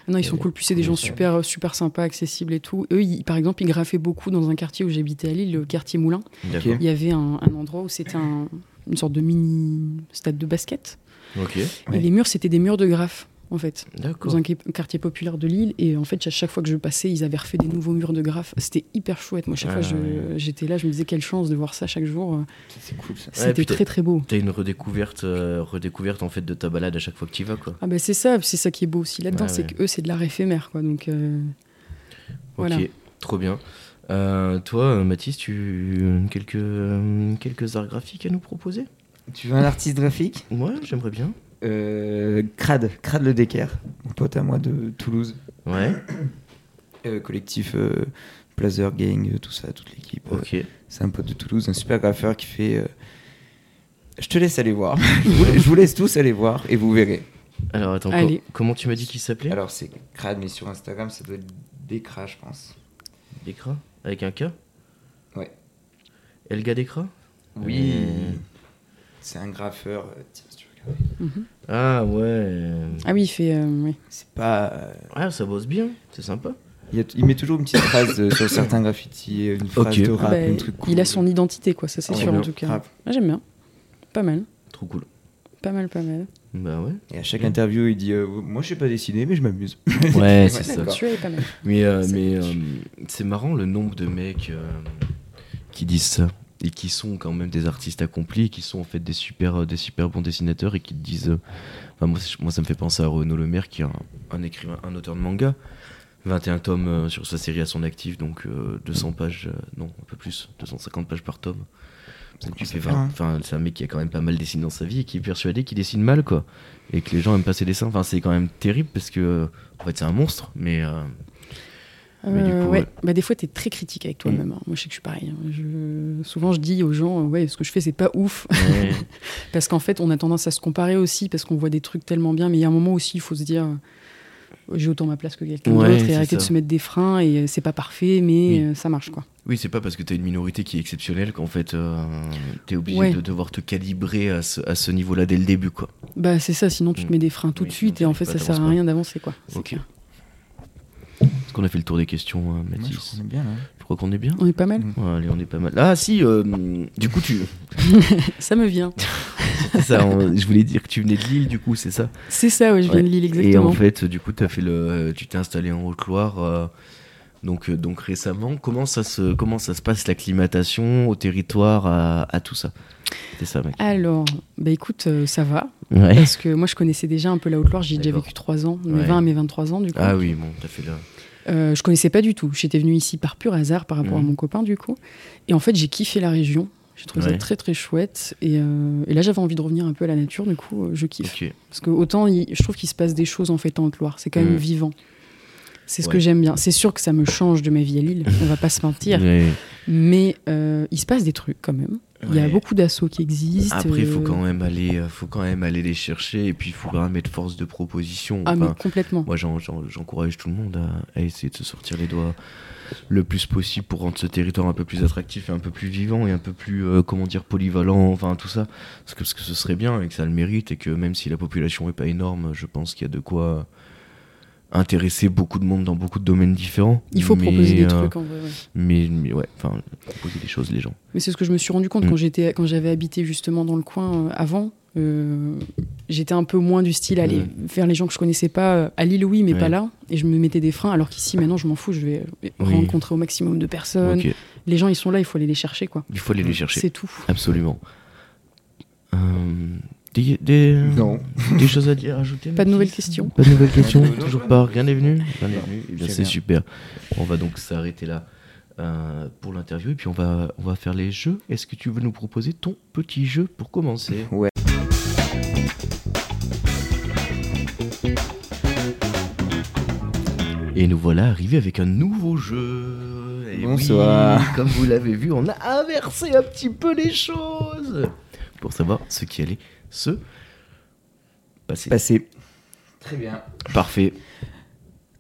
[SPEAKER 3] Non, ils sont cool. Puis c'est des gens super super sympas, accessibles et tout. Eux, ils- par exemple, ils graffaient beaucoup dans un quartier où j'habitais à Lille, le quartier Moulin.
[SPEAKER 1] D'accord.
[SPEAKER 3] Il y avait un, un endroit où c'était un- une sorte de mini stade de basket.
[SPEAKER 1] Ok.
[SPEAKER 2] Ouais.
[SPEAKER 3] Et les murs, c'était des murs de graphes en fait.
[SPEAKER 1] D'accord.
[SPEAKER 3] dans un qui- quartier populaire de Lille. Et en fait, à chaque fois que je passais, ils avaient refait des nouveaux murs de graphes. C'était hyper chouette. Moi, chaque
[SPEAKER 1] Ah,
[SPEAKER 3] fois, je-
[SPEAKER 1] ouais.
[SPEAKER 3] j'étais là, je me disais quelle chance de voir ça chaque jour.
[SPEAKER 2] C'est cool ça.
[SPEAKER 3] C'était
[SPEAKER 1] putain.
[SPEAKER 3] très très beau.
[SPEAKER 1] T'as une redécouverte, euh, redécouverte en fait de ta balade à chaque fois que tu vas quoi.
[SPEAKER 3] Ah ben c'est ça, c'est ça qui est beau aussi là-dedans,
[SPEAKER 1] Ouais,
[SPEAKER 3] c'est
[SPEAKER 1] ouais.
[SPEAKER 3] que eux c'est de l'art éphémère quoi. Donc euh,
[SPEAKER 1] Ok,
[SPEAKER 3] Voilà.
[SPEAKER 1] trop bien. Euh, toi, euh, Mathis, tu quelques euh, quelques arts graphiques à nous proposer
[SPEAKER 2] Tu veux un artiste graphique
[SPEAKER 1] Ouais, j'aimerais bien.
[SPEAKER 2] Euh, Crade, Crade le Decker, mon pote à moi de Toulouse.
[SPEAKER 1] Ouais.
[SPEAKER 2] Euh, collectif euh, Blazer Gang, euh, tout ça, toute l'équipe. Euh,
[SPEAKER 1] Ok.
[SPEAKER 2] C'est un pote de Toulouse, un super graffeur qui fait. euh, Je te laisse aller voir. (laughs) je, vous, je vous laisse tous aller voir et vous verrez.
[SPEAKER 1] Alors attends, co-
[SPEAKER 3] Allez.
[SPEAKER 1] comment tu m'as dit qu'il s'appelait
[SPEAKER 2] Alors c'est Crade, mais sur Instagram ça doit être Decra, je pense.
[SPEAKER 1] Décra avec un K.
[SPEAKER 2] Ouais.
[SPEAKER 1] Elga Décra
[SPEAKER 2] Oui.
[SPEAKER 1] Euh.
[SPEAKER 2] C'est un graffeur. euh, Tiens, si tu veux regarder.
[SPEAKER 3] mhm.
[SPEAKER 1] Ah ouais.
[SPEAKER 3] ah oui, il fait euh, ouais.
[SPEAKER 2] C'est pas. euh,
[SPEAKER 1] Ah, ça bosse bien, c'est sympa.
[SPEAKER 2] Il, y a t- il met toujours une petite phrase euh, sur certains graffitis, euh, une phrase
[SPEAKER 1] Ok.
[SPEAKER 2] de
[SPEAKER 3] Ah
[SPEAKER 2] rap,
[SPEAKER 3] ben,
[SPEAKER 2] un truc cool.
[SPEAKER 3] il a son identité quoi, ça c'est
[SPEAKER 2] Ah,
[SPEAKER 3] sûr
[SPEAKER 1] ouais.
[SPEAKER 3] en tout cas.
[SPEAKER 2] Grave.
[SPEAKER 3] Ah, J'aime bien, pas mal,
[SPEAKER 1] Trop cool.
[SPEAKER 3] pas mal, pas mal.
[SPEAKER 1] Bah ouais.
[SPEAKER 2] Et à chaque interview, il dit euh, Moi, je sais pas dessiner, mais je m'amuse.
[SPEAKER 1] (laughs)
[SPEAKER 2] (laughs)
[SPEAKER 1] Ouais, c'est ça.
[SPEAKER 2] d'accord.
[SPEAKER 3] Celui-là est pas mal.
[SPEAKER 1] Mais, euh,
[SPEAKER 3] Ça
[SPEAKER 1] mais
[SPEAKER 3] marche.
[SPEAKER 1] euh, c'est marrant le nombre de mecs euh, qui disent ça et qui sont quand même des artistes accomplis, qui sont en fait des super, euh, des super bons dessinateurs et qui te disent. euh, enfin, moi, c'est- moi, ça me fait penser à Renaud Lemaire qui est un, un écrivain, un auteur de manga. 21 tomes euh, sur sa série à son actif, donc euh, 200 pages, euh, non, un peu plus, 250 pages par tome.
[SPEAKER 2] Ça
[SPEAKER 1] Donc, il
[SPEAKER 2] commence
[SPEAKER 1] fait
[SPEAKER 2] à faire,
[SPEAKER 1] 20
[SPEAKER 2] hein.
[SPEAKER 1] Enfin, c'est un mec qui a quand même pas mal dessiné dans sa vie et qui est persuadé qu'il dessine mal, quoi. Et que les gens aiment pas ses dessins. Enfin, c'est quand même terrible parce que, euh, en fait, c'est un monstre, mais. euh, Mais du
[SPEAKER 3] Euh,
[SPEAKER 1] coup,
[SPEAKER 3] ouais.
[SPEAKER 1] ouais.
[SPEAKER 3] bah, des fois, tu es très critique avec toi-même. hein. Moi, je sais que je suis pareil. hein. Je- Souvent, je dis aux gens, euh, ouais, ce que je fais, c'est pas ouf.
[SPEAKER 1] ouais.
[SPEAKER 3] parce qu'en fait, on a tendance à se comparer aussi, parce qu'on voit des trucs tellement bien. Mais il y a un moment aussi, il faut se dire, euh, j'ai autant ma place que quelqu'un
[SPEAKER 1] Ouais,
[SPEAKER 3] d'autre,
[SPEAKER 1] c'est
[SPEAKER 3] et arrêter
[SPEAKER 1] ça.
[SPEAKER 3] de se mettre des freins. Et euh, c'est pas parfait, mais
[SPEAKER 1] Oui.
[SPEAKER 3] euh, ça marche, quoi.
[SPEAKER 1] (laughs) Oui, c'est pas parce que t'as une minorité qui est exceptionnelle qu'en fait, euh, t'es obligé
[SPEAKER 3] Ouais.
[SPEAKER 1] de devoir te calibrer à ce, à ce niveau-là dès le début, quoi.
[SPEAKER 3] Bah, c'est ça. Sinon, tu te
[SPEAKER 1] Mm.
[SPEAKER 3] mets des freins tout
[SPEAKER 1] Oui,
[SPEAKER 3] de
[SPEAKER 1] sinon,
[SPEAKER 3] suite,
[SPEAKER 1] tu
[SPEAKER 3] et en
[SPEAKER 1] fais
[SPEAKER 3] fait,
[SPEAKER 1] pas,
[SPEAKER 3] ça sert à
[SPEAKER 1] t'avances
[SPEAKER 3] rien d'avancer, quoi. C'est
[SPEAKER 1] Ok.
[SPEAKER 3] clair.
[SPEAKER 1] Est-ce qu'on a fait le tour des questions, euh,
[SPEAKER 2] Moi, je
[SPEAKER 1] Mathis
[SPEAKER 2] connais bien là.
[SPEAKER 1] Je crois qu'on est bien.
[SPEAKER 3] On est pas mal.
[SPEAKER 1] Ouais, allez, on est pas mal. Ah, si, euh, du coup, tu. (laughs)
[SPEAKER 3] Ça me vient.
[SPEAKER 1] Mm. C'est ça, on- je voulais dire que tu venais de Lille, du coup, c'est ça.
[SPEAKER 3] C'est ça, ouais, je viens
[SPEAKER 1] Ouais.
[SPEAKER 3] de Lille,
[SPEAKER 1] Et en
[SPEAKER 3] exactement.
[SPEAKER 1] fait, du coup, as fait le, tu t'es installé en Haute-Loire, euh, donc, euh, donc récemment. Comment ça se, comment ça se passe l'acclimatation au territoire, à, à tout ça C'est ça, mec.
[SPEAKER 3] Alors, bah écoute, euh, ça va.
[SPEAKER 1] Ouais.
[SPEAKER 3] Parce que moi, je connaissais déjà un peu la Haute-Loire. J'ai déjà
[SPEAKER 1] Eh. D'accord.
[SPEAKER 3] vécu 3 ans, de mes
[SPEAKER 1] Ouais.
[SPEAKER 3] 20 à mes 23 ans, du coup.
[SPEAKER 1] Ah oui, bon, t'as fait le.
[SPEAKER 3] Euh, je connaissais pas du tout. J'étais venue ici par pur hasard par rapport à
[SPEAKER 1] Mhm.
[SPEAKER 3] mon copain, du coup. Et en fait, j'ai kiffé la région. J'ai trouvé
[SPEAKER 1] Ouais.
[SPEAKER 3] ça très, très chouette. Et, euh, et là, j'avais envie de revenir un peu à la nature, du coup, euh, je kiffe.
[SPEAKER 1] Ok.
[SPEAKER 3] Parce que autant, il- je trouve qu'il se passe des choses, en fait, en Haute-Loire. C'est quand même
[SPEAKER 1] Mhm.
[SPEAKER 3] vivant. C'est ce
[SPEAKER 1] Ouais.
[SPEAKER 3] que j'aime bien. C'est sûr que ça me change de ma vie
[SPEAKER 1] (laughs)
[SPEAKER 3] à Lille, on va pas se mentir.
[SPEAKER 1] Ouais.
[SPEAKER 3] Mais euh, il se passe des trucs quand même. Il y a
[SPEAKER 1] Ouais.
[SPEAKER 3] beaucoup d'assauts qui existent.
[SPEAKER 1] Après, il faut
[SPEAKER 3] euh,
[SPEAKER 1] quand même aller, euh, faut quand même aller les chercher, et puis il faut quand même être force de proposition.
[SPEAKER 3] Ah,
[SPEAKER 1] Enfin,
[SPEAKER 3] mais complètement.
[SPEAKER 1] Moi, j'en- j'en- j'encourage tout le monde à, à essayer de se sortir les doigts le plus possible pour rendre ce territoire un peu plus attractif et un peu plus vivant et un peu plus, euh, comment dire, polyvalent, enfin tout ça. Parce que, parce que ce serait bien et que ça le mérite et que même si la population est pas énorme, je pense qu'il y a de quoi intéresser beaucoup de monde dans beaucoup de domaines différents.
[SPEAKER 3] Il faut
[SPEAKER 1] Mais,
[SPEAKER 3] proposer des
[SPEAKER 1] euh,
[SPEAKER 3] trucs en vrai. ouais.
[SPEAKER 1] Mais, mais ouais, enfin, proposer des choses, les gens.
[SPEAKER 3] Mais c'est ce que je me suis rendu compte
[SPEAKER 1] Mm.
[SPEAKER 3] quand j'étais, quand j'avais habité justement dans le coin euh, avant. euh, j'étais un peu moins du style aller vers les gens que je connaissais pas euh, à Lille oui mais
[SPEAKER 1] Mm. Ouais.
[SPEAKER 3] pas là et je me mettais des freins alors qu'ici maintenant je m'en fous je vais euh,
[SPEAKER 1] Oui.
[SPEAKER 3] rencontrer au maximum de personnes
[SPEAKER 1] Ok.
[SPEAKER 3] les gens ils sont là il faut aller les chercher quoi
[SPEAKER 1] Il faut aller les chercher.
[SPEAKER 3] c'est tout
[SPEAKER 1] Absolument. Euh, des, des-
[SPEAKER 2] Non. Ah,
[SPEAKER 1] des choses à dire, à ajouter
[SPEAKER 3] pas de
[SPEAKER 1] Mathis
[SPEAKER 3] nouvelles questions
[SPEAKER 1] Pas de nouvelles questions
[SPEAKER 2] Non, non,
[SPEAKER 1] Toujours
[SPEAKER 2] non.
[SPEAKER 1] pas Rien n'est venu Rien n'est
[SPEAKER 2] Non,
[SPEAKER 1] venu Eh bien,
[SPEAKER 2] c'est
[SPEAKER 1] c'est
[SPEAKER 2] bien.
[SPEAKER 1] super. On va donc s'arrêter là euh, pour l'interview et puis on va, on va faire les jeux. Est-ce que tu veux nous proposer ton petit jeu pour commencer
[SPEAKER 2] Ouais.
[SPEAKER 1] Et nous voilà arrivés avec un nouveau jeu. Et oui,
[SPEAKER 2] Bonsoir.
[SPEAKER 1] comme vous l'avez vu, on a inversé un petit peu les choses pour savoir ce qui allait se passer.
[SPEAKER 2] Passé. Très bien.
[SPEAKER 1] Parfait.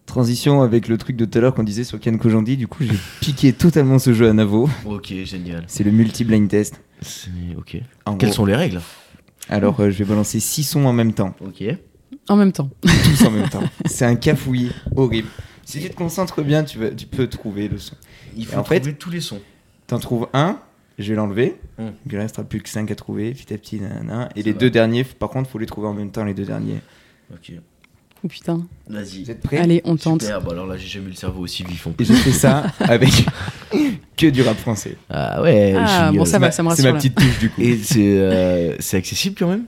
[SPEAKER 2] Transition avec le truc de tout à l'heure qu'on disait sur Ken Kojandi. Du coup, j'ai piqué totalement ce jeu à Navo.
[SPEAKER 1] Ok, génial.
[SPEAKER 2] C'est le multi-blind test.
[SPEAKER 1] C'est- Ok.
[SPEAKER 2] En
[SPEAKER 1] Quelles
[SPEAKER 2] gros.
[SPEAKER 1] sont les règles
[SPEAKER 2] Alors, euh, je vais balancer 6 sons en même temps.
[SPEAKER 1] Ok.
[SPEAKER 3] en même temps
[SPEAKER 2] Tous en (laughs) même temps. C'est un cafouillis horrible. Si tu te concentres bien, tu, vas- tu peux trouver le son.
[SPEAKER 1] Il
[SPEAKER 2] Et en fait-
[SPEAKER 1] tous les sons.
[SPEAKER 2] T'en trouves un, je vais l'enlever.
[SPEAKER 1] Hmm.
[SPEAKER 2] Il ne restera plus que 5 à trouver, petit à petit. nanana. Et
[SPEAKER 1] Ça
[SPEAKER 2] les
[SPEAKER 1] va.
[SPEAKER 2] deux derniers, par contre, faut les trouver en même temps, les deux derniers.
[SPEAKER 1] Ok.
[SPEAKER 3] oh putain
[SPEAKER 2] Vous
[SPEAKER 1] Vas-y.
[SPEAKER 2] êtes prêts
[SPEAKER 3] allez on tente
[SPEAKER 1] Super, bah alors là j'ai jamais eu le cerveau aussi vif en
[SPEAKER 2] Et
[SPEAKER 1] plus.
[SPEAKER 2] j'ai fait ça (laughs) avec que du rap français.
[SPEAKER 1] Ah ouais,
[SPEAKER 3] Ah,
[SPEAKER 1] génial.
[SPEAKER 3] bon, Ça
[SPEAKER 2] C'est
[SPEAKER 3] va,
[SPEAKER 2] ma-
[SPEAKER 3] ça me
[SPEAKER 2] C'est
[SPEAKER 3] rassure,
[SPEAKER 2] ma
[SPEAKER 3] là.
[SPEAKER 2] petite touche du coup.
[SPEAKER 1] Et c'est euh, c'est accessible quand même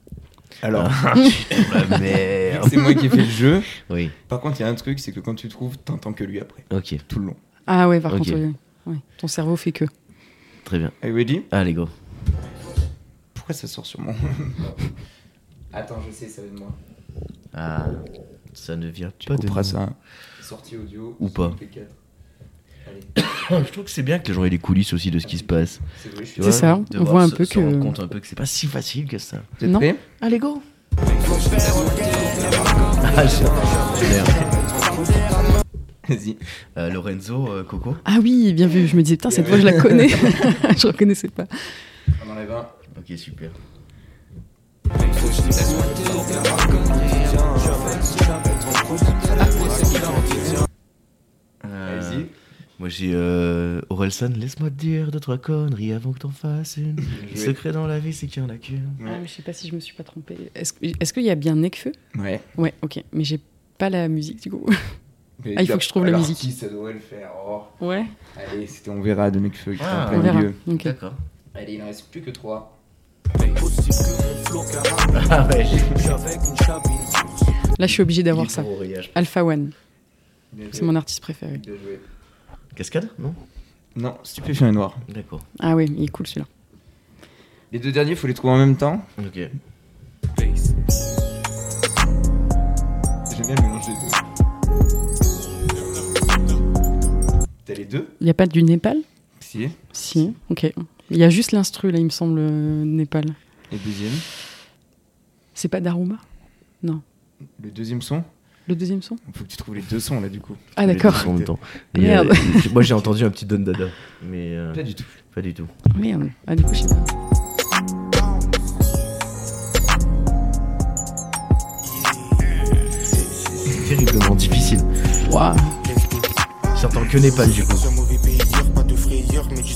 [SPEAKER 2] (laughs) Alors,
[SPEAKER 1] (laughs) Oh la merde.
[SPEAKER 2] c'est moi qui ai fait le jeu.
[SPEAKER 1] (laughs) Oui,
[SPEAKER 2] Par contre, il y a un truc, c'est que quand tu trouves, t'entends que lui après,
[SPEAKER 1] ok,
[SPEAKER 2] tout le long.
[SPEAKER 3] ah ouais par
[SPEAKER 1] Ok.
[SPEAKER 3] contre ouais. Ouais, ton cerveau fait que
[SPEAKER 1] très bien.
[SPEAKER 2] Are you ready
[SPEAKER 1] Allez go.
[SPEAKER 2] Pourquoi ça sort sur mon. (laughs) Attends, je sais, ça va de moi.
[SPEAKER 1] Ah, ça ne vient
[SPEAKER 2] Tu
[SPEAKER 1] pas de
[SPEAKER 2] couperas
[SPEAKER 1] nous.
[SPEAKER 2] ça. Sortie audio.
[SPEAKER 1] Ou pas.
[SPEAKER 2] MP4.
[SPEAKER 1] (laughs)
[SPEAKER 2] Allez,
[SPEAKER 1] Je trouve que c'est bien que les gens aient les coulisses aussi de ce qui se passe.
[SPEAKER 2] c'est vrai, je suis
[SPEAKER 1] Tu vois,
[SPEAKER 3] ça, on
[SPEAKER 1] devoir
[SPEAKER 3] voit un
[SPEAKER 1] se-
[SPEAKER 3] peu
[SPEAKER 1] se
[SPEAKER 3] que-
[SPEAKER 1] rendre compte un peu que c'est pas si facile que ça.
[SPEAKER 2] Vous êtes
[SPEAKER 3] Non.
[SPEAKER 2] prêts
[SPEAKER 1] Allez go. Ah, j'ai- merde.
[SPEAKER 2] Vas-y.
[SPEAKER 1] Euh, Lorenzo, euh, Coco.
[SPEAKER 3] ah oui bien vu je me disais putain cette voix je
[SPEAKER 1] (laughs)
[SPEAKER 3] la connais (laughs) je reconnaissais pas
[SPEAKER 2] On enlève un.
[SPEAKER 1] Ok super. Euh,
[SPEAKER 2] Vas-y.
[SPEAKER 1] Moi j'ai euh, Orelsan, laisse-moi te dire deux trois conneries avant que t'en fasses (laughs) une. Le
[SPEAKER 2] joué.
[SPEAKER 1] secret dans la vie c'est qu'il y en a qu'une.
[SPEAKER 3] Ah, mais je sais pas si je me suis pas trompée. Est-ce que- est-ce qu'il y a bien Necfeu
[SPEAKER 2] Ouais.
[SPEAKER 3] Ouais, ok. Mais j'ai pas la musique du coup.
[SPEAKER 2] Mais
[SPEAKER 3] Ah, il faut
[SPEAKER 2] là-
[SPEAKER 3] que je trouve la
[SPEAKER 2] alors,
[SPEAKER 3] musique.
[SPEAKER 2] Qui ça devrait le faire Oh.
[SPEAKER 3] (laughs) Ouais.
[SPEAKER 2] Allez, c'était on verra de Necfeu qui
[SPEAKER 1] Ah,
[SPEAKER 2] sera en
[SPEAKER 1] on
[SPEAKER 3] On
[SPEAKER 2] plein
[SPEAKER 3] verra.
[SPEAKER 2] milieu.
[SPEAKER 3] Ok.
[SPEAKER 1] (laughs) D'accord.
[SPEAKER 2] Allez, il en reste plus que 3.
[SPEAKER 1] Ah ouais. Ah, bah,
[SPEAKER 3] Là, je suis obligée d'avoir ça. Alpha One. C'est mon artiste préféré.
[SPEAKER 2] Bien joué.
[SPEAKER 1] Cascade Non
[SPEAKER 2] Non, stupéfiant et noir.
[SPEAKER 1] D'accord.
[SPEAKER 3] Ah oui, il est cool celui-là.
[SPEAKER 2] Les deux derniers, faut les trouver en même temps.
[SPEAKER 1] Ok.
[SPEAKER 2] J'aime bien mélanger les deux. T'as les deux
[SPEAKER 3] Il n'y a pas du Népal
[SPEAKER 2] Si.
[SPEAKER 3] Si, ok. Il y a juste l'instru là, il me semble, euh, Népal.
[SPEAKER 2] Et le deuxième
[SPEAKER 3] C'est pas Daruma
[SPEAKER 2] Le deuxième son
[SPEAKER 3] Le deuxième son
[SPEAKER 2] Faut que tu trouves les deux sons là du coup.
[SPEAKER 3] Ah
[SPEAKER 1] Les
[SPEAKER 3] d'accord.
[SPEAKER 1] deux sont en même
[SPEAKER 3] (laughs)
[SPEAKER 1] temps. Et,
[SPEAKER 3] Merde.
[SPEAKER 1] euh, moi (laughs) j'ai entendu un petit Don Dada, mais euh,
[SPEAKER 2] Pas du tout.
[SPEAKER 1] pas du tout.
[SPEAKER 3] Merde. Ah du coup je sais pas.
[SPEAKER 1] C'est terriblement difficile.
[SPEAKER 3] Waouh.
[SPEAKER 1] J'entends que Népal du coup.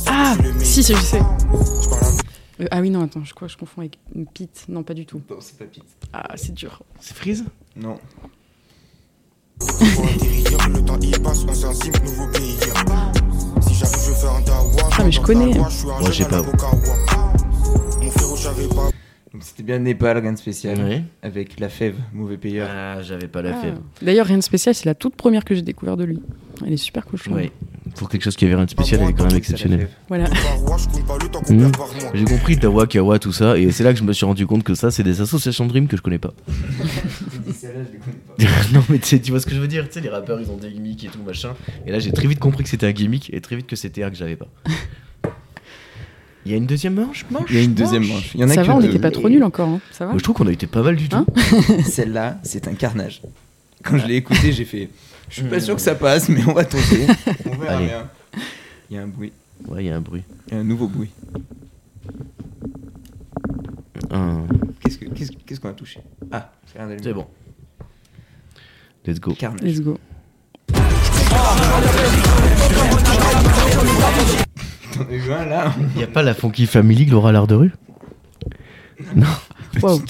[SPEAKER 3] Ah Si, si, je sais. Euh, ah oui, non, attends, je crois que je confonds avec une Pete. Non, pas du tout.
[SPEAKER 2] Non, c'est pas Pete.
[SPEAKER 3] Ah, c'est dur.
[SPEAKER 1] C'est Freeze
[SPEAKER 2] Non.
[SPEAKER 5] Ah mais je connais.
[SPEAKER 1] Moi, j'ai pas.
[SPEAKER 2] Donc c'était bien Népal, rien de spécial.
[SPEAKER 1] Oui.
[SPEAKER 2] Avec La Fève, Mauvais Payeur.
[SPEAKER 1] Ah, j'avais pas la
[SPEAKER 3] Ah.
[SPEAKER 1] fève.
[SPEAKER 3] D'ailleurs, rien de spécial, c'est la toute première que j'ai découverte de lui. Elle est super cool, je trouve.
[SPEAKER 1] Ouais. Pour quelque chose qui avait rien de spécial, elle est quand même exceptionnelle.
[SPEAKER 3] Voilà.
[SPEAKER 1] Mmh. J'ai compris Dawa, Kawa, tout ça, et c'est là que je me suis rendu compte que ça, c'est des associations Dream que je connais pas. (laughs) non, mais tu sais, tu vois ce que je veux dire Tu sais, les rappeurs, ils ont des gimmicks et tout, machin. Et là, j'ai très vite compris que c'était un gimmick, et très vite que c'était un que
[SPEAKER 3] (laughs)
[SPEAKER 1] j'avais pas. Il y a une deuxième manche, manche
[SPEAKER 2] Il y a une deuxième manche. Il y en a
[SPEAKER 3] Ça
[SPEAKER 2] que
[SPEAKER 3] va, on
[SPEAKER 2] deux. (laughs)
[SPEAKER 3] n'était pas trop nuls encore, hein. ça va
[SPEAKER 1] Moi, je trouve qu'on a été pas mal du tout.
[SPEAKER 3] Hein
[SPEAKER 2] Celle-là, c'est un carnage. Quand je l'ai écouté, j'ai fait. Je suis pas sûr que ça passe, mais on va tenter. On verra
[SPEAKER 1] Allez.
[SPEAKER 2] bien. Il y a un bruit.
[SPEAKER 1] ouais, il y a un bruit.
[SPEAKER 2] Il y a un nouveau bruit.
[SPEAKER 1] Un-
[SPEAKER 2] Qu'est-ce que- qu'est-ce- qu'est-ce qu'on a touché Ah, c'est un
[SPEAKER 1] C'est bon. Let's go.
[SPEAKER 2] Carnage.
[SPEAKER 3] Let's go.
[SPEAKER 2] T'en as eu un là
[SPEAKER 1] Il y a pas la Funky Family, Laura Larderue
[SPEAKER 3] Waouh.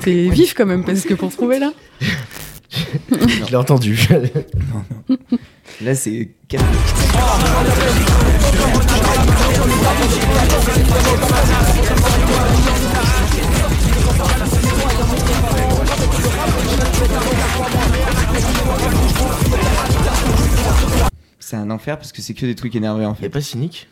[SPEAKER 3] T'es vif quand même, parce
[SPEAKER 1] (laughs)
[SPEAKER 3] que pour trouver là.
[SPEAKER 1] Je l'ai (laughs) entendu.
[SPEAKER 2] Là, c'est carnage. C'est un enfer parce que c'est que des trucs énervés en
[SPEAKER 1] Il y a
[SPEAKER 2] fait.
[SPEAKER 1] pas Cynique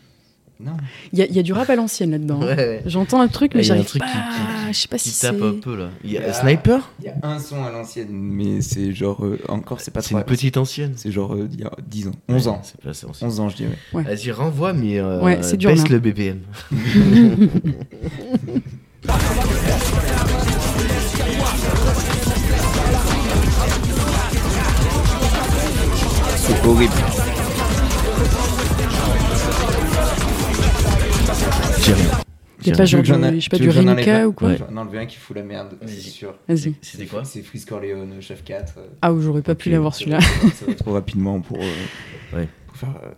[SPEAKER 2] Non.
[SPEAKER 3] Il y, a- il y a du rap à l'ancienne là-dedans. hein. J'entends un truc, mais
[SPEAKER 1] Il y a un
[SPEAKER 3] j'arrive
[SPEAKER 1] truc
[SPEAKER 3] pas.
[SPEAKER 1] qui-
[SPEAKER 3] Je sais pas si Bah.
[SPEAKER 1] Qui
[SPEAKER 3] c'est.
[SPEAKER 1] tape un peu là. Il y a
[SPEAKER 2] Ah.
[SPEAKER 1] Sniper
[SPEAKER 2] Il y a un son à l'ancienne, mais c'est genre. euh, encore, c'est pas
[SPEAKER 1] Oh, C'est
[SPEAKER 2] trop.
[SPEAKER 1] une petite ancienne.
[SPEAKER 2] C'est genre euh, il y a 10 ans. 11 ans.
[SPEAKER 1] C'est pas c'est ancien.
[SPEAKER 2] 11 ans, je dirais.
[SPEAKER 1] Vas-y, renvoie, mais euh,
[SPEAKER 3] Ouais, c'est dur,
[SPEAKER 1] baisse
[SPEAKER 3] là.
[SPEAKER 1] le BPM.
[SPEAKER 2] C'est horrible.
[SPEAKER 1] J'ai rien.
[SPEAKER 3] T'es
[SPEAKER 1] J'ai rien.
[SPEAKER 2] Tu
[SPEAKER 3] pas
[SPEAKER 2] veux
[SPEAKER 3] Ah, genre
[SPEAKER 2] que j'en
[SPEAKER 3] du-
[SPEAKER 2] a-
[SPEAKER 3] je sais pas,
[SPEAKER 2] tu
[SPEAKER 3] du
[SPEAKER 2] veux que j'en enlève
[SPEAKER 3] Renka
[SPEAKER 2] un
[SPEAKER 3] ou quoi
[SPEAKER 1] Ouais.
[SPEAKER 2] J'en enlève un qu'il fout la merde, c'est sûr.
[SPEAKER 3] Vas-y.
[SPEAKER 1] C'était quoi
[SPEAKER 2] C'est Freeze Corleone, euh, chef 4. euh,
[SPEAKER 3] Ah, ou j'aurais pas pu
[SPEAKER 2] c'est-
[SPEAKER 3] l'avoir
[SPEAKER 1] (laughs)
[SPEAKER 2] ça
[SPEAKER 3] celui-là.
[SPEAKER 2] va- (laughs) Ça va trop rapidement pour. euh,
[SPEAKER 1] Ouais.
[SPEAKER 2] Pour faire. euh,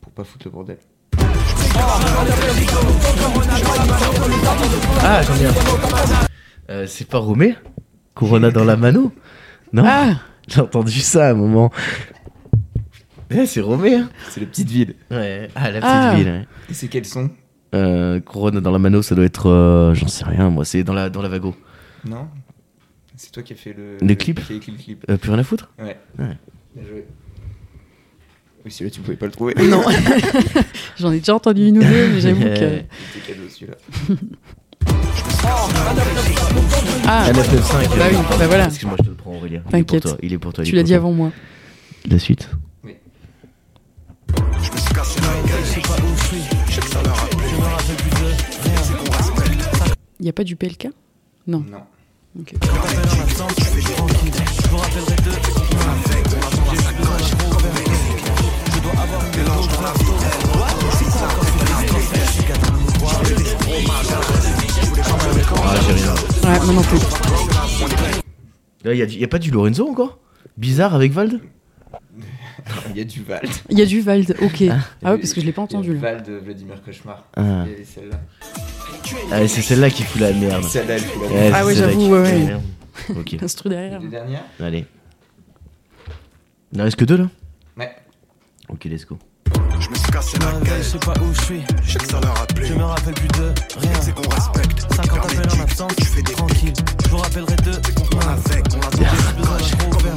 [SPEAKER 2] pour pas foutre le bordel.
[SPEAKER 1] Ah, j'en ai un. Euh, c'est pas Romé Corona dans la mano Non
[SPEAKER 3] Ah
[SPEAKER 1] (laughs) J'ai entendu ça à un moment. Eh, c'est Romé, hein
[SPEAKER 2] C'est les petites villes.
[SPEAKER 1] Ouais. Ah, la petite
[SPEAKER 3] Ah.
[SPEAKER 1] ville, ouais.
[SPEAKER 2] Et c'est quels son
[SPEAKER 1] Euh, Corona dans la mano, ça doit être. euh, J'en sais rien, moi, c'est dans la, dans la vago.
[SPEAKER 2] Non C'est toi qui as fait le.
[SPEAKER 1] Le clip
[SPEAKER 2] Qui a écrit le clip.
[SPEAKER 1] Euh, plus rien à foutre
[SPEAKER 2] Ouais.
[SPEAKER 1] Ouais.
[SPEAKER 2] Bien joué. Oui, celui-là, tu pouvais pas le trouver.
[SPEAKER 3] (laughs) Non J'en ai déjà entendu une ou deux, mais j'avoue que.
[SPEAKER 2] C'était cadeau celui-là.
[SPEAKER 3] Ah
[SPEAKER 1] (laughs) Ah, 995.
[SPEAKER 3] Bah oui,
[SPEAKER 1] pardon.
[SPEAKER 3] bah voilà.
[SPEAKER 1] euh, Excuse-moi, je te le prends, Aurélien. Il est pour
[SPEAKER 3] T'inquiète.
[SPEAKER 1] toi. Il est pour toi. il
[SPEAKER 3] Tu
[SPEAKER 1] est
[SPEAKER 3] l'as
[SPEAKER 1] pour
[SPEAKER 3] dit
[SPEAKER 1] toi.
[SPEAKER 3] avant moi.
[SPEAKER 1] La suite.
[SPEAKER 3] Il y a pas du PLK Non.
[SPEAKER 2] Non.
[SPEAKER 3] Ok.
[SPEAKER 1] Ah. Ah, j'ai rien.
[SPEAKER 3] Ouais, moi non plus.
[SPEAKER 1] Là, il y a, du- il y a pas du Lorenzo encore Bizarre avec Vald
[SPEAKER 2] Il y a du Vald.
[SPEAKER 3] Il y a du Vald, ok. Ah ouais, parce que je l'ai pas entendu là.
[SPEAKER 2] Val de Vladimir Cauchemar.
[SPEAKER 1] Ah.
[SPEAKER 2] Il y avait celle-là.
[SPEAKER 1] Ah, c'est celle-là qui fout la merde.
[SPEAKER 2] Celle-là, elle fout la
[SPEAKER 1] Ouais,
[SPEAKER 3] Ah
[SPEAKER 1] c'est
[SPEAKER 3] ouais,
[SPEAKER 1] celle-là
[SPEAKER 3] j'avoue,
[SPEAKER 1] qui
[SPEAKER 3] ouais,
[SPEAKER 1] fout la
[SPEAKER 3] ouais.
[SPEAKER 1] merde. Ok,
[SPEAKER 3] L'instru derrière.
[SPEAKER 2] Les deux dernières
[SPEAKER 1] allez. Il en reste que deux là
[SPEAKER 2] Ouais.
[SPEAKER 1] Ok, let's go.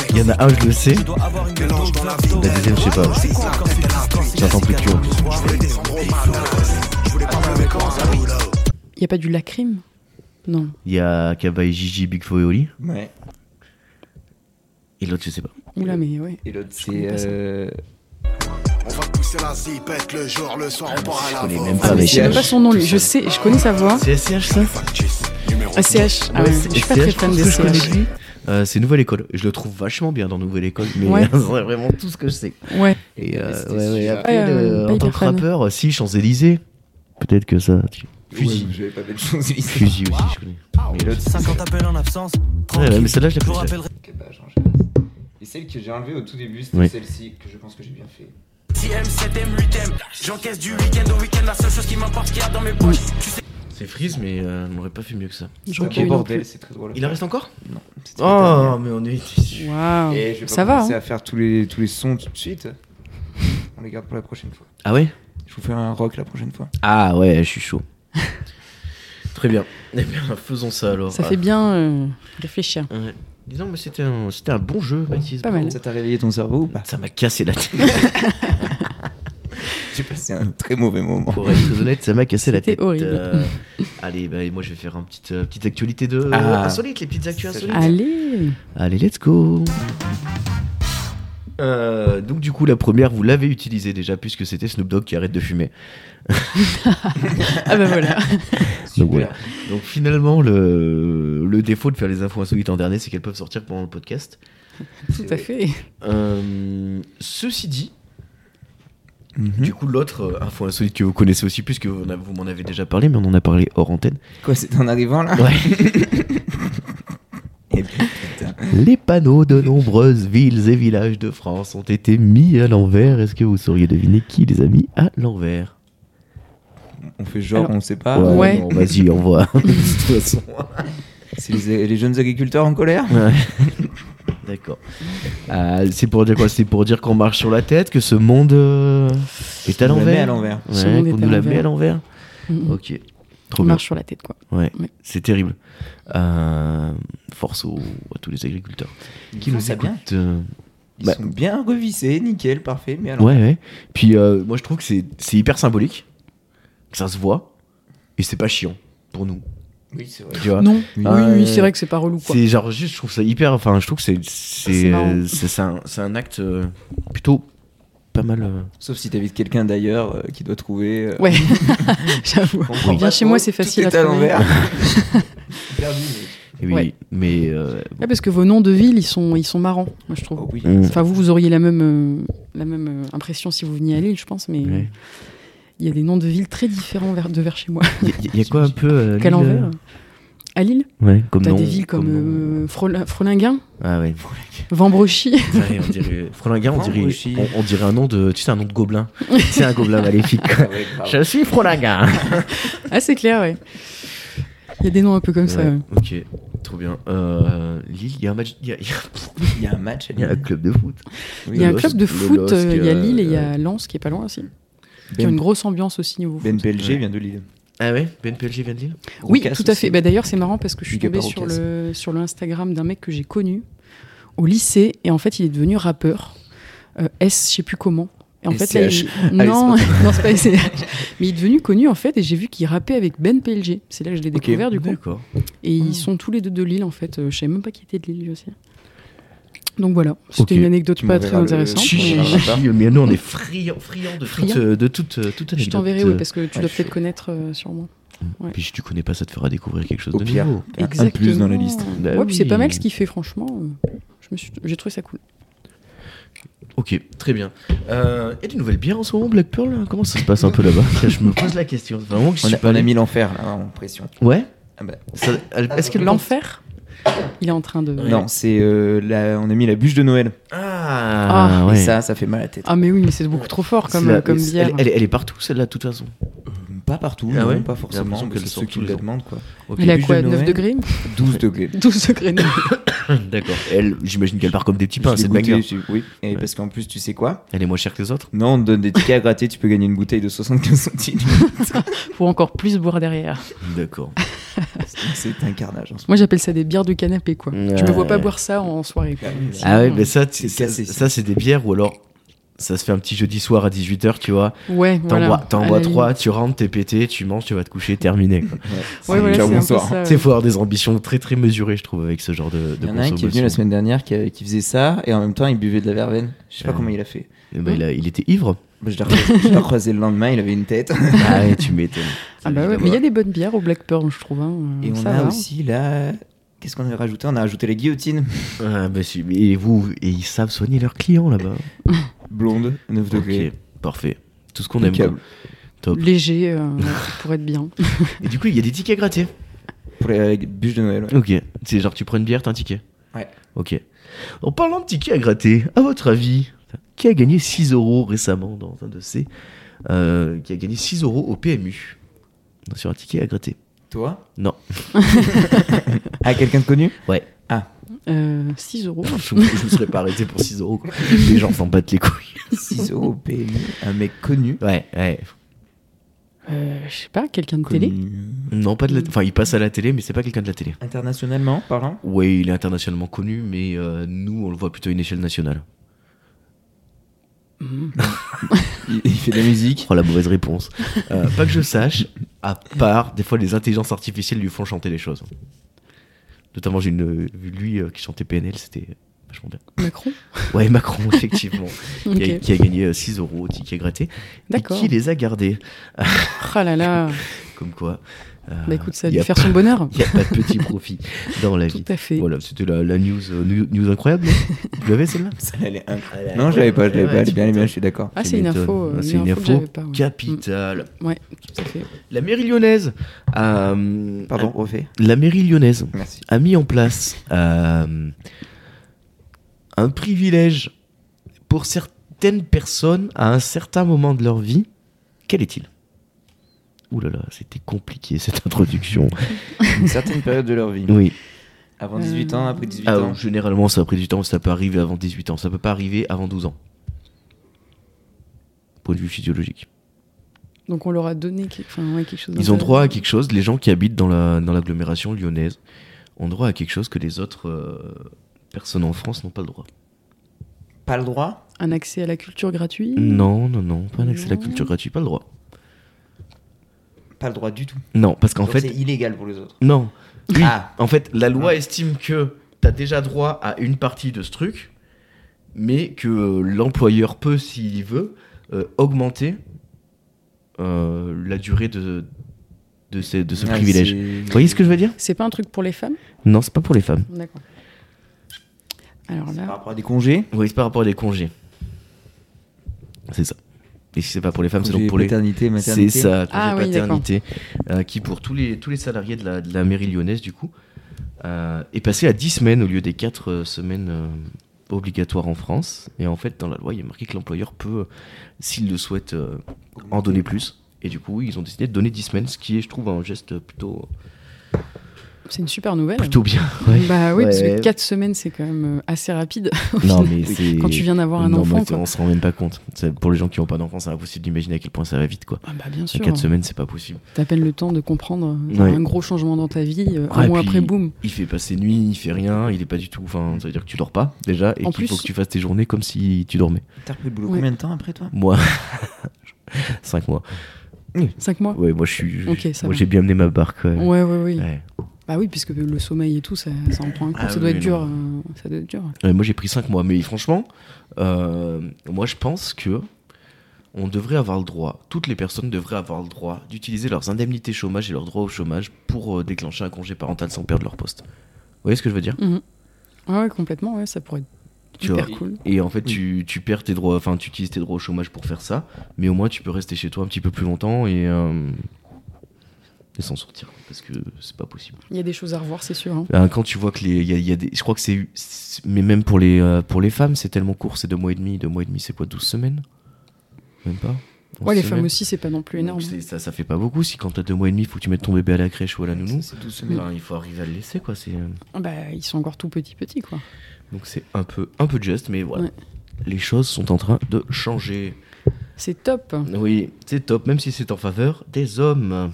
[SPEAKER 1] Il y en a un, je le sais. La deuxième, je sais pas. J'entends plus que tu en plus.
[SPEAKER 3] Y a pas du lacrim Non.
[SPEAKER 1] Il y a Kabai, Gigi, Bigfo et Oli.
[SPEAKER 2] Ouais.
[SPEAKER 1] Et l'autre, je sais pas.
[SPEAKER 3] Oula, mais ouais.
[SPEAKER 2] Et l'autre,
[SPEAKER 3] connais
[SPEAKER 2] c'est.
[SPEAKER 3] pas ça.
[SPEAKER 2] euh,
[SPEAKER 5] On va pousser la zipette le jour, le soir, on part à la
[SPEAKER 1] connais
[SPEAKER 5] vente.
[SPEAKER 1] même
[SPEAKER 3] Ah,
[SPEAKER 1] Ah,
[SPEAKER 3] mais
[SPEAKER 1] mais
[SPEAKER 3] je sais même
[SPEAKER 1] CH,
[SPEAKER 3] pas son nom, lui. Je sais, je connais sa voix.
[SPEAKER 1] C'est SCH ça
[SPEAKER 5] Factice, numéro
[SPEAKER 3] Ah, CH. Ah, ouais, je suis pas très fan des
[SPEAKER 1] je connais
[SPEAKER 3] CH.
[SPEAKER 1] de lui. Euh, c'est Nouvelle École. Je le trouve vachement bien dans Nouvelle École, mais
[SPEAKER 3] Ouais.
[SPEAKER 1] (laughs) c'est vraiment tout ce que je sais.
[SPEAKER 3] Ouais.
[SPEAKER 1] Et
[SPEAKER 2] Et
[SPEAKER 1] euh,
[SPEAKER 2] c'était
[SPEAKER 1] ouais, ouais,
[SPEAKER 2] celui-là.
[SPEAKER 1] après,
[SPEAKER 3] Ouais,
[SPEAKER 1] le-
[SPEAKER 3] euh, pas
[SPEAKER 1] en tant
[SPEAKER 3] hyper
[SPEAKER 1] que
[SPEAKER 3] fan.
[SPEAKER 1] rappeur, euh, si, Champs-Élysées. Peut-être que ça. tu- Fusil.
[SPEAKER 2] ouais, J'avais pas fait de choses ici.
[SPEAKER 1] Fusil aussi, je connais.
[SPEAKER 2] Et l'autre, c'est.
[SPEAKER 6] 50 appels en absence.
[SPEAKER 1] Ouais, ouais, mais
[SPEAKER 6] tranquille.
[SPEAKER 1] celle-là, je l'ai
[SPEAKER 6] Je vous
[SPEAKER 1] plus.
[SPEAKER 6] rappellerai
[SPEAKER 2] que- bah, j'en jette. Et celle que j'ai enlevée au tout début, c'était
[SPEAKER 1] Oui.
[SPEAKER 2] celle-ci, que je pense que j'ai bien fait.
[SPEAKER 6] si M, 7M, 8M. J'encaisse du week-end au week-end. La seule chose qui m'importe qu'il y a dans mes poches. Tu sais,
[SPEAKER 1] C'est Freeze, mais euh, on aurait pas fait mieux que ça.
[SPEAKER 3] J'en
[SPEAKER 2] C'est
[SPEAKER 3] connais
[SPEAKER 2] beau
[SPEAKER 3] non
[SPEAKER 2] bordel,
[SPEAKER 3] plus.
[SPEAKER 2] c'est très drôle.
[SPEAKER 1] Il en reste encore
[SPEAKER 2] Non. c'était pas
[SPEAKER 1] Oh, mais on est.
[SPEAKER 3] Waouh.
[SPEAKER 2] terminé. Et je vais
[SPEAKER 3] Ça
[SPEAKER 2] pas
[SPEAKER 3] va.
[SPEAKER 2] commencer
[SPEAKER 3] hein.
[SPEAKER 2] à faire tous les, tous les sons tout de suite. On les garde pour la prochaine fois.
[SPEAKER 1] Ah ouais
[SPEAKER 2] Je vous ferai un rock la prochaine fois.
[SPEAKER 1] Ah ouais, je suis chaud. (laughs) Très bien. Eh bien, faisons ça alors.
[SPEAKER 3] Ça
[SPEAKER 1] Ah.
[SPEAKER 3] fait bien euh, réfléchir.
[SPEAKER 1] Ouais. Disons, mais c'était un, c'était un bon jeu, Baptiste.
[SPEAKER 3] Pas mal.
[SPEAKER 2] Ça t'a réveillé ton cerveau ou pas
[SPEAKER 1] Ça m'a cassé la tête.
[SPEAKER 2] (laughs) J'ai passé un très mauvais
[SPEAKER 1] (laughs)
[SPEAKER 2] moment.
[SPEAKER 1] Pour être très honnête, ça m'a cassé la
[SPEAKER 3] C'était
[SPEAKER 1] tête.
[SPEAKER 3] horrible.
[SPEAKER 1] Euh, allez, bah, moi je vais faire une petite, euh, petite actualité de
[SPEAKER 2] Ah.
[SPEAKER 1] insolite, les petites actus
[SPEAKER 2] Ça,
[SPEAKER 1] insolites. Allez,
[SPEAKER 3] Allez.
[SPEAKER 1] let's go. Euh, donc du coup la première vous l'avez utilisée déjà puisque c'était Snoop Dogg qui arrête de fumer.
[SPEAKER 3] Ah bah voilà.
[SPEAKER 1] Donc voilà. Donc finalement le, le défaut de faire les infos insolites en dernier c'est qu'elles peuvent sortir pendant le podcast.
[SPEAKER 3] Tout à fait.
[SPEAKER 1] Euh, ceci dit,
[SPEAKER 2] Mhm.
[SPEAKER 1] du coup l'autre euh, info insolite que vous connaissez aussi puisque vous, en avez- vous m'en avez déjà parlé mais on en a parlé hors antenne.
[SPEAKER 2] Quoi, c'est en arrivant là
[SPEAKER 1] Ouais.
[SPEAKER 2] (laughs) Eh ben, putain.
[SPEAKER 1] Les panneaux de nombreuses villes et villages de France ont été mis à l'envers. Est-ce que vous sauriez deviner qui les a mis à l'envers
[SPEAKER 2] On fait genre,
[SPEAKER 3] Alors-
[SPEAKER 2] on sait pas.
[SPEAKER 3] Ouais.
[SPEAKER 1] non, Vas-y, on
[SPEAKER 3] (laughs)
[SPEAKER 1] voit. De toute façon.
[SPEAKER 2] C'est les, les jeunes agriculteurs en colère
[SPEAKER 1] Ouais. D'accord. Euh, c'est pour dire quoi C'est pour dire qu'on marche sur la tête, que ce monde euh, est à
[SPEAKER 2] On la met à
[SPEAKER 1] l'envers.
[SPEAKER 2] l'envers.
[SPEAKER 1] Ouais,
[SPEAKER 3] Ce monde est
[SPEAKER 1] qu'on
[SPEAKER 3] à
[SPEAKER 1] nous la
[SPEAKER 3] l'envers.
[SPEAKER 1] met à l'envers.
[SPEAKER 3] Mhm.
[SPEAKER 1] Ok. Trop bien.
[SPEAKER 3] Marche sur la tête, quoi.
[SPEAKER 1] Ouais.
[SPEAKER 3] Ouais.
[SPEAKER 1] C'est terrible. Euh, force aux, à tous les agriculteurs qui
[SPEAKER 2] Ils
[SPEAKER 1] nous
[SPEAKER 2] font ça bien.
[SPEAKER 1] écoutent. euh,
[SPEAKER 2] Ils
[SPEAKER 1] Bah.
[SPEAKER 2] sont bien revissés, nickel, parfait. Mais alors,
[SPEAKER 1] Ouais, ouais. Puis euh, moi, je trouve que c'est c'est hyper symbolique. que Ça se voit. Et c'est pas chiant pour nous.
[SPEAKER 2] oui, c'est vrai.
[SPEAKER 1] Tu vois
[SPEAKER 3] Non.
[SPEAKER 2] Oui.
[SPEAKER 1] Euh,
[SPEAKER 3] Oui, oui, c'est vrai que c'est pas relou, quoi.
[SPEAKER 1] C'est genre juste, je trouve ça hyper. Enfin, je trouve que c'est.
[SPEAKER 3] C'est
[SPEAKER 1] C'est
[SPEAKER 3] marrant.
[SPEAKER 1] euh, c'est- c'est un, c'est un acte euh, plutôt pas mal. euh,
[SPEAKER 2] Sauf si t'habites quelqu'un d'ailleurs euh, qui doit trouver. euh,
[SPEAKER 3] Ouais. J'avoue.
[SPEAKER 2] on comprend
[SPEAKER 3] Bien
[SPEAKER 2] pas
[SPEAKER 3] chez
[SPEAKER 2] trop,
[SPEAKER 3] moi, c'est
[SPEAKER 2] tout
[SPEAKER 3] facile
[SPEAKER 2] est
[SPEAKER 3] à trouver.
[SPEAKER 2] l'envers. (laughs) Perdu, mais-
[SPEAKER 1] et oui,
[SPEAKER 3] Ouais.
[SPEAKER 1] mais. euh, bon.
[SPEAKER 3] Ouais, parce que vos noms de villes, ils sont, ils sont marrants, moi je trouve.
[SPEAKER 2] Oh oui.
[SPEAKER 1] Mm.
[SPEAKER 3] Enfin, vous, vous auriez la même, euh, la même euh, impression si vous veniez à Lille, je pense, mais
[SPEAKER 1] Ouais.
[SPEAKER 3] il y a des noms de villes très différents vers, de vers chez moi.
[SPEAKER 1] Il y, a quoi un peu. euh,
[SPEAKER 3] Qu'à
[SPEAKER 1] Lille,
[SPEAKER 3] l'envers À Lille
[SPEAKER 1] euh, Ouais, comme
[SPEAKER 3] T'as
[SPEAKER 1] nom,
[SPEAKER 3] des villes comme,
[SPEAKER 1] nom.
[SPEAKER 3] euh, Frolin- Frolinguin,
[SPEAKER 1] Ah ouais.
[SPEAKER 3] Vambrochy.
[SPEAKER 1] Ouais, on dirait. Frolinguin, on dirait,
[SPEAKER 2] Vambrochy.
[SPEAKER 1] on, on dirait un nom de. Tu sais, un nom de
[SPEAKER 3] (laughs)
[SPEAKER 1] gobelin. C'est un gobelin maléfique. quoi.
[SPEAKER 2] Ah ouais, grave.
[SPEAKER 1] (laughs) Je suis Frolinguin.
[SPEAKER 3] ah, c'est clair, ouais. Il y a des noms un peu comme ça. ouais.
[SPEAKER 1] Ouais, Ok, trop bien. Euh, Lille, il y a un match. Il y a, il y a-
[SPEAKER 2] Il y a un match. à
[SPEAKER 1] il y a un
[SPEAKER 2] Lille.
[SPEAKER 1] club de foot.
[SPEAKER 2] Oui,
[SPEAKER 3] Il y a un
[SPEAKER 1] Le
[SPEAKER 3] club
[SPEAKER 1] LOSC,
[SPEAKER 3] de
[SPEAKER 1] le
[SPEAKER 3] foot,
[SPEAKER 1] LOSC,
[SPEAKER 3] euh, il y a
[SPEAKER 1] euh,
[SPEAKER 3] Lille et il y a Lens qui est pas loin aussi, qui a
[SPEAKER 2] Ben,
[SPEAKER 3] une grosse ambiance aussi niveau
[SPEAKER 2] ben
[SPEAKER 3] foot.
[SPEAKER 2] PLG
[SPEAKER 1] Ouais.
[SPEAKER 2] vient de Lille.
[SPEAKER 1] Ah ouais BNPLG vient de Lille
[SPEAKER 3] Oui,
[SPEAKER 2] Roucas
[SPEAKER 3] tout à
[SPEAKER 2] aussi.
[SPEAKER 3] fait. Bah, D'ailleurs, c'est marrant parce que je suis
[SPEAKER 2] Big up
[SPEAKER 3] tombée
[SPEAKER 2] à
[SPEAKER 3] sur
[SPEAKER 2] Roucas.
[SPEAKER 3] le, sur le Instagram d'un mec que j'ai connu au lycée et en fait, il est devenu rappeur. Euh, S, je sais plus comment. Et en fait, là,
[SPEAKER 2] SCH.
[SPEAKER 3] il... non, (laughs) non, c'est pas SCH. Mais il est devenu connu en fait et j'ai vu qu'il rappait avec Ben PLG. C'est là que je l'ai
[SPEAKER 2] Ok.
[SPEAKER 3] découvert du coup.
[SPEAKER 1] D'accord.
[SPEAKER 3] Et ils sont tous les deux de Lille en fait. Euh, Je savais même pas qu'il était de Lille lui aussi. Donc voilà, c'était
[SPEAKER 1] Ok.
[SPEAKER 3] une anecdote
[SPEAKER 2] Tu
[SPEAKER 3] pas
[SPEAKER 2] m'enverras
[SPEAKER 3] très
[SPEAKER 2] le-
[SPEAKER 3] intéressante.
[SPEAKER 2] tu
[SPEAKER 3] mais-
[SPEAKER 2] m'enverras le-
[SPEAKER 1] Chichi, mais nous on est friands friands de,
[SPEAKER 3] Friands.
[SPEAKER 1] toute, euh, de toute, euh, toute
[SPEAKER 3] (laughs) Je
[SPEAKER 1] anecdote.
[SPEAKER 3] t'enverrai, oui, parce que tu
[SPEAKER 2] ouais,
[SPEAKER 3] dois
[SPEAKER 2] je-
[SPEAKER 3] peut-être connaître euh, sûrement. ouais.
[SPEAKER 1] Puis si tu connais pas, ça te fera découvrir quelque chose
[SPEAKER 2] Au
[SPEAKER 1] de
[SPEAKER 2] pire.
[SPEAKER 1] nouveau.
[SPEAKER 2] Un de plus dans la liste.
[SPEAKER 3] Exactement.
[SPEAKER 1] Bah
[SPEAKER 3] ouais, puis c'est pas
[SPEAKER 1] oui.
[SPEAKER 3] mal ce qu'il fait, franchement. euh, je me suis- J'ai trouvé ça cool.
[SPEAKER 1] Ok, très bien. Euh, Il y a des nouvelles bières en ce moment, Black Pearl là Comment ça se passe un peu là-bas (laughs) Je me pose la question. C'est vraiment que je
[SPEAKER 2] On
[SPEAKER 1] suis
[SPEAKER 2] a,
[SPEAKER 1] pas
[SPEAKER 2] on a
[SPEAKER 1] allé.
[SPEAKER 2] mis l'enfer là, en pression.
[SPEAKER 1] Ouais
[SPEAKER 2] Ah bah.
[SPEAKER 1] Ça- elle- Est-ce qu'elle
[SPEAKER 3] L'enfer, il est en train de.
[SPEAKER 2] Non, c'est euh, la- on a mis la bûche de Noël.
[SPEAKER 1] Ah,
[SPEAKER 3] Ah,
[SPEAKER 1] ouais.
[SPEAKER 2] Et ça, ça fait mal à la tête.
[SPEAKER 3] Ah, mais oui, mais c'est beaucoup trop fort
[SPEAKER 1] C'est
[SPEAKER 3] comme,
[SPEAKER 1] la-
[SPEAKER 3] comme
[SPEAKER 1] c'est-
[SPEAKER 3] bière.
[SPEAKER 1] Elle, elle est- elle est partout celle-là, de toute façon.
[SPEAKER 2] Pas partout,
[SPEAKER 1] Ah
[SPEAKER 2] non,
[SPEAKER 1] ouais
[SPEAKER 2] pas
[SPEAKER 1] J'ai
[SPEAKER 2] forcément.
[SPEAKER 1] l'impression
[SPEAKER 2] mais
[SPEAKER 1] qu'elle
[SPEAKER 2] C'est
[SPEAKER 1] sort
[SPEAKER 2] ceux qui
[SPEAKER 1] tous les
[SPEAKER 2] le
[SPEAKER 1] ans.
[SPEAKER 2] demandent quoi.
[SPEAKER 1] Ok.
[SPEAKER 3] Il a
[SPEAKER 2] bûche
[SPEAKER 3] quoi
[SPEAKER 2] de
[SPEAKER 3] 9
[SPEAKER 2] Noël.
[SPEAKER 3] degrés (laughs)
[SPEAKER 2] 12 degrés.
[SPEAKER 3] 12 degrés. non.
[SPEAKER 1] D'accord. Elle, j'imagine qu'elle part comme des petits
[SPEAKER 2] Je
[SPEAKER 1] pains,
[SPEAKER 2] l'ai
[SPEAKER 1] cette
[SPEAKER 2] goûté,
[SPEAKER 1] banger.
[SPEAKER 2] j'ai- Oui, et parce qu'en plus, tu sais quoi
[SPEAKER 1] Elle est moins chère que les autres
[SPEAKER 2] Non, on te donne des tickets à gratter, tu peux gagner une bouteille de 75 centimes.
[SPEAKER 3] Pour encore plus boire derrière.
[SPEAKER 1] D'accord.
[SPEAKER 2] C'est un carnage en ce
[SPEAKER 3] Moi, j'appelle ça des bières de canapé, quoi. Je me vois pas boire ça en soirée. quoi.
[SPEAKER 2] moment.
[SPEAKER 1] Ah ouais, mais ça, tu-
[SPEAKER 2] C'est
[SPEAKER 1] ça,
[SPEAKER 2] cassé,
[SPEAKER 1] ça, c'est des bières ou alors ça se fait un petit jeudi soir à 18h, tu vois.
[SPEAKER 3] Ouais,
[SPEAKER 1] T'en
[SPEAKER 3] voilà.
[SPEAKER 1] bois, t'en
[SPEAKER 3] à
[SPEAKER 1] bois
[SPEAKER 3] la
[SPEAKER 1] trois, tu rentres, t'es pété, tu manges, tu vas te coucher, terminé. quoi.
[SPEAKER 3] limite. Ouais,
[SPEAKER 2] Ciao,
[SPEAKER 3] voilà, c'est un peu
[SPEAKER 2] bonsoir.
[SPEAKER 3] ça, ouais.
[SPEAKER 1] Tu sais, faut avoir des ambitions très très mesurées, je trouve, avec ce genre de, de
[SPEAKER 4] Il y en a un qui est venu la semaine dernière qui, qui faisait ça et en même temps il buvait de la verveine. Je sais pas
[SPEAKER 1] Ouais.
[SPEAKER 4] comment il a fait.
[SPEAKER 1] Eh ben, il, a- il était ivre.
[SPEAKER 4] Bah, Je l'ai recroisé- je l'ai recroisé le lendemain, il avait une tête.
[SPEAKER 1] Ah ouais, tu m'étonnes.
[SPEAKER 3] Ah bah ouais, mais il y a des bonnes bières au Black Pearl, je trouve. hein.
[SPEAKER 4] Et on
[SPEAKER 3] Ça
[SPEAKER 4] a
[SPEAKER 3] va.
[SPEAKER 4] aussi là. Qu'est-ce qu'on avait rajouté On a rajouté les guillotines.
[SPEAKER 1] Ah, bah, si, mais et vous, et ils savent soigner leurs clients là-bas.
[SPEAKER 4] Blonde, 9
[SPEAKER 1] Ok,
[SPEAKER 4] degrés.
[SPEAKER 1] parfait. Tout ce qu'on aime.
[SPEAKER 4] Impeccable.
[SPEAKER 1] Top.
[SPEAKER 3] Léger
[SPEAKER 1] (laughs)
[SPEAKER 3] euh, pour être bien.
[SPEAKER 1] Et du coup, il y a des tickets grattés.
[SPEAKER 4] Pour les bûches de
[SPEAKER 1] (laughs)
[SPEAKER 4] Noël. ouais.
[SPEAKER 1] Ok. C'est genre, tu prends une bière, t'as un ticket.
[SPEAKER 4] Ouais.
[SPEAKER 1] Ok. En parlant de tickets à gratter, à votre avis, qui a gagné 6 euros récemment dans un de ces. euh, qui a gagné 6 euros au PMU Sur un ticket à gratter.
[SPEAKER 4] Toi
[SPEAKER 1] Non. (laughs)
[SPEAKER 4] Ah, quelqu'un de connu
[SPEAKER 1] Ouais.
[SPEAKER 3] Euh, 6 euros.
[SPEAKER 1] Je me je me serais pas arrêté pour 6 euros. quoi. Les gens s'en battent les couilles.
[SPEAKER 4] 6 euros au PMU, un mec connu.
[SPEAKER 1] Ouais, ouais.
[SPEAKER 3] Euh, je sais pas, quelqu'un de télé
[SPEAKER 1] Non, pas de la. Enfin, il passe à la télé, mais c'est pas quelqu'un de la télé.
[SPEAKER 4] Internationalement parlant
[SPEAKER 1] Ouais, il est internationalement connu, mais euh, nous, on le voit plutôt à une échelle nationale.
[SPEAKER 4] il, il fait de la
[SPEAKER 1] (laughs)
[SPEAKER 4] musique.
[SPEAKER 1] Oh, la mauvaise réponse. Euh, pas que je sache, à part, des fois, les intelligences artificielles lui font chanter les choses. Notamment, j'ai une, lui euh, qui chantait PNL, c'était vachement bien. (laughs)
[SPEAKER 3] Macron
[SPEAKER 1] Ouais, Macron, effectivement,
[SPEAKER 3] (laughs) Ok.
[SPEAKER 1] qui, a, qui a gagné euh, 6 euros au ticket gratté. Et
[SPEAKER 3] D'accord.
[SPEAKER 1] qui les a gardés.
[SPEAKER 3] Ah là là.
[SPEAKER 1] Comme quoi. euh,
[SPEAKER 3] Bah écoute, ça a
[SPEAKER 1] il y
[SPEAKER 3] dû
[SPEAKER 1] a
[SPEAKER 3] faire
[SPEAKER 1] pas-
[SPEAKER 3] son bonheur.
[SPEAKER 1] Il n'y a pas de petit profit dans la
[SPEAKER 3] (laughs) Tout
[SPEAKER 1] vie.
[SPEAKER 3] à fait.
[SPEAKER 1] Voilà, c'était la, la news, euh, nu- news incroyable.
[SPEAKER 3] (laughs)
[SPEAKER 1] non Vous l'avez celle-là
[SPEAKER 4] Ça, elle est incroyable. Non, je l'avais pas, je l'avais
[SPEAKER 1] Ouais,
[SPEAKER 4] pas. Elle
[SPEAKER 1] tu
[SPEAKER 4] est bien, elle est bien,
[SPEAKER 1] m'étonnes.
[SPEAKER 4] je suis d'accord.
[SPEAKER 3] Ah,
[SPEAKER 1] Tu
[SPEAKER 3] c'est une
[SPEAKER 1] m'étonnes.
[SPEAKER 3] info. euh,
[SPEAKER 1] C'est une
[SPEAKER 3] que
[SPEAKER 1] info
[SPEAKER 3] j'avais pas, ouais.
[SPEAKER 1] capitale.
[SPEAKER 3] Mm. Ouais, tout à fait.
[SPEAKER 1] La mairie lyonnaise a, euh,
[SPEAKER 4] Pardon, refais.
[SPEAKER 1] la mairie lyonnaise
[SPEAKER 4] Merci.
[SPEAKER 1] a mis en place euh, un privilège pour certaines personnes à un certain moment de leur vie. Quel est-il Ouh là là, c'était compliqué (laughs) cette introduction.
[SPEAKER 4] Une certaine période de leur vie.
[SPEAKER 1] Oui.
[SPEAKER 4] Avant 18 ans, après 18
[SPEAKER 1] Ah,
[SPEAKER 4] ans.
[SPEAKER 1] généralement, ça a pris du temps, ça peut arriver avant 18 ans, ça peut pas arriver avant 12 ans. Point de vue physiologique.
[SPEAKER 3] Donc on leur a donné que- enfin, ouais, quelque chose.
[SPEAKER 1] Ils ont droit à
[SPEAKER 3] d'intéressant.
[SPEAKER 1] quelque chose, les gens qui habitent dans la- dans l'agglomération lyonnaise ont droit à quelque chose que les autres euh, personnes en France n'ont pas le droit.
[SPEAKER 4] Pas le droit
[SPEAKER 3] Un accès à la culture gratuit
[SPEAKER 1] Non, non, non, pas l'accès à la
[SPEAKER 3] Non.
[SPEAKER 1] culture gratuite, pas le droit.
[SPEAKER 4] Pas le droit du tout.
[SPEAKER 1] Non, parce qu'en
[SPEAKER 4] Donc C'est
[SPEAKER 1] fait,
[SPEAKER 4] illégal pour les autres.
[SPEAKER 1] non. Oui,
[SPEAKER 4] Ah.
[SPEAKER 1] en fait, la loi estime que tu as déjà droit à une partie de ce truc, mais que euh, l'employeur peut, s'il y veut, euh, augmenter euh, la durée de, de, ces- de ce
[SPEAKER 4] Ah,
[SPEAKER 1] privilège.
[SPEAKER 4] c'est-
[SPEAKER 1] Vous voyez ce que je veux dire
[SPEAKER 3] C'est pas un truc pour les femmes
[SPEAKER 1] Non, c'est pas pour les femmes.
[SPEAKER 3] D'accord. Alors
[SPEAKER 4] Par
[SPEAKER 3] là,
[SPEAKER 4] rapport à des congés
[SPEAKER 1] Oui, c'est par rapport à des congés. C'est ça. Et si c'est pas pour les femmes, c'est donc
[SPEAKER 4] Congés
[SPEAKER 1] pour les.
[SPEAKER 4] paternité,
[SPEAKER 1] C'est
[SPEAKER 4] maternité.
[SPEAKER 1] ça, congé
[SPEAKER 3] Ah oui, d'accord.
[SPEAKER 1] paternité, euh, qui pour tous les, tous les salariés de la, de la mairie lyonnaise, du coup, euh, est passé à 10 semaines au lieu des 4 semaines euh, obligatoires en France. Et en fait, dans la loi, il y a marqué que l'employeur peut, euh, s'il le souhaite, euh, en donner plus. Et du coup, ils ont décidé de donner 10 semaines, ce qui est, je trouve, un geste plutôt,
[SPEAKER 3] Ah c'est une super nouvelle.
[SPEAKER 1] plutôt
[SPEAKER 3] (laughs)
[SPEAKER 1] bien. ouais.
[SPEAKER 3] Bah oui, parce
[SPEAKER 1] Ouais.
[SPEAKER 3] que 4 semaines, c'est quand même euh, assez rapide. au
[SPEAKER 1] Non,
[SPEAKER 3] final,
[SPEAKER 1] mais c'est.
[SPEAKER 3] Quand tu viens d'avoir un
[SPEAKER 1] Non, mais
[SPEAKER 3] enfant.
[SPEAKER 1] on
[SPEAKER 3] Quoi.
[SPEAKER 1] s'en rend même pas compte. C'est- Pour les gens qui n'ont pas d'enfant, c'est impossible d'imaginer à quel point ça va vite, quoi.
[SPEAKER 3] Ah bah bien
[SPEAKER 1] En
[SPEAKER 3] sûr,
[SPEAKER 1] 4 semaines, c'est pas possible.
[SPEAKER 3] t'as à peine le temps de comprendre euh,
[SPEAKER 1] Ouais.
[SPEAKER 3] un gros changement dans ta vie, euh,
[SPEAKER 1] Ouais,
[SPEAKER 3] un mois
[SPEAKER 1] puis-
[SPEAKER 3] après, boum.
[SPEAKER 1] Il fait passer nuit, il fait rien, il est pas du tout. Enfin, ça veut dire que tu dors pas déjà et
[SPEAKER 3] En
[SPEAKER 1] qu'il faut
[SPEAKER 3] plus-
[SPEAKER 1] que tu fasses tes journées comme si tu dormais.
[SPEAKER 4] T'as repris le boulot
[SPEAKER 3] Ouais.
[SPEAKER 4] combien de temps après toi
[SPEAKER 1] Moi, (laughs) 5 mois.
[SPEAKER 3] 5 mois
[SPEAKER 1] Ouais, moi je suis.
[SPEAKER 3] Ok, ça
[SPEAKER 1] moi
[SPEAKER 3] va.
[SPEAKER 1] j'ai bien mené ma barque. Ouais.
[SPEAKER 3] Ouais, ouais, oui.
[SPEAKER 1] Ouais.
[SPEAKER 3] Bah oui, puisque le sommeil et tout, ça, ça en prend un coup.
[SPEAKER 1] Ah
[SPEAKER 3] ça,
[SPEAKER 1] oui,
[SPEAKER 3] doit être
[SPEAKER 1] oui,
[SPEAKER 3] dur, euh, ça doit être dur.
[SPEAKER 1] Ouais, moi j'ai pris 5 mois, mais franchement, euh, moi je pense que on devrait avoir le droit, toutes les personnes devraient avoir le droit d'utiliser leurs indemnités chômage et leurs droits au chômage pour euh, déclencher un congé parental sans perdre leur poste. Vous voyez ce que je veux dire
[SPEAKER 3] Ah Ouais, ouais, complètement, ouais, ça pourrait être
[SPEAKER 1] Tu
[SPEAKER 3] hyper
[SPEAKER 1] vois.
[SPEAKER 3] cool.
[SPEAKER 1] Et en fait, tu, tu perds tes droits, enfin, tu utilises tes droits au chômage pour faire ça, mais au moins tu peux rester chez toi un petit peu plus longtemps et, euh, et s'en sortir, parce que c'est pas possible.
[SPEAKER 3] Il y a des choses à revoir, c'est sûr. hein.
[SPEAKER 1] Ben, quand tu vois que les, il y a, il y a des, je crois que c'est, c'est- mais même pour les, euh, pour les femmes, c'est tellement court, c'est deux mois et demi, deux mois et demi, c'est quoi, 12 semaines Même pas onze
[SPEAKER 3] Ouais, les
[SPEAKER 1] semaines
[SPEAKER 3] femmes aussi, c'est pas non plus énorme.
[SPEAKER 1] Donc, c'est- ça, ça fait pas beaucoup si quand t'as deux mois et demi, faut que tu mettes ton bébé à la crèche ou à la nounou.
[SPEAKER 4] C'est 12 semaines.
[SPEAKER 1] Enfin, il faut arriver à le laisser, quoi. C'est, euh,
[SPEAKER 3] Ah Bah, ils sont encore tout petits, petits, quoi.
[SPEAKER 1] donc c'est un peu, un peu de geste, mais voilà.
[SPEAKER 3] Ouais.
[SPEAKER 1] Les choses sont en train de changer.
[SPEAKER 3] C'est top.
[SPEAKER 1] Oui, c'est top, même si c'est en faveur des hommes.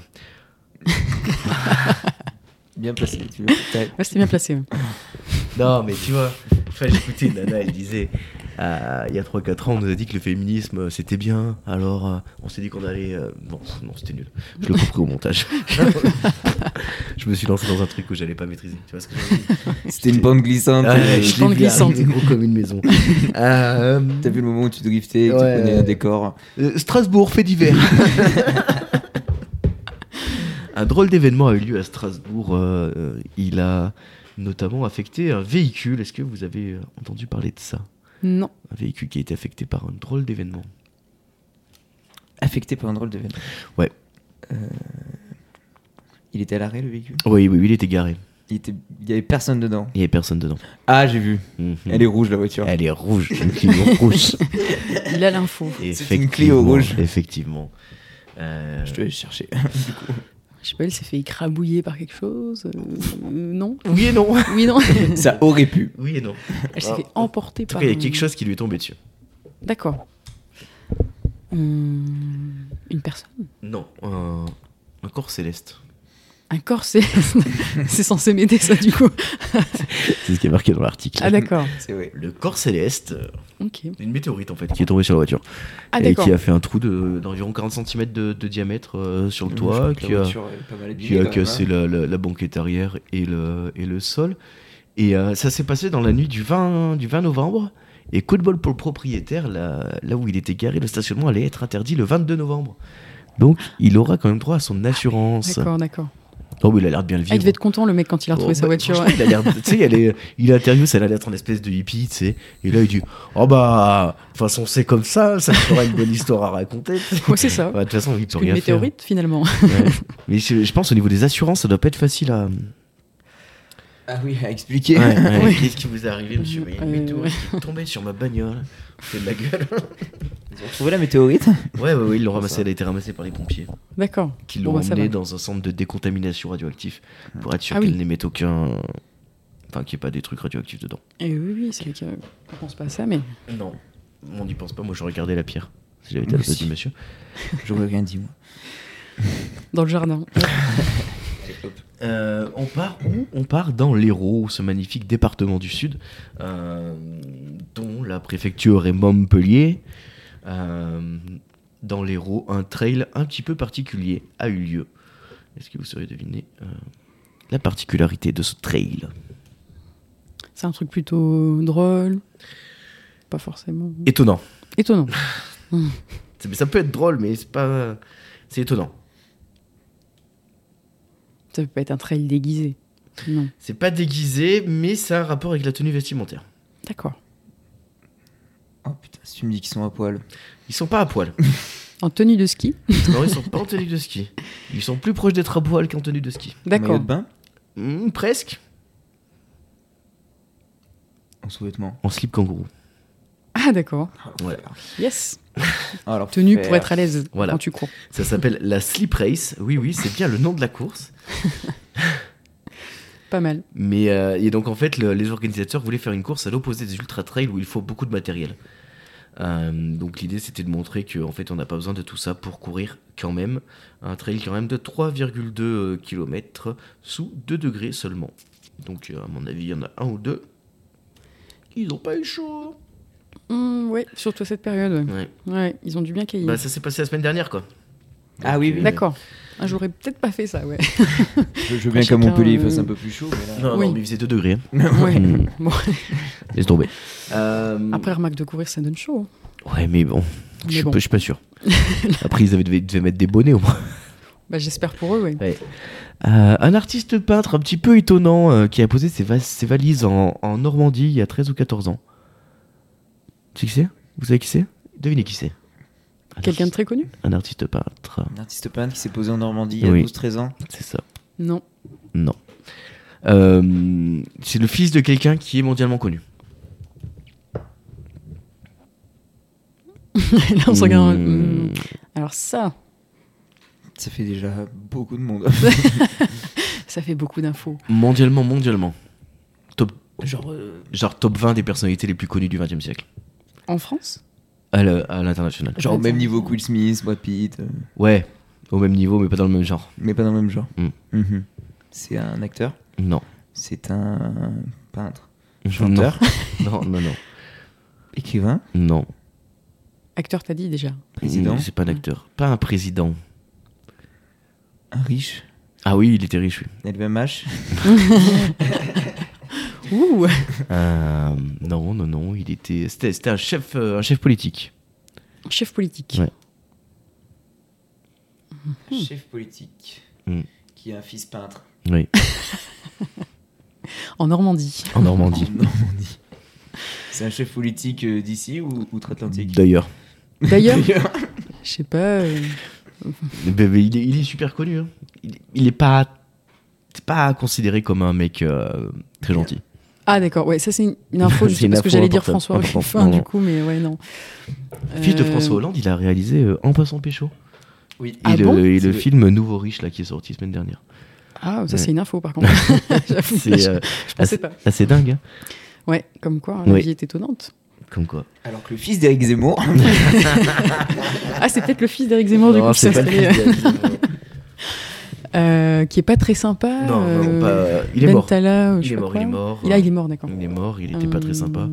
[SPEAKER 4] Bien placé. Tu (laughs) vois. T'as-
[SPEAKER 3] Ouais, c'était bien placé. ouais.
[SPEAKER 1] Non, mais tu vois, enfin, j'écoutais Nana, elle disait Euh, il y a 3-4 ans, on nous a dit que le féminisme euh, c'était bien, alors euh, on s'est dit qu'on allait. euh, Non, non c'était nul. Je l'ai compris au (laughs) montage. je me suis lancé dans un truc que j'allais pas maîtriser. Tu vois ce que je veux dire
[SPEAKER 4] C'était une pente glissante.
[SPEAKER 1] Ah,
[SPEAKER 4] euh,
[SPEAKER 1] je l'ai
[SPEAKER 3] pente
[SPEAKER 1] vu
[SPEAKER 3] glissante.
[SPEAKER 1] arriver gros comme une (laughs) maison. Euh,
[SPEAKER 4] T'as vu le moment où tu driftais, tu
[SPEAKER 1] Ouais.
[SPEAKER 4] connais un décor.
[SPEAKER 1] euh, Strasbourg, fait d'hiver. (laughs) un drôle d'événement a eu lieu à Strasbourg. euh, euh, il a notamment affecté un véhicule. Est-ce que vous avez euh, entendu parler de ça
[SPEAKER 3] Non.
[SPEAKER 1] Un véhicule qui a été affecté par un drôle d'événement.
[SPEAKER 4] Affecté par un drôle d'événement.
[SPEAKER 1] Ouais.
[SPEAKER 4] Euh, Il était à l'arrêt le véhicule.
[SPEAKER 1] Oui, oui, oui, il était garé.
[SPEAKER 4] Il était... il y avait personne dedans.
[SPEAKER 1] Il n'y avait personne dedans.
[SPEAKER 4] Ah, j'ai vu.
[SPEAKER 1] Mhm.
[SPEAKER 4] Elle est rouge la voiture.
[SPEAKER 1] (laughs) Elle est rouge, une Clio rouge.
[SPEAKER 3] Il a l'info.
[SPEAKER 4] C'est une Clio rouge.
[SPEAKER 1] (laughs) Effectivement. Euh,
[SPEAKER 4] Je te vais chercher. (laughs)
[SPEAKER 3] Je sais pas, il s'est fait écrabouiller par quelque chose. euh, euh, non.
[SPEAKER 1] Oui et non. (laughs)
[SPEAKER 3] Oui, non.
[SPEAKER 4] Ça aurait pu.
[SPEAKER 1] Oui et non.
[SPEAKER 3] Elle s'est fait
[SPEAKER 1] Ah.
[SPEAKER 3] emporter
[SPEAKER 1] En tout
[SPEAKER 3] par.
[SPEAKER 1] cas, il y a
[SPEAKER 3] un-
[SPEAKER 1] quelque chose qui lui est tombé dessus.
[SPEAKER 3] D'accord. Hum, une personne.
[SPEAKER 1] Non, un, un corps céleste.
[SPEAKER 3] Un corps, c'est (laughs) c'est censé m'aider ça du coup.
[SPEAKER 1] C'est ce qui est marqué dans l'article.
[SPEAKER 3] Ah d'accord.
[SPEAKER 4] C'est vrai.
[SPEAKER 1] Le corps céleste, euh,
[SPEAKER 3] Ok.
[SPEAKER 1] une météorite en fait, qui est tombée sur la voiture.
[SPEAKER 3] Ah
[SPEAKER 1] et
[SPEAKER 3] d'accord.
[SPEAKER 1] qui a fait un trou de- d'environ 40 cm de, de diamètre euh, sur le toit, qui
[SPEAKER 4] la
[SPEAKER 1] a,
[SPEAKER 4] voiture est pas mal abîmée,
[SPEAKER 1] qui a
[SPEAKER 4] quand même,
[SPEAKER 1] cassé
[SPEAKER 4] hein.
[SPEAKER 1] la, la- la banquette arrière et le, et le sol. Et euh, ça s'est passé dans la nuit du 20, du 20 novembre. Et coup de bol pour le propriétaire, là, là où il était garé, le stationnement allait être interdit le 22 novembre. Donc, il aura quand même droit à son assurance.
[SPEAKER 3] Ah, D'accord, d'accord.
[SPEAKER 1] Oh, mais il a l'air de bien le
[SPEAKER 3] Ah, il
[SPEAKER 1] vivre.
[SPEAKER 3] devait être content le mec quand il a retrouvé
[SPEAKER 1] Oh,
[SPEAKER 3] sa
[SPEAKER 1] bah,
[SPEAKER 3] voiture.
[SPEAKER 1] franchement, Il a l'air, tu sais, elle est- il a interviewé, ça a l'air d'être un espèce de hippie, tu sais. Et là, il dit, oh bah, de toute façon, c'est comme ça, ça fera une bonne histoire à raconter.
[SPEAKER 3] (laughs) (laughs) Ouais, c'est ça.
[SPEAKER 1] Ouais, de toute façon, il peut
[SPEAKER 3] Une
[SPEAKER 1] rien faire.
[SPEAKER 3] météorite finalement.
[SPEAKER 1] Ouais. Mais je, je pense au niveau des assurances, ça doit pas être facile à.
[SPEAKER 4] Ah oui, à expliquer. (laughs)
[SPEAKER 1] (laughs)
[SPEAKER 3] Oui.
[SPEAKER 1] Qu'est-ce qui vous est arrivé, monsieur Mais une
[SPEAKER 3] Euh,
[SPEAKER 1] météorite qui est tombée sur ma bagnole. Fait de la gueule.
[SPEAKER 4] Ils ont retrouvé la météorite.
[SPEAKER 1] Ouais, ouais, ouais, ils l'ont ramassée, elle a été ramassée par les pompiers.
[SPEAKER 3] D'accord.
[SPEAKER 1] Qui l'ont
[SPEAKER 3] Bon, bah, ça
[SPEAKER 1] emmenée
[SPEAKER 3] va.
[SPEAKER 1] dans un centre de décontamination radioactive pour être sûr
[SPEAKER 3] Ah oui.
[SPEAKER 1] qu'elle n'émette aucun. Enfin, qu'il n'y ait pas des trucs radioactifs dedans.
[SPEAKER 3] Et Eh oui, oui, c'est vrai que- on pense pas à ça, mais
[SPEAKER 1] Non, on n'y pense pas. Moi, je regardais la pierre. Si j'avais été à la
[SPEAKER 4] Moi
[SPEAKER 1] place du
[SPEAKER 4] aussi.
[SPEAKER 1] monsieur.
[SPEAKER 4] J'aurais rien dit, moi.
[SPEAKER 3] dans le jardin.
[SPEAKER 1] Euh, on part où On part dans l'Hérault, ce magnifique département du Sud, euh, dont la préfecture est Montpellier. Euh, dans l'Hérault, un trail un petit peu particulier a eu lieu. Est-ce que vous sauriez deviner euh, la particularité de ce trail
[SPEAKER 3] C'est un truc plutôt drôle. Pas forcément.
[SPEAKER 1] Étonnant.
[SPEAKER 3] Étonnant.
[SPEAKER 1] C'est- mais Ça peut être drôle, mais c'est pas. C'est étonnant.
[SPEAKER 3] Ça peut pas être un trail déguisé. Non.
[SPEAKER 1] C'est pas déguisé, mais ça a un rapport avec la tenue vestimentaire.
[SPEAKER 3] D'accord.
[SPEAKER 4] Oh putain, si tu me dis qu'ils sont à poil.
[SPEAKER 1] Ils sont pas à poil.
[SPEAKER 3] En tenue de ski.
[SPEAKER 1] Non, ils sont pas en tenue de ski. Ils sont plus proches d'être à poil qu'en tenue de ski.
[SPEAKER 3] D'accord.
[SPEAKER 4] Maillot de bain
[SPEAKER 1] Hmm, presque.
[SPEAKER 4] En sous-vêtements.
[SPEAKER 1] En slip kangourou.
[SPEAKER 3] Ah d'accord.
[SPEAKER 1] Voilà.
[SPEAKER 3] Yes.
[SPEAKER 4] Ah, Alors,
[SPEAKER 3] Tenue
[SPEAKER 4] faire-
[SPEAKER 3] pour être à l'aise
[SPEAKER 1] Voilà.
[SPEAKER 3] quand tu cours.
[SPEAKER 1] Ça s'appelle la slip race. Oui, oui, c'est bien le nom de la course.
[SPEAKER 3] Pas mal.
[SPEAKER 1] Mais euh, et donc en fait, le- les organisateurs voulaient faire une course à l'opposé des ultra trails où il faut beaucoup de matériel. Euh, donc l'idée c'était de montrer que en fait on n'a pas besoin de tout ça pour courir quand même un trail quand même de 3,2 km euh, sous 2 degrés seulement. Donc euh, à mon avis il y en a un ou deux. Ils n'ont pas eu chaud.
[SPEAKER 3] Hum, ouais, surtout à cette période. Ouais.
[SPEAKER 1] Ouais.
[SPEAKER 3] Ouais, ils ont dû bien cailler.
[SPEAKER 1] Bah ça s'est passé la semaine dernière quoi.
[SPEAKER 4] Ah oui, oui.
[SPEAKER 3] D'accord. Ah, J'aurais peut-être pas fait
[SPEAKER 1] (laughs)
[SPEAKER 3] ça, ouais.
[SPEAKER 4] Je, je veux bien
[SPEAKER 3] Chacun,
[SPEAKER 4] qu'à Montpellier, il
[SPEAKER 3] euh,
[SPEAKER 4] fasse un peu plus chaud. Mais là...
[SPEAKER 1] Non,
[SPEAKER 3] Oui.
[SPEAKER 1] non, mais il faisait 2 degrés. hein.
[SPEAKER 3] Ouais.
[SPEAKER 1] Hmm.
[SPEAKER 3] Bon.
[SPEAKER 1] Laisse tomber. Euh,
[SPEAKER 3] Après, remarque de courir, ça donne chaud. hein.
[SPEAKER 1] Ouais, mais bon.
[SPEAKER 3] Mais
[SPEAKER 1] Je suis
[SPEAKER 3] bon.
[SPEAKER 1] pas- je suis pas
[SPEAKER 3] (laughs)
[SPEAKER 1] sûr. Après, ils avaient, devaient, devaient mettre des bonnets au moins.
[SPEAKER 3] Bah, J'espère pour eux, ouais.
[SPEAKER 1] Ah, Euh, un artiste peintre un petit peu étonnant euh, qui a posé ses, vas- ses valises en, en Normandie il y a 13 ou 14 ans. Tu sais qui c'est Vous savez qui c'est Devinez qui c'est. Un
[SPEAKER 3] Quelqu'un de
[SPEAKER 1] artiste-
[SPEAKER 3] très connu
[SPEAKER 1] Un artiste peintre,
[SPEAKER 4] Un artiste peintre qui s'est posé en Normandie il y a
[SPEAKER 1] Oui.
[SPEAKER 4] 12-13 ans.
[SPEAKER 1] c'est ça.
[SPEAKER 3] Non. (laughs)
[SPEAKER 1] Non. Euh, c'est le fils de quelqu'un qui est mondialement connu.
[SPEAKER 3] Là, on se regarde.
[SPEAKER 1] Hmm.
[SPEAKER 3] hum. Alors, ça,
[SPEAKER 4] Ça fait déjà beaucoup de (laughs) monde.
[SPEAKER 3] ça fait beaucoup d'infos.
[SPEAKER 1] Mondialement, mondialement. Top, genre, euh, genre top 20 des personnalités les plus connues du 20 siècle.
[SPEAKER 3] En France
[SPEAKER 1] À le- à l'international.
[SPEAKER 4] Genre au
[SPEAKER 3] Attends.
[SPEAKER 4] même niveau que Will Smith, Brad Pitt, euh,
[SPEAKER 1] Ouais, au même niveau, mais pas dans le même genre.
[SPEAKER 4] mais pas dans le même genre.
[SPEAKER 1] Mm.
[SPEAKER 4] Mhm. C'est un acteur,
[SPEAKER 1] Non.
[SPEAKER 4] c'est un peintre,
[SPEAKER 1] Non.
[SPEAKER 4] chanteur,
[SPEAKER 1] Non, non, non.
[SPEAKER 4] Écrivain
[SPEAKER 1] Non.
[SPEAKER 3] Acteur, t'as dit déjà.
[SPEAKER 4] Président
[SPEAKER 1] C'est pas un acteur. Pas un président.
[SPEAKER 4] Un riche
[SPEAKER 1] Ah oui, il était riche.
[SPEAKER 2] (laughs)
[SPEAKER 1] oui.
[SPEAKER 4] LVMH
[SPEAKER 3] Ouh
[SPEAKER 1] Euh, non, non, non. Il était. C'était c'était un chef, euh, un chef politique.
[SPEAKER 3] Chef politique.
[SPEAKER 1] Ouais.
[SPEAKER 4] Chef politique.
[SPEAKER 1] Hmm.
[SPEAKER 4] Qui a un fils peintre. (laughs)
[SPEAKER 1] Oui.
[SPEAKER 3] En Normandie.
[SPEAKER 1] En Normandie.
[SPEAKER 4] Non, on dit. C'est un chef politique euh, d'ici ou outre-Atlantique
[SPEAKER 1] (laughs) D'ailleurs.
[SPEAKER 3] D'ailleurs, je sais pas. euh,
[SPEAKER 1] Mais- mais il, est, il est super connu. hein. Il, il est pas. C'est pas considéré comme un mec euh, très gentil.
[SPEAKER 3] Ah d'accord, ouais, ça c'est une, une
[SPEAKER 1] (laughs)
[SPEAKER 3] info,
[SPEAKER 1] C'est
[SPEAKER 3] juste
[SPEAKER 1] une
[SPEAKER 3] parce que
[SPEAKER 1] info
[SPEAKER 3] j'allais dire
[SPEAKER 1] importante,
[SPEAKER 3] François
[SPEAKER 1] (laughs) importante,
[SPEAKER 3] Ruffin
[SPEAKER 1] non, non.
[SPEAKER 3] du coup, mais ouais, non.
[SPEAKER 1] Fils de
[SPEAKER 3] Euh,
[SPEAKER 1] François Hollande, il a réalisé euh, En passant pécho.
[SPEAKER 4] Oui.
[SPEAKER 3] Ah
[SPEAKER 1] et le,
[SPEAKER 3] bon
[SPEAKER 1] et le
[SPEAKER 4] C'est-
[SPEAKER 1] film Nouveau Riche là, qui est sorti semaine dernière.
[SPEAKER 3] Ah, ça
[SPEAKER 1] Ouais.
[SPEAKER 3] c'est une info
[SPEAKER 1] (laughs)
[SPEAKER 3] par contre. J'avoue,
[SPEAKER 1] C'est
[SPEAKER 3] je,
[SPEAKER 1] euh,
[SPEAKER 3] je pensais pas.
[SPEAKER 1] assez dingue. hein.
[SPEAKER 3] Ouais, comme quoi, hein, la
[SPEAKER 1] Oui.
[SPEAKER 3] vie est étonnante.
[SPEAKER 1] Comme quoi.
[SPEAKER 4] Alors que le fils d'Éric Zemmour. (laughs)
[SPEAKER 3] Ah, c'est peut-être le fils d'Éric Zemmour du
[SPEAKER 1] Non,
[SPEAKER 3] coup,
[SPEAKER 1] c'est
[SPEAKER 3] ça
[SPEAKER 1] pas le
[SPEAKER 3] serait-
[SPEAKER 1] fils d'Éric Zemmour.
[SPEAKER 3] euh, qui est pas très sympa.
[SPEAKER 1] Non, non,
[SPEAKER 3] euh,
[SPEAKER 1] pas- il est
[SPEAKER 3] Ben
[SPEAKER 1] mort.
[SPEAKER 3] Tala, euh, je
[SPEAKER 1] Il est
[SPEAKER 3] sais pas
[SPEAKER 1] mort,
[SPEAKER 3] quoi.
[SPEAKER 1] il est mort. euh,
[SPEAKER 3] Il- ah, il est mort, d'accord.
[SPEAKER 1] Il est mort, il était pas très sympa.
[SPEAKER 3] Euh,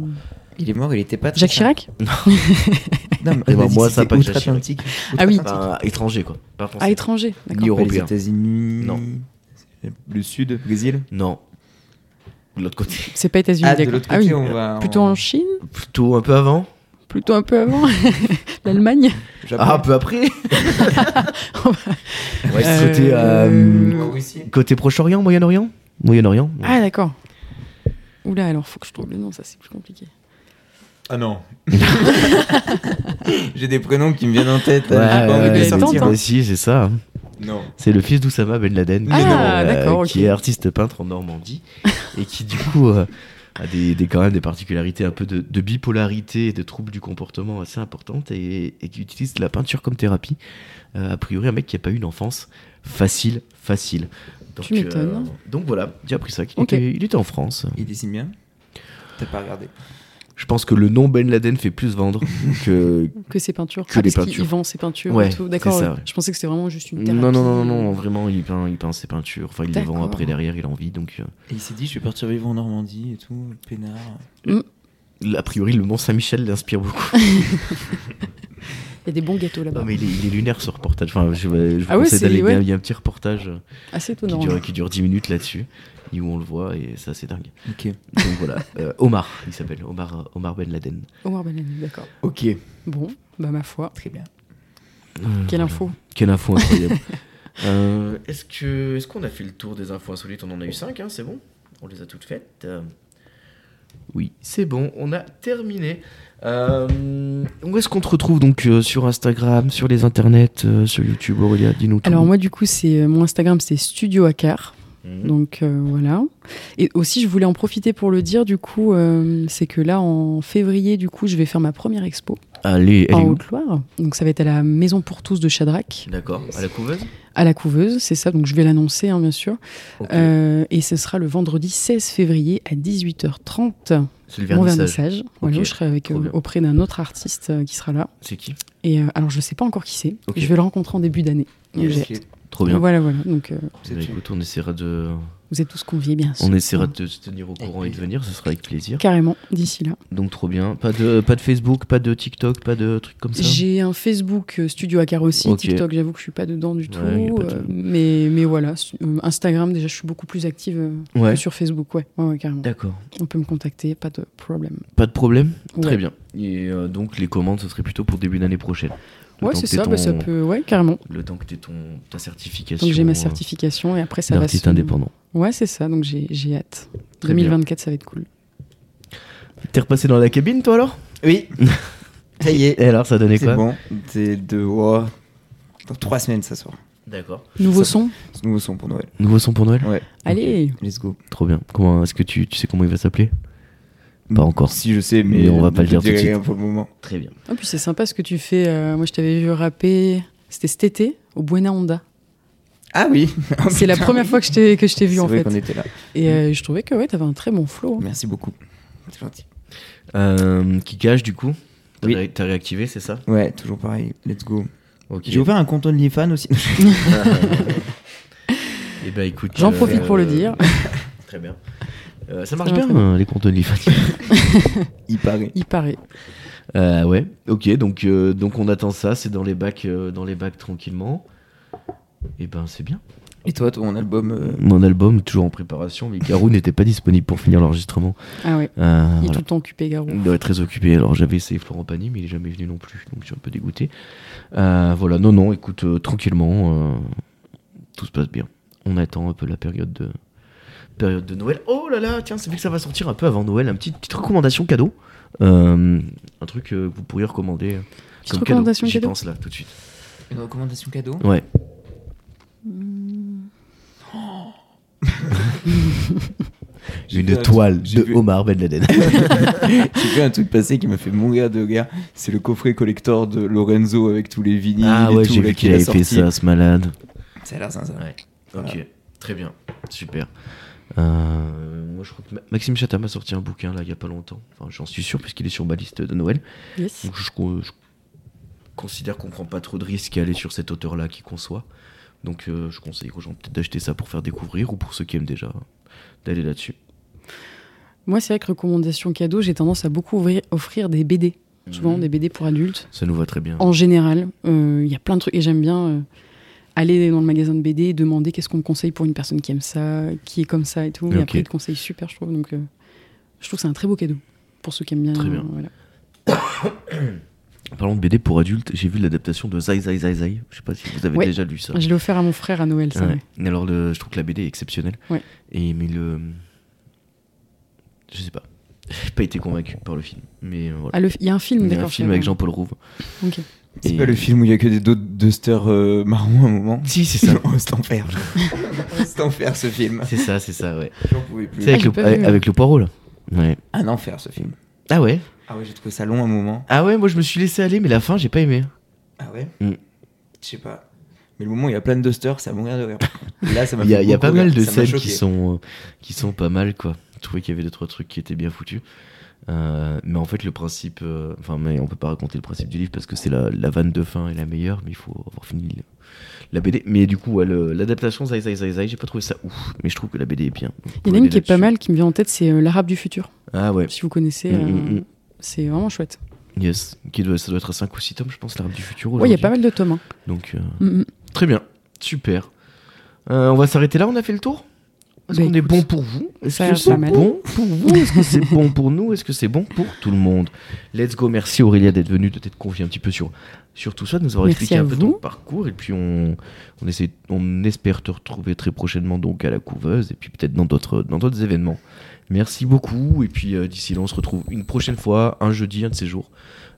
[SPEAKER 4] Il est mort, il était pas très
[SPEAKER 3] Jacques
[SPEAKER 4] sympa.
[SPEAKER 3] Chirac
[SPEAKER 4] Non,
[SPEAKER 1] Eh
[SPEAKER 4] mais
[SPEAKER 1] ben,
[SPEAKER 4] on a dit
[SPEAKER 1] moi,
[SPEAKER 4] que
[SPEAKER 1] ça,
[SPEAKER 4] c'était
[SPEAKER 1] pas que Jacques
[SPEAKER 4] outre-Atlantique.
[SPEAKER 3] Ah oui.
[SPEAKER 4] Outre-Atlantique.
[SPEAKER 1] Enfin, étranger quoi. Pas français.
[SPEAKER 3] À étranger,
[SPEAKER 1] Ni
[SPEAKER 3] d'accord.
[SPEAKER 1] européen.
[SPEAKER 4] Pas Les États-Unis.
[SPEAKER 1] Non.
[SPEAKER 4] Le Sud, le Brésil.
[SPEAKER 1] Non. De l'autre côté.
[SPEAKER 3] C'est pas États-Unis,
[SPEAKER 4] Ah, de
[SPEAKER 3] d'accord.
[SPEAKER 4] l'autre
[SPEAKER 3] Ah
[SPEAKER 4] côté,
[SPEAKER 3] oui,
[SPEAKER 4] on va.
[SPEAKER 3] plutôt
[SPEAKER 4] on-
[SPEAKER 3] en Chine,
[SPEAKER 1] Plutôt un peu avant.
[SPEAKER 3] plutôt un peu avant. (laughs) L'Allemagne.
[SPEAKER 4] Japon.
[SPEAKER 1] Ah, un peu
[SPEAKER 3] (laughs)
[SPEAKER 1] après. ouais, c'est
[SPEAKER 3] Euh,
[SPEAKER 1] côté,
[SPEAKER 4] En
[SPEAKER 1] euh,
[SPEAKER 4] Russie.
[SPEAKER 1] côté Proche-Orient, Moyen-Orient. Moyen-Orient. ouais.
[SPEAKER 3] Ah d'accord. Oula, alors faut que je trouve le nom, ça c'est plus compliqué.
[SPEAKER 4] Ah non. (laughs) J'ai des prénoms qui me viennent en tête. J'ai
[SPEAKER 1] Ouais,
[SPEAKER 4] pas envie de
[SPEAKER 1] ouais,
[SPEAKER 4] les
[SPEAKER 1] ouais,
[SPEAKER 3] tente,
[SPEAKER 4] sortir.
[SPEAKER 3] hein.
[SPEAKER 1] mais si, c'est ça.
[SPEAKER 4] Non.
[SPEAKER 1] C'est le fils d'Oussama Ben Laden,
[SPEAKER 4] Ah,
[SPEAKER 1] qui,
[SPEAKER 3] d'accord,
[SPEAKER 1] qui
[SPEAKER 3] ok.
[SPEAKER 1] est artiste peintre en Normandie et qui du coup euh, a des, des- quand même des particularités un peu de, de bipolarité et de troubles du comportement assez importantes et, et qui utilise la peinture comme thérapie. Euh, a priori, un mec qui n'a pas eu une enfance facile, facile. Donc, euh,
[SPEAKER 3] Tu m'étonnes.
[SPEAKER 1] donc voilà, j'ai appris ça. qu'il
[SPEAKER 3] Ok.
[SPEAKER 1] était- il était en France.
[SPEAKER 4] Il dessine bien. T'as pas regardé.
[SPEAKER 1] Je pense que le nom Ben Laden fait plus
[SPEAKER 3] (laughs)
[SPEAKER 1] vendre que.
[SPEAKER 3] Que ses peintures.
[SPEAKER 1] Que
[SPEAKER 3] ah,
[SPEAKER 1] les
[SPEAKER 3] parce qu'il-
[SPEAKER 1] peintures.
[SPEAKER 3] il vend ses peintures
[SPEAKER 1] Ouais,
[SPEAKER 3] et tout. D'accord.
[SPEAKER 1] c'est ça, ouais.
[SPEAKER 3] Je pensais que c'était vraiment juste une
[SPEAKER 1] non,
[SPEAKER 3] thérapie.
[SPEAKER 1] non, non, non, non, vraiment, il peint, il peint ses peintures. Enfin, il les vend
[SPEAKER 3] D'accord.
[SPEAKER 1] après derrière, il a envie. Donc, euh,
[SPEAKER 4] Et il s'est dit, je vais partir vivre en Normandie et tout, peinard.
[SPEAKER 1] euh, a priori, le Mont Saint-Michel l'inspire beaucoup.
[SPEAKER 3] Il y a des bons gâteaux là-bas.
[SPEAKER 1] Non, mais il est, il est lunaire ce reportage. Enfin, je, je vous
[SPEAKER 3] Ah ouais,
[SPEAKER 1] conseille
[SPEAKER 3] c'est-
[SPEAKER 1] d'aller.
[SPEAKER 3] ouais.
[SPEAKER 1] Il y a un petit reportage euh,
[SPEAKER 3] Assez
[SPEAKER 1] qui
[SPEAKER 3] étonnant. hein.
[SPEAKER 1] dure, qui dure 10 minutes là-dessus, et où on le voit, et ça, c'est dingue.
[SPEAKER 4] Ok.
[SPEAKER 1] Donc
[SPEAKER 3] (laughs)
[SPEAKER 1] voilà, Euh, Omar, il s'appelle Omar, Omar Ben Laden.
[SPEAKER 3] Omar Ben Laden, d'accord.
[SPEAKER 4] Ok.
[SPEAKER 3] Bon, bah ma foi.
[SPEAKER 4] Très bien.
[SPEAKER 3] Quelle info.
[SPEAKER 1] Quelle info
[SPEAKER 3] (laughs)
[SPEAKER 1] incroyable. Euh, est-ce, que, est-ce qu'on a fait le tour des infos insolites On en a eu 5, c'est bon On les a toutes faites. Euh, Oui, c'est bon, on a terminé. Euh, où est-ce qu'on te retrouve donc euh, sur Instagram, sur les internets, euh, sur YouTube, Aurélia Dis-nous tout.
[SPEAKER 3] Alors moi du coup c'est euh, mon Instagram c'est Studio Hacker.
[SPEAKER 1] Mhm.
[SPEAKER 3] Donc euh, voilà. Et aussi je voulais en profiter pour le dire du coup euh, c'est que là en février du coup je vais faire ma première expo
[SPEAKER 1] Allez, elle est
[SPEAKER 3] en
[SPEAKER 1] où
[SPEAKER 3] Haute-Loire. Donc ça va être à la Maison pour tous de Chadrac
[SPEAKER 1] D'accord, à la couveuse
[SPEAKER 3] à la couveuse, c'est ça donc je vais l'annoncer hein, bien sûr.
[SPEAKER 1] Ok.
[SPEAKER 3] Euh, et ce sera le vendredi 16 février à 18h30,
[SPEAKER 1] C'est le
[SPEAKER 3] mon
[SPEAKER 1] vernissage.
[SPEAKER 3] vernissage. Voilà,
[SPEAKER 1] Ok,
[SPEAKER 3] je serai avec,
[SPEAKER 1] trop
[SPEAKER 3] euh,
[SPEAKER 1] bien.
[SPEAKER 3] auprès d'un autre artiste euh, qui sera là.
[SPEAKER 1] C'est qui
[SPEAKER 3] Et euh, alors, je sais pas encore qui c'est.
[SPEAKER 1] Ok.
[SPEAKER 3] Je vais le rencontrer en début d'année. Donc, j'ai hâte.
[SPEAKER 1] Trop bien.
[SPEAKER 3] Voilà, voilà. Donc, euh,
[SPEAKER 1] Bah, écoute, on essaiera de,
[SPEAKER 3] vous êtes tous conviés, bien sûr.
[SPEAKER 1] on essaiera de se tenir au courant et de
[SPEAKER 4] plaisir.
[SPEAKER 1] venir, ce sera avec plaisir.
[SPEAKER 3] Carrément, d'ici là.
[SPEAKER 1] Donc trop bien. Pas de, pas de Facebook, pas de TikTok, pas de trucs comme ça.
[SPEAKER 3] J'ai un Facebook euh, Studio Hacker aussi.
[SPEAKER 1] Ok.
[SPEAKER 3] TikTok, j'avoue que je suis pas dedans du tout.
[SPEAKER 1] Ouais, y a pas de-
[SPEAKER 3] euh, mais, mais voilà. su- euh, Instagram, déjà, je suis beaucoup plus active euh,
[SPEAKER 1] Ouais.
[SPEAKER 3] que sur Facebook. Ouais, ouais, ouais, carrément.
[SPEAKER 1] D'accord.
[SPEAKER 3] On peut me contacter, pas de problème.
[SPEAKER 1] Pas de problème.
[SPEAKER 3] Ouais.
[SPEAKER 1] Très bien. Et euh, donc les commandes, ce serait plutôt pour début d'année prochaine. Le
[SPEAKER 3] Ouais,
[SPEAKER 1] temps
[SPEAKER 3] c'est
[SPEAKER 1] que t'aies
[SPEAKER 3] ça. bah, ça
[SPEAKER 1] ton-
[SPEAKER 3] peut. Ouais, carrément.
[SPEAKER 1] Le temps que t'aies ton ta certification.
[SPEAKER 3] Donc, j'ai ma
[SPEAKER 1] euh,
[SPEAKER 3] certification et après, ça va.
[SPEAKER 1] d'artiste
[SPEAKER 3] se-
[SPEAKER 1] indépendant.
[SPEAKER 3] Ouais, c'est ça. Donc, j'ai j'ai hâte.
[SPEAKER 1] Très
[SPEAKER 3] 2024, ça va être cool.
[SPEAKER 1] T'es repassé dans la cabine, toi alors
[SPEAKER 3] (laughs)
[SPEAKER 4] Oui. Ça y est.
[SPEAKER 1] Et alors, ça donnait
[SPEAKER 4] C'est
[SPEAKER 1] quoi
[SPEAKER 4] bon. C'est de. oh, Dans trois semaines, ça sort.
[SPEAKER 1] D'accord.
[SPEAKER 3] Nouveau
[SPEAKER 4] Ça-
[SPEAKER 3] son
[SPEAKER 4] Ce nouveau son pour Noël.
[SPEAKER 1] Nouveau son pour Noël.
[SPEAKER 4] Ouais.
[SPEAKER 3] Allez
[SPEAKER 4] Let's go.
[SPEAKER 1] Trop bien. Comment Est-ce que tu, tu sais comment il va s'appeler Pas encore.
[SPEAKER 4] Si je sais, mais,
[SPEAKER 1] Mais on va pas le
[SPEAKER 4] je
[SPEAKER 1] dire tout de
[SPEAKER 4] dirai
[SPEAKER 1] suite.
[SPEAKER 4] rien pour le moment.
[SPEAKER 1] Mm. Très bien.
[SPEAKER 3] Ah, puis c'est sympa ce que tu fais. Euh, moi, je t'avais vu rapper. C'était cet été au Buena Honda.
[SPEAKER 4] Ah oui. (laughs)
[SPEAKER 2] Oh,
[SPEAKER 3] C'est la première fois que je t'ai que je t'ai vu en
[SPEAKER 4] C'est vrai
[SPEAKER 3] fait.
[SPEAKER 4] qu'on était là.
[SPEAKER 3] Et euh, je trouvais que ouais, t'avais un très bon flow. hein.
[SPEAKER 4] Merci beaucoup. C'est gentil.
[SPEAKER 1] Euh, qui cache du coup T'as
[SPEAKER 4] Oui.
[SPEAKER 1] ré- t'as réactivé, c'est ça
[SPEAKER 4] Ouais, toujours pareil. Let's go.
[SPEAKER 1] Ok.
[SPEAKER 4] J'ai ouvert un compte OnlyFans aussi. (laughs)
[SPEAKER 1] Eh ben, écoute,
[SPEAKER 3] J'en
[SPEAKER 1] euh,
[SPEAKER 3] profite pour le dire.
[SPEAKER 1] (laughs) Très bien. Euh, ça marche
[SPEAKER 3] va
[SPEAKER 1] bien,
[SPEAKER 3] très bien.
[SPEAKER 1] euh, les comptes OnlyFans.
[SPEAKER 2] Il paraît.
[SPEAKER 3] Il paraît.
[SPEAKER 1] (laughs) Euh, ouais, ok, donc, euh, donc on attend ça, c'est dans les bacs, euh, dans les bacs tranquillement. Et ben c'est bien.
[SPEAKER 2] Et toi, ton album euh,
[SPEAKER 1] Mon album toujours en préparation, mais Garou (laughs) n'était pas disponible pour finir l'enregistrement.
[SPEAKER 3] Ah ouais.
[SPEAKER 1] Euh,
[SPEAKER 3] Il est
[SPEAKER 1] voilà.
[SPEAKER 3] tout le temps occupé, Garou.
[SPEAKER 1] Il doit être très occupé. Alors j'avais essayé Florent Pagny, mais il est jamais venu non plus, donc je suis un peu dégoûté. Euh, voilà, non, non, écoute, euh, tranquillement, euh, tout se passe bien. On attend un peu la période de période de Noël. Oh là là, tiens, c'est vu que ça va sortir un peu avant Noël, une petite, petite recommandation cadeau, Euh, un truc euh, que vous pourriez recommander. euh,
[SPEAKER 3] Petite
[SPEAKER 1] Comme cadeau.
[SPEAKER 3] recommandation
[SPEAKER 1] J'y
[SPEAKER 3] cadeau.
[SPEAKER 1] pense là tout de suite.
[SPEAKER 2] Une recommandation cadeau
[SPEAKER 1] Ouais.
[SPEAKER 2] J'ai vu
[SPEAKER 1] Une
[SPEAKER 2] un-
[SPEAKER 1] toile
[SPEAKER 2] j'ai
[SPEAKER 1] de
[SPEAKER 2] vu-
[SPEAKER 1] Omar Ben
[SPEAKER 2] (laughs)
[SPEAKER 1] Laden.
[SPEAKER 2] J'ai vu un truc passer qui m'a fait mourir de rire. C'est le coffret collector de Lorenzo avec tous les vinyles
[SPEAKER 1] ah
[SPEAKER 2] et
[SPEAKER 1] ouais,
[SPEAKER 2] tout
[SPEAKER 1] j'ai
[SPEAKER 2] là,
[SPEAKER 1] vu
[SPEAKER 2] qu'il
[SPEAKER 1] qu'il
[SPEAKER 2] a
[SPEAKER 1] avait fait
[SPEAKER 2] sorti.
[SPEAKER 1] ça, ce malade.
[SPEAKER 2] Ça a l'air sympa.
[SPEAKER 1] Ok, très bien, super. Euh, moi, je crois que Ma- Maxime Chatham a sorti un bouquin là il y a pas longtemps. Enfin, j'en suis sûr puisqu'il est sur ma liste de Noël.
[SPEAKER 3] Yes.
[SPEAKER 1] Donc, je, con- je considère qu'on prend pas trop de risques à aller sur cet auteur-là qui conçoit. Donc, euh, je conseille aux gens peut-être d'acheter ça pour faire découvrir ou pour ceux qui aiment déjà d'aller là-dessus.
[SPEAKER 3] Moi, c'est vrai que recommandation cadeau, j'ai tendance à beaucoup ouvrir- offrir des BD. Souvent, des BD pour adultes.
[SPEAKER 1] Ça nous va très bien.
[SPEAKER 3] En général, euh, il y a plein de trucs. Et j'aime bien euh, aller dans le magasin de BD et demander qu'est-ce qu'on me conseille pour une personne qui aime ça, qui est comme ça et tout.
[SPEAKER 1] Ok.
[SPEAKER 3] Et après, ils te conseillent super, je trouve. Donc, euh, je trouve que c'est un très beau cadeau pour ceux qui aiment bien.
[SPEAKER 1] Très bien.
[SPEAKER 3] euh, voilà.
[SPEAKER 1] Parlons de BD pour adultes, j'ai vu l'adaptation de Zai Zai Zai Zai. Je sais pas si vous avez
[SPEAKER 3] Ouais.
[SPEAKER 1] déjà lu ça.
[SPEAKER 3] Je l'ai offert à mon frère à Noël, ça.
[SPEAKER 1] Ouais.
[SPEAKER 3] ouais.
[SPEAKER 1] Mais Alors, le- je trouve que la BD est exceptionnelle.
[SPEAKER 3] Ouais.
[SPEAKER 1] Et mais le, je sais pas, j'ai pas été convaincu par le film. Mais euh, voilà.
[SPEAKER 3] Ah, le fi- il y a un film,
[SPEAKER 1] Il y a
[SPEAKER 3] d'accord.
[SPEAKER 1] un
[SPEAKER 3] je
[SPEAKER 1] film
[SPEAKER 3] savais
[SPEAKER 1] avec
[SPEAKER 3] pas.
[SPEAKER 1] Jean-Paul Rouve.
[SPEAKER 3] Ok.
[SPEAKER 1] Et- euh,
[SPEAKER 2] C'est pas le film où il y a que des dos de dusters euh, marrons à un moment
[SPEAKER 1] Si, c'est ça.
[SPEAKER 2] Oh, (laughs) c'est enfer. (laughs) c'est enfer ce film.
[SPEAKER 1] (laughs) c'est ça, c'est ça, ouais.
[SPEAKER 2] J'en pouvais plus.
[SPEAKER 1] C'est avec,
[SPEAKER 3] Ah, j'ai
[SPEAKER 1] le,
[SPEAKER 3] pas vu,
[SPEAKER 1] avec,
[SPEAKER 3] ouais.
[SPEAKER 1] avec le poireau là. Ouais.
[SPEAKER 2] Un enfer ce film.
[SPEAKER 1] Ah ouais.
[SPEAKER 2] Ah ouais, j'ai trouvé ça long un moment.
[SPEAKER 1] Ah ouais, moi je me suis laissé aller, mais la fin j'ai pas aimé.
[SPEAKER 2] Ah ouais
[SPEAKER 1] Mm.
[SPEAKER 2] Je sais pas. Mais le moment où il y a plein de dusters, ça va mourir de (laughs) rire. Là, ça m'a
[SPEAKER 1] Il y a,
[SPEAKER 2] fait
[SPEAKER 1] il y a
[SPEAKER 2] beaucoup
[SPEAKER 1] pas mal
[SPEAKER 2] rire.
[SPEAKER 1] de
[SPEAKER 2] Ça m'a
[SPEAKER 1] scènes qui
[SPEAKER 2] choqué.
[SPEAKER 1] sont, euh, qui sont pas mal, quoi. Je trouvais qu'il y avait deux, trois trucs qui étaient bien foutus. Euh, mais en fait, le principe. euh, Enfin, mais on peut pas raconter le principe du livre parce que c'est la, la vanne de fin et la meilleure, mais il faut avoir fini le- la BD. Mais du coup, ouais, le- l'adaptation, zai zai zai zai, j'ai pas trouvé ça ouf. Mais je trouve que la BD est bien. Vous
[SPEAKER 3] Il y en
[SPEAKER 1] pouvez
[SPEAKER 3] a une
[SPEAKER 1] aller
[SPEAKER 3] qui est pas
[SPEAKER 1] là-dessus.
[SPEAKER 3] mal, qui me vient en tête, c'est euh, L'Arabe du futur.
[SPEAKER 1] Ah ouais,
[SPEAKER 3] Si vous connaissez,
[SPEAKER 1] Mm,
[SPEAKER 3] euh,
[SPEAKER 1] mm, mm.
[SPEAKER 3] c'est vraiment chouette.
[SPEAKER 1] yes. Qui doit, ça doit être à 5 ou 6 tomes, je pense, l'arabe du futur.
[SPEAKER 3] Ouais, il y a
[SPEAKER 1] aujourd'hui.
[SPEAKER 3] pas mal de tomes. hein.
[SPEAKER 1] Donc, euh,
[SPEAKER 3] Mm, mm.
[SPEAKER 1] Très bien, super. Euh, on va s'arrêter là, on a fait le tour Est-ce
[SPEAKER 3] Bah,
[SPEAKER 1] qu'on est
[SPEAKER 3] écoute,
[SPEAKER 1] bon pour vous Est-ce
[SPEAKER 3] ça a
[SPEAKER 1] que
[SPEAKER 3] l'air
[SPEAKER 1] c'est
[SPEAKER 3] pas mal.
[SPEAKER 1] bon pour vous Est-ce que c'est bon pour nous Est-ce que c'est bon pour tout le monde Let's go, merci Aurélia d'être venue, de t'être confiée un petit peu sur, sur tout ça, de nous avoir
[SPEAKER 3] Merci
[SPEAKER 1] expliqué
[SPEAKER 3] à
[SPEAKER 1] un peu
[SPEAKER 3] vous.
[SPEAKER 1] ton parcours. Et puis on, on, essaie, on espère te retrouver très prochainement donc à la couveuse et puis peut-être dans d'autres dans d'autres événements. Merci beaucoup. Et puis euh, d'ici là, on se retrouve une prochaine fois, un jeudi, un de ces jours.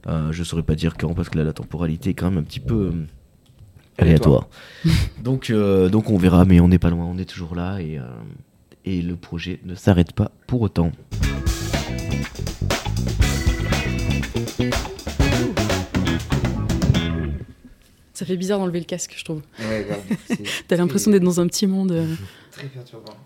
[SPEAKER 1] Euh, je saurais pas dire quand parce que là, la temporalité est quand même un petit peu euh, aléatoire. (laughs) donc, euh, donc on verra, mais on n'est pas loin, on est toujours là et, euh, et le projet ne s'arrête pas pour autant.
[SPEAKER 3] Ça fait bizarre d'enlever le casque, je trouve.
[SPEAKER 2] Ouais, grave. C'est
[SPEAKER 3] T'as l'impression d'être dans un petit monde. euh,
[SPEAKER 2] très perturbant.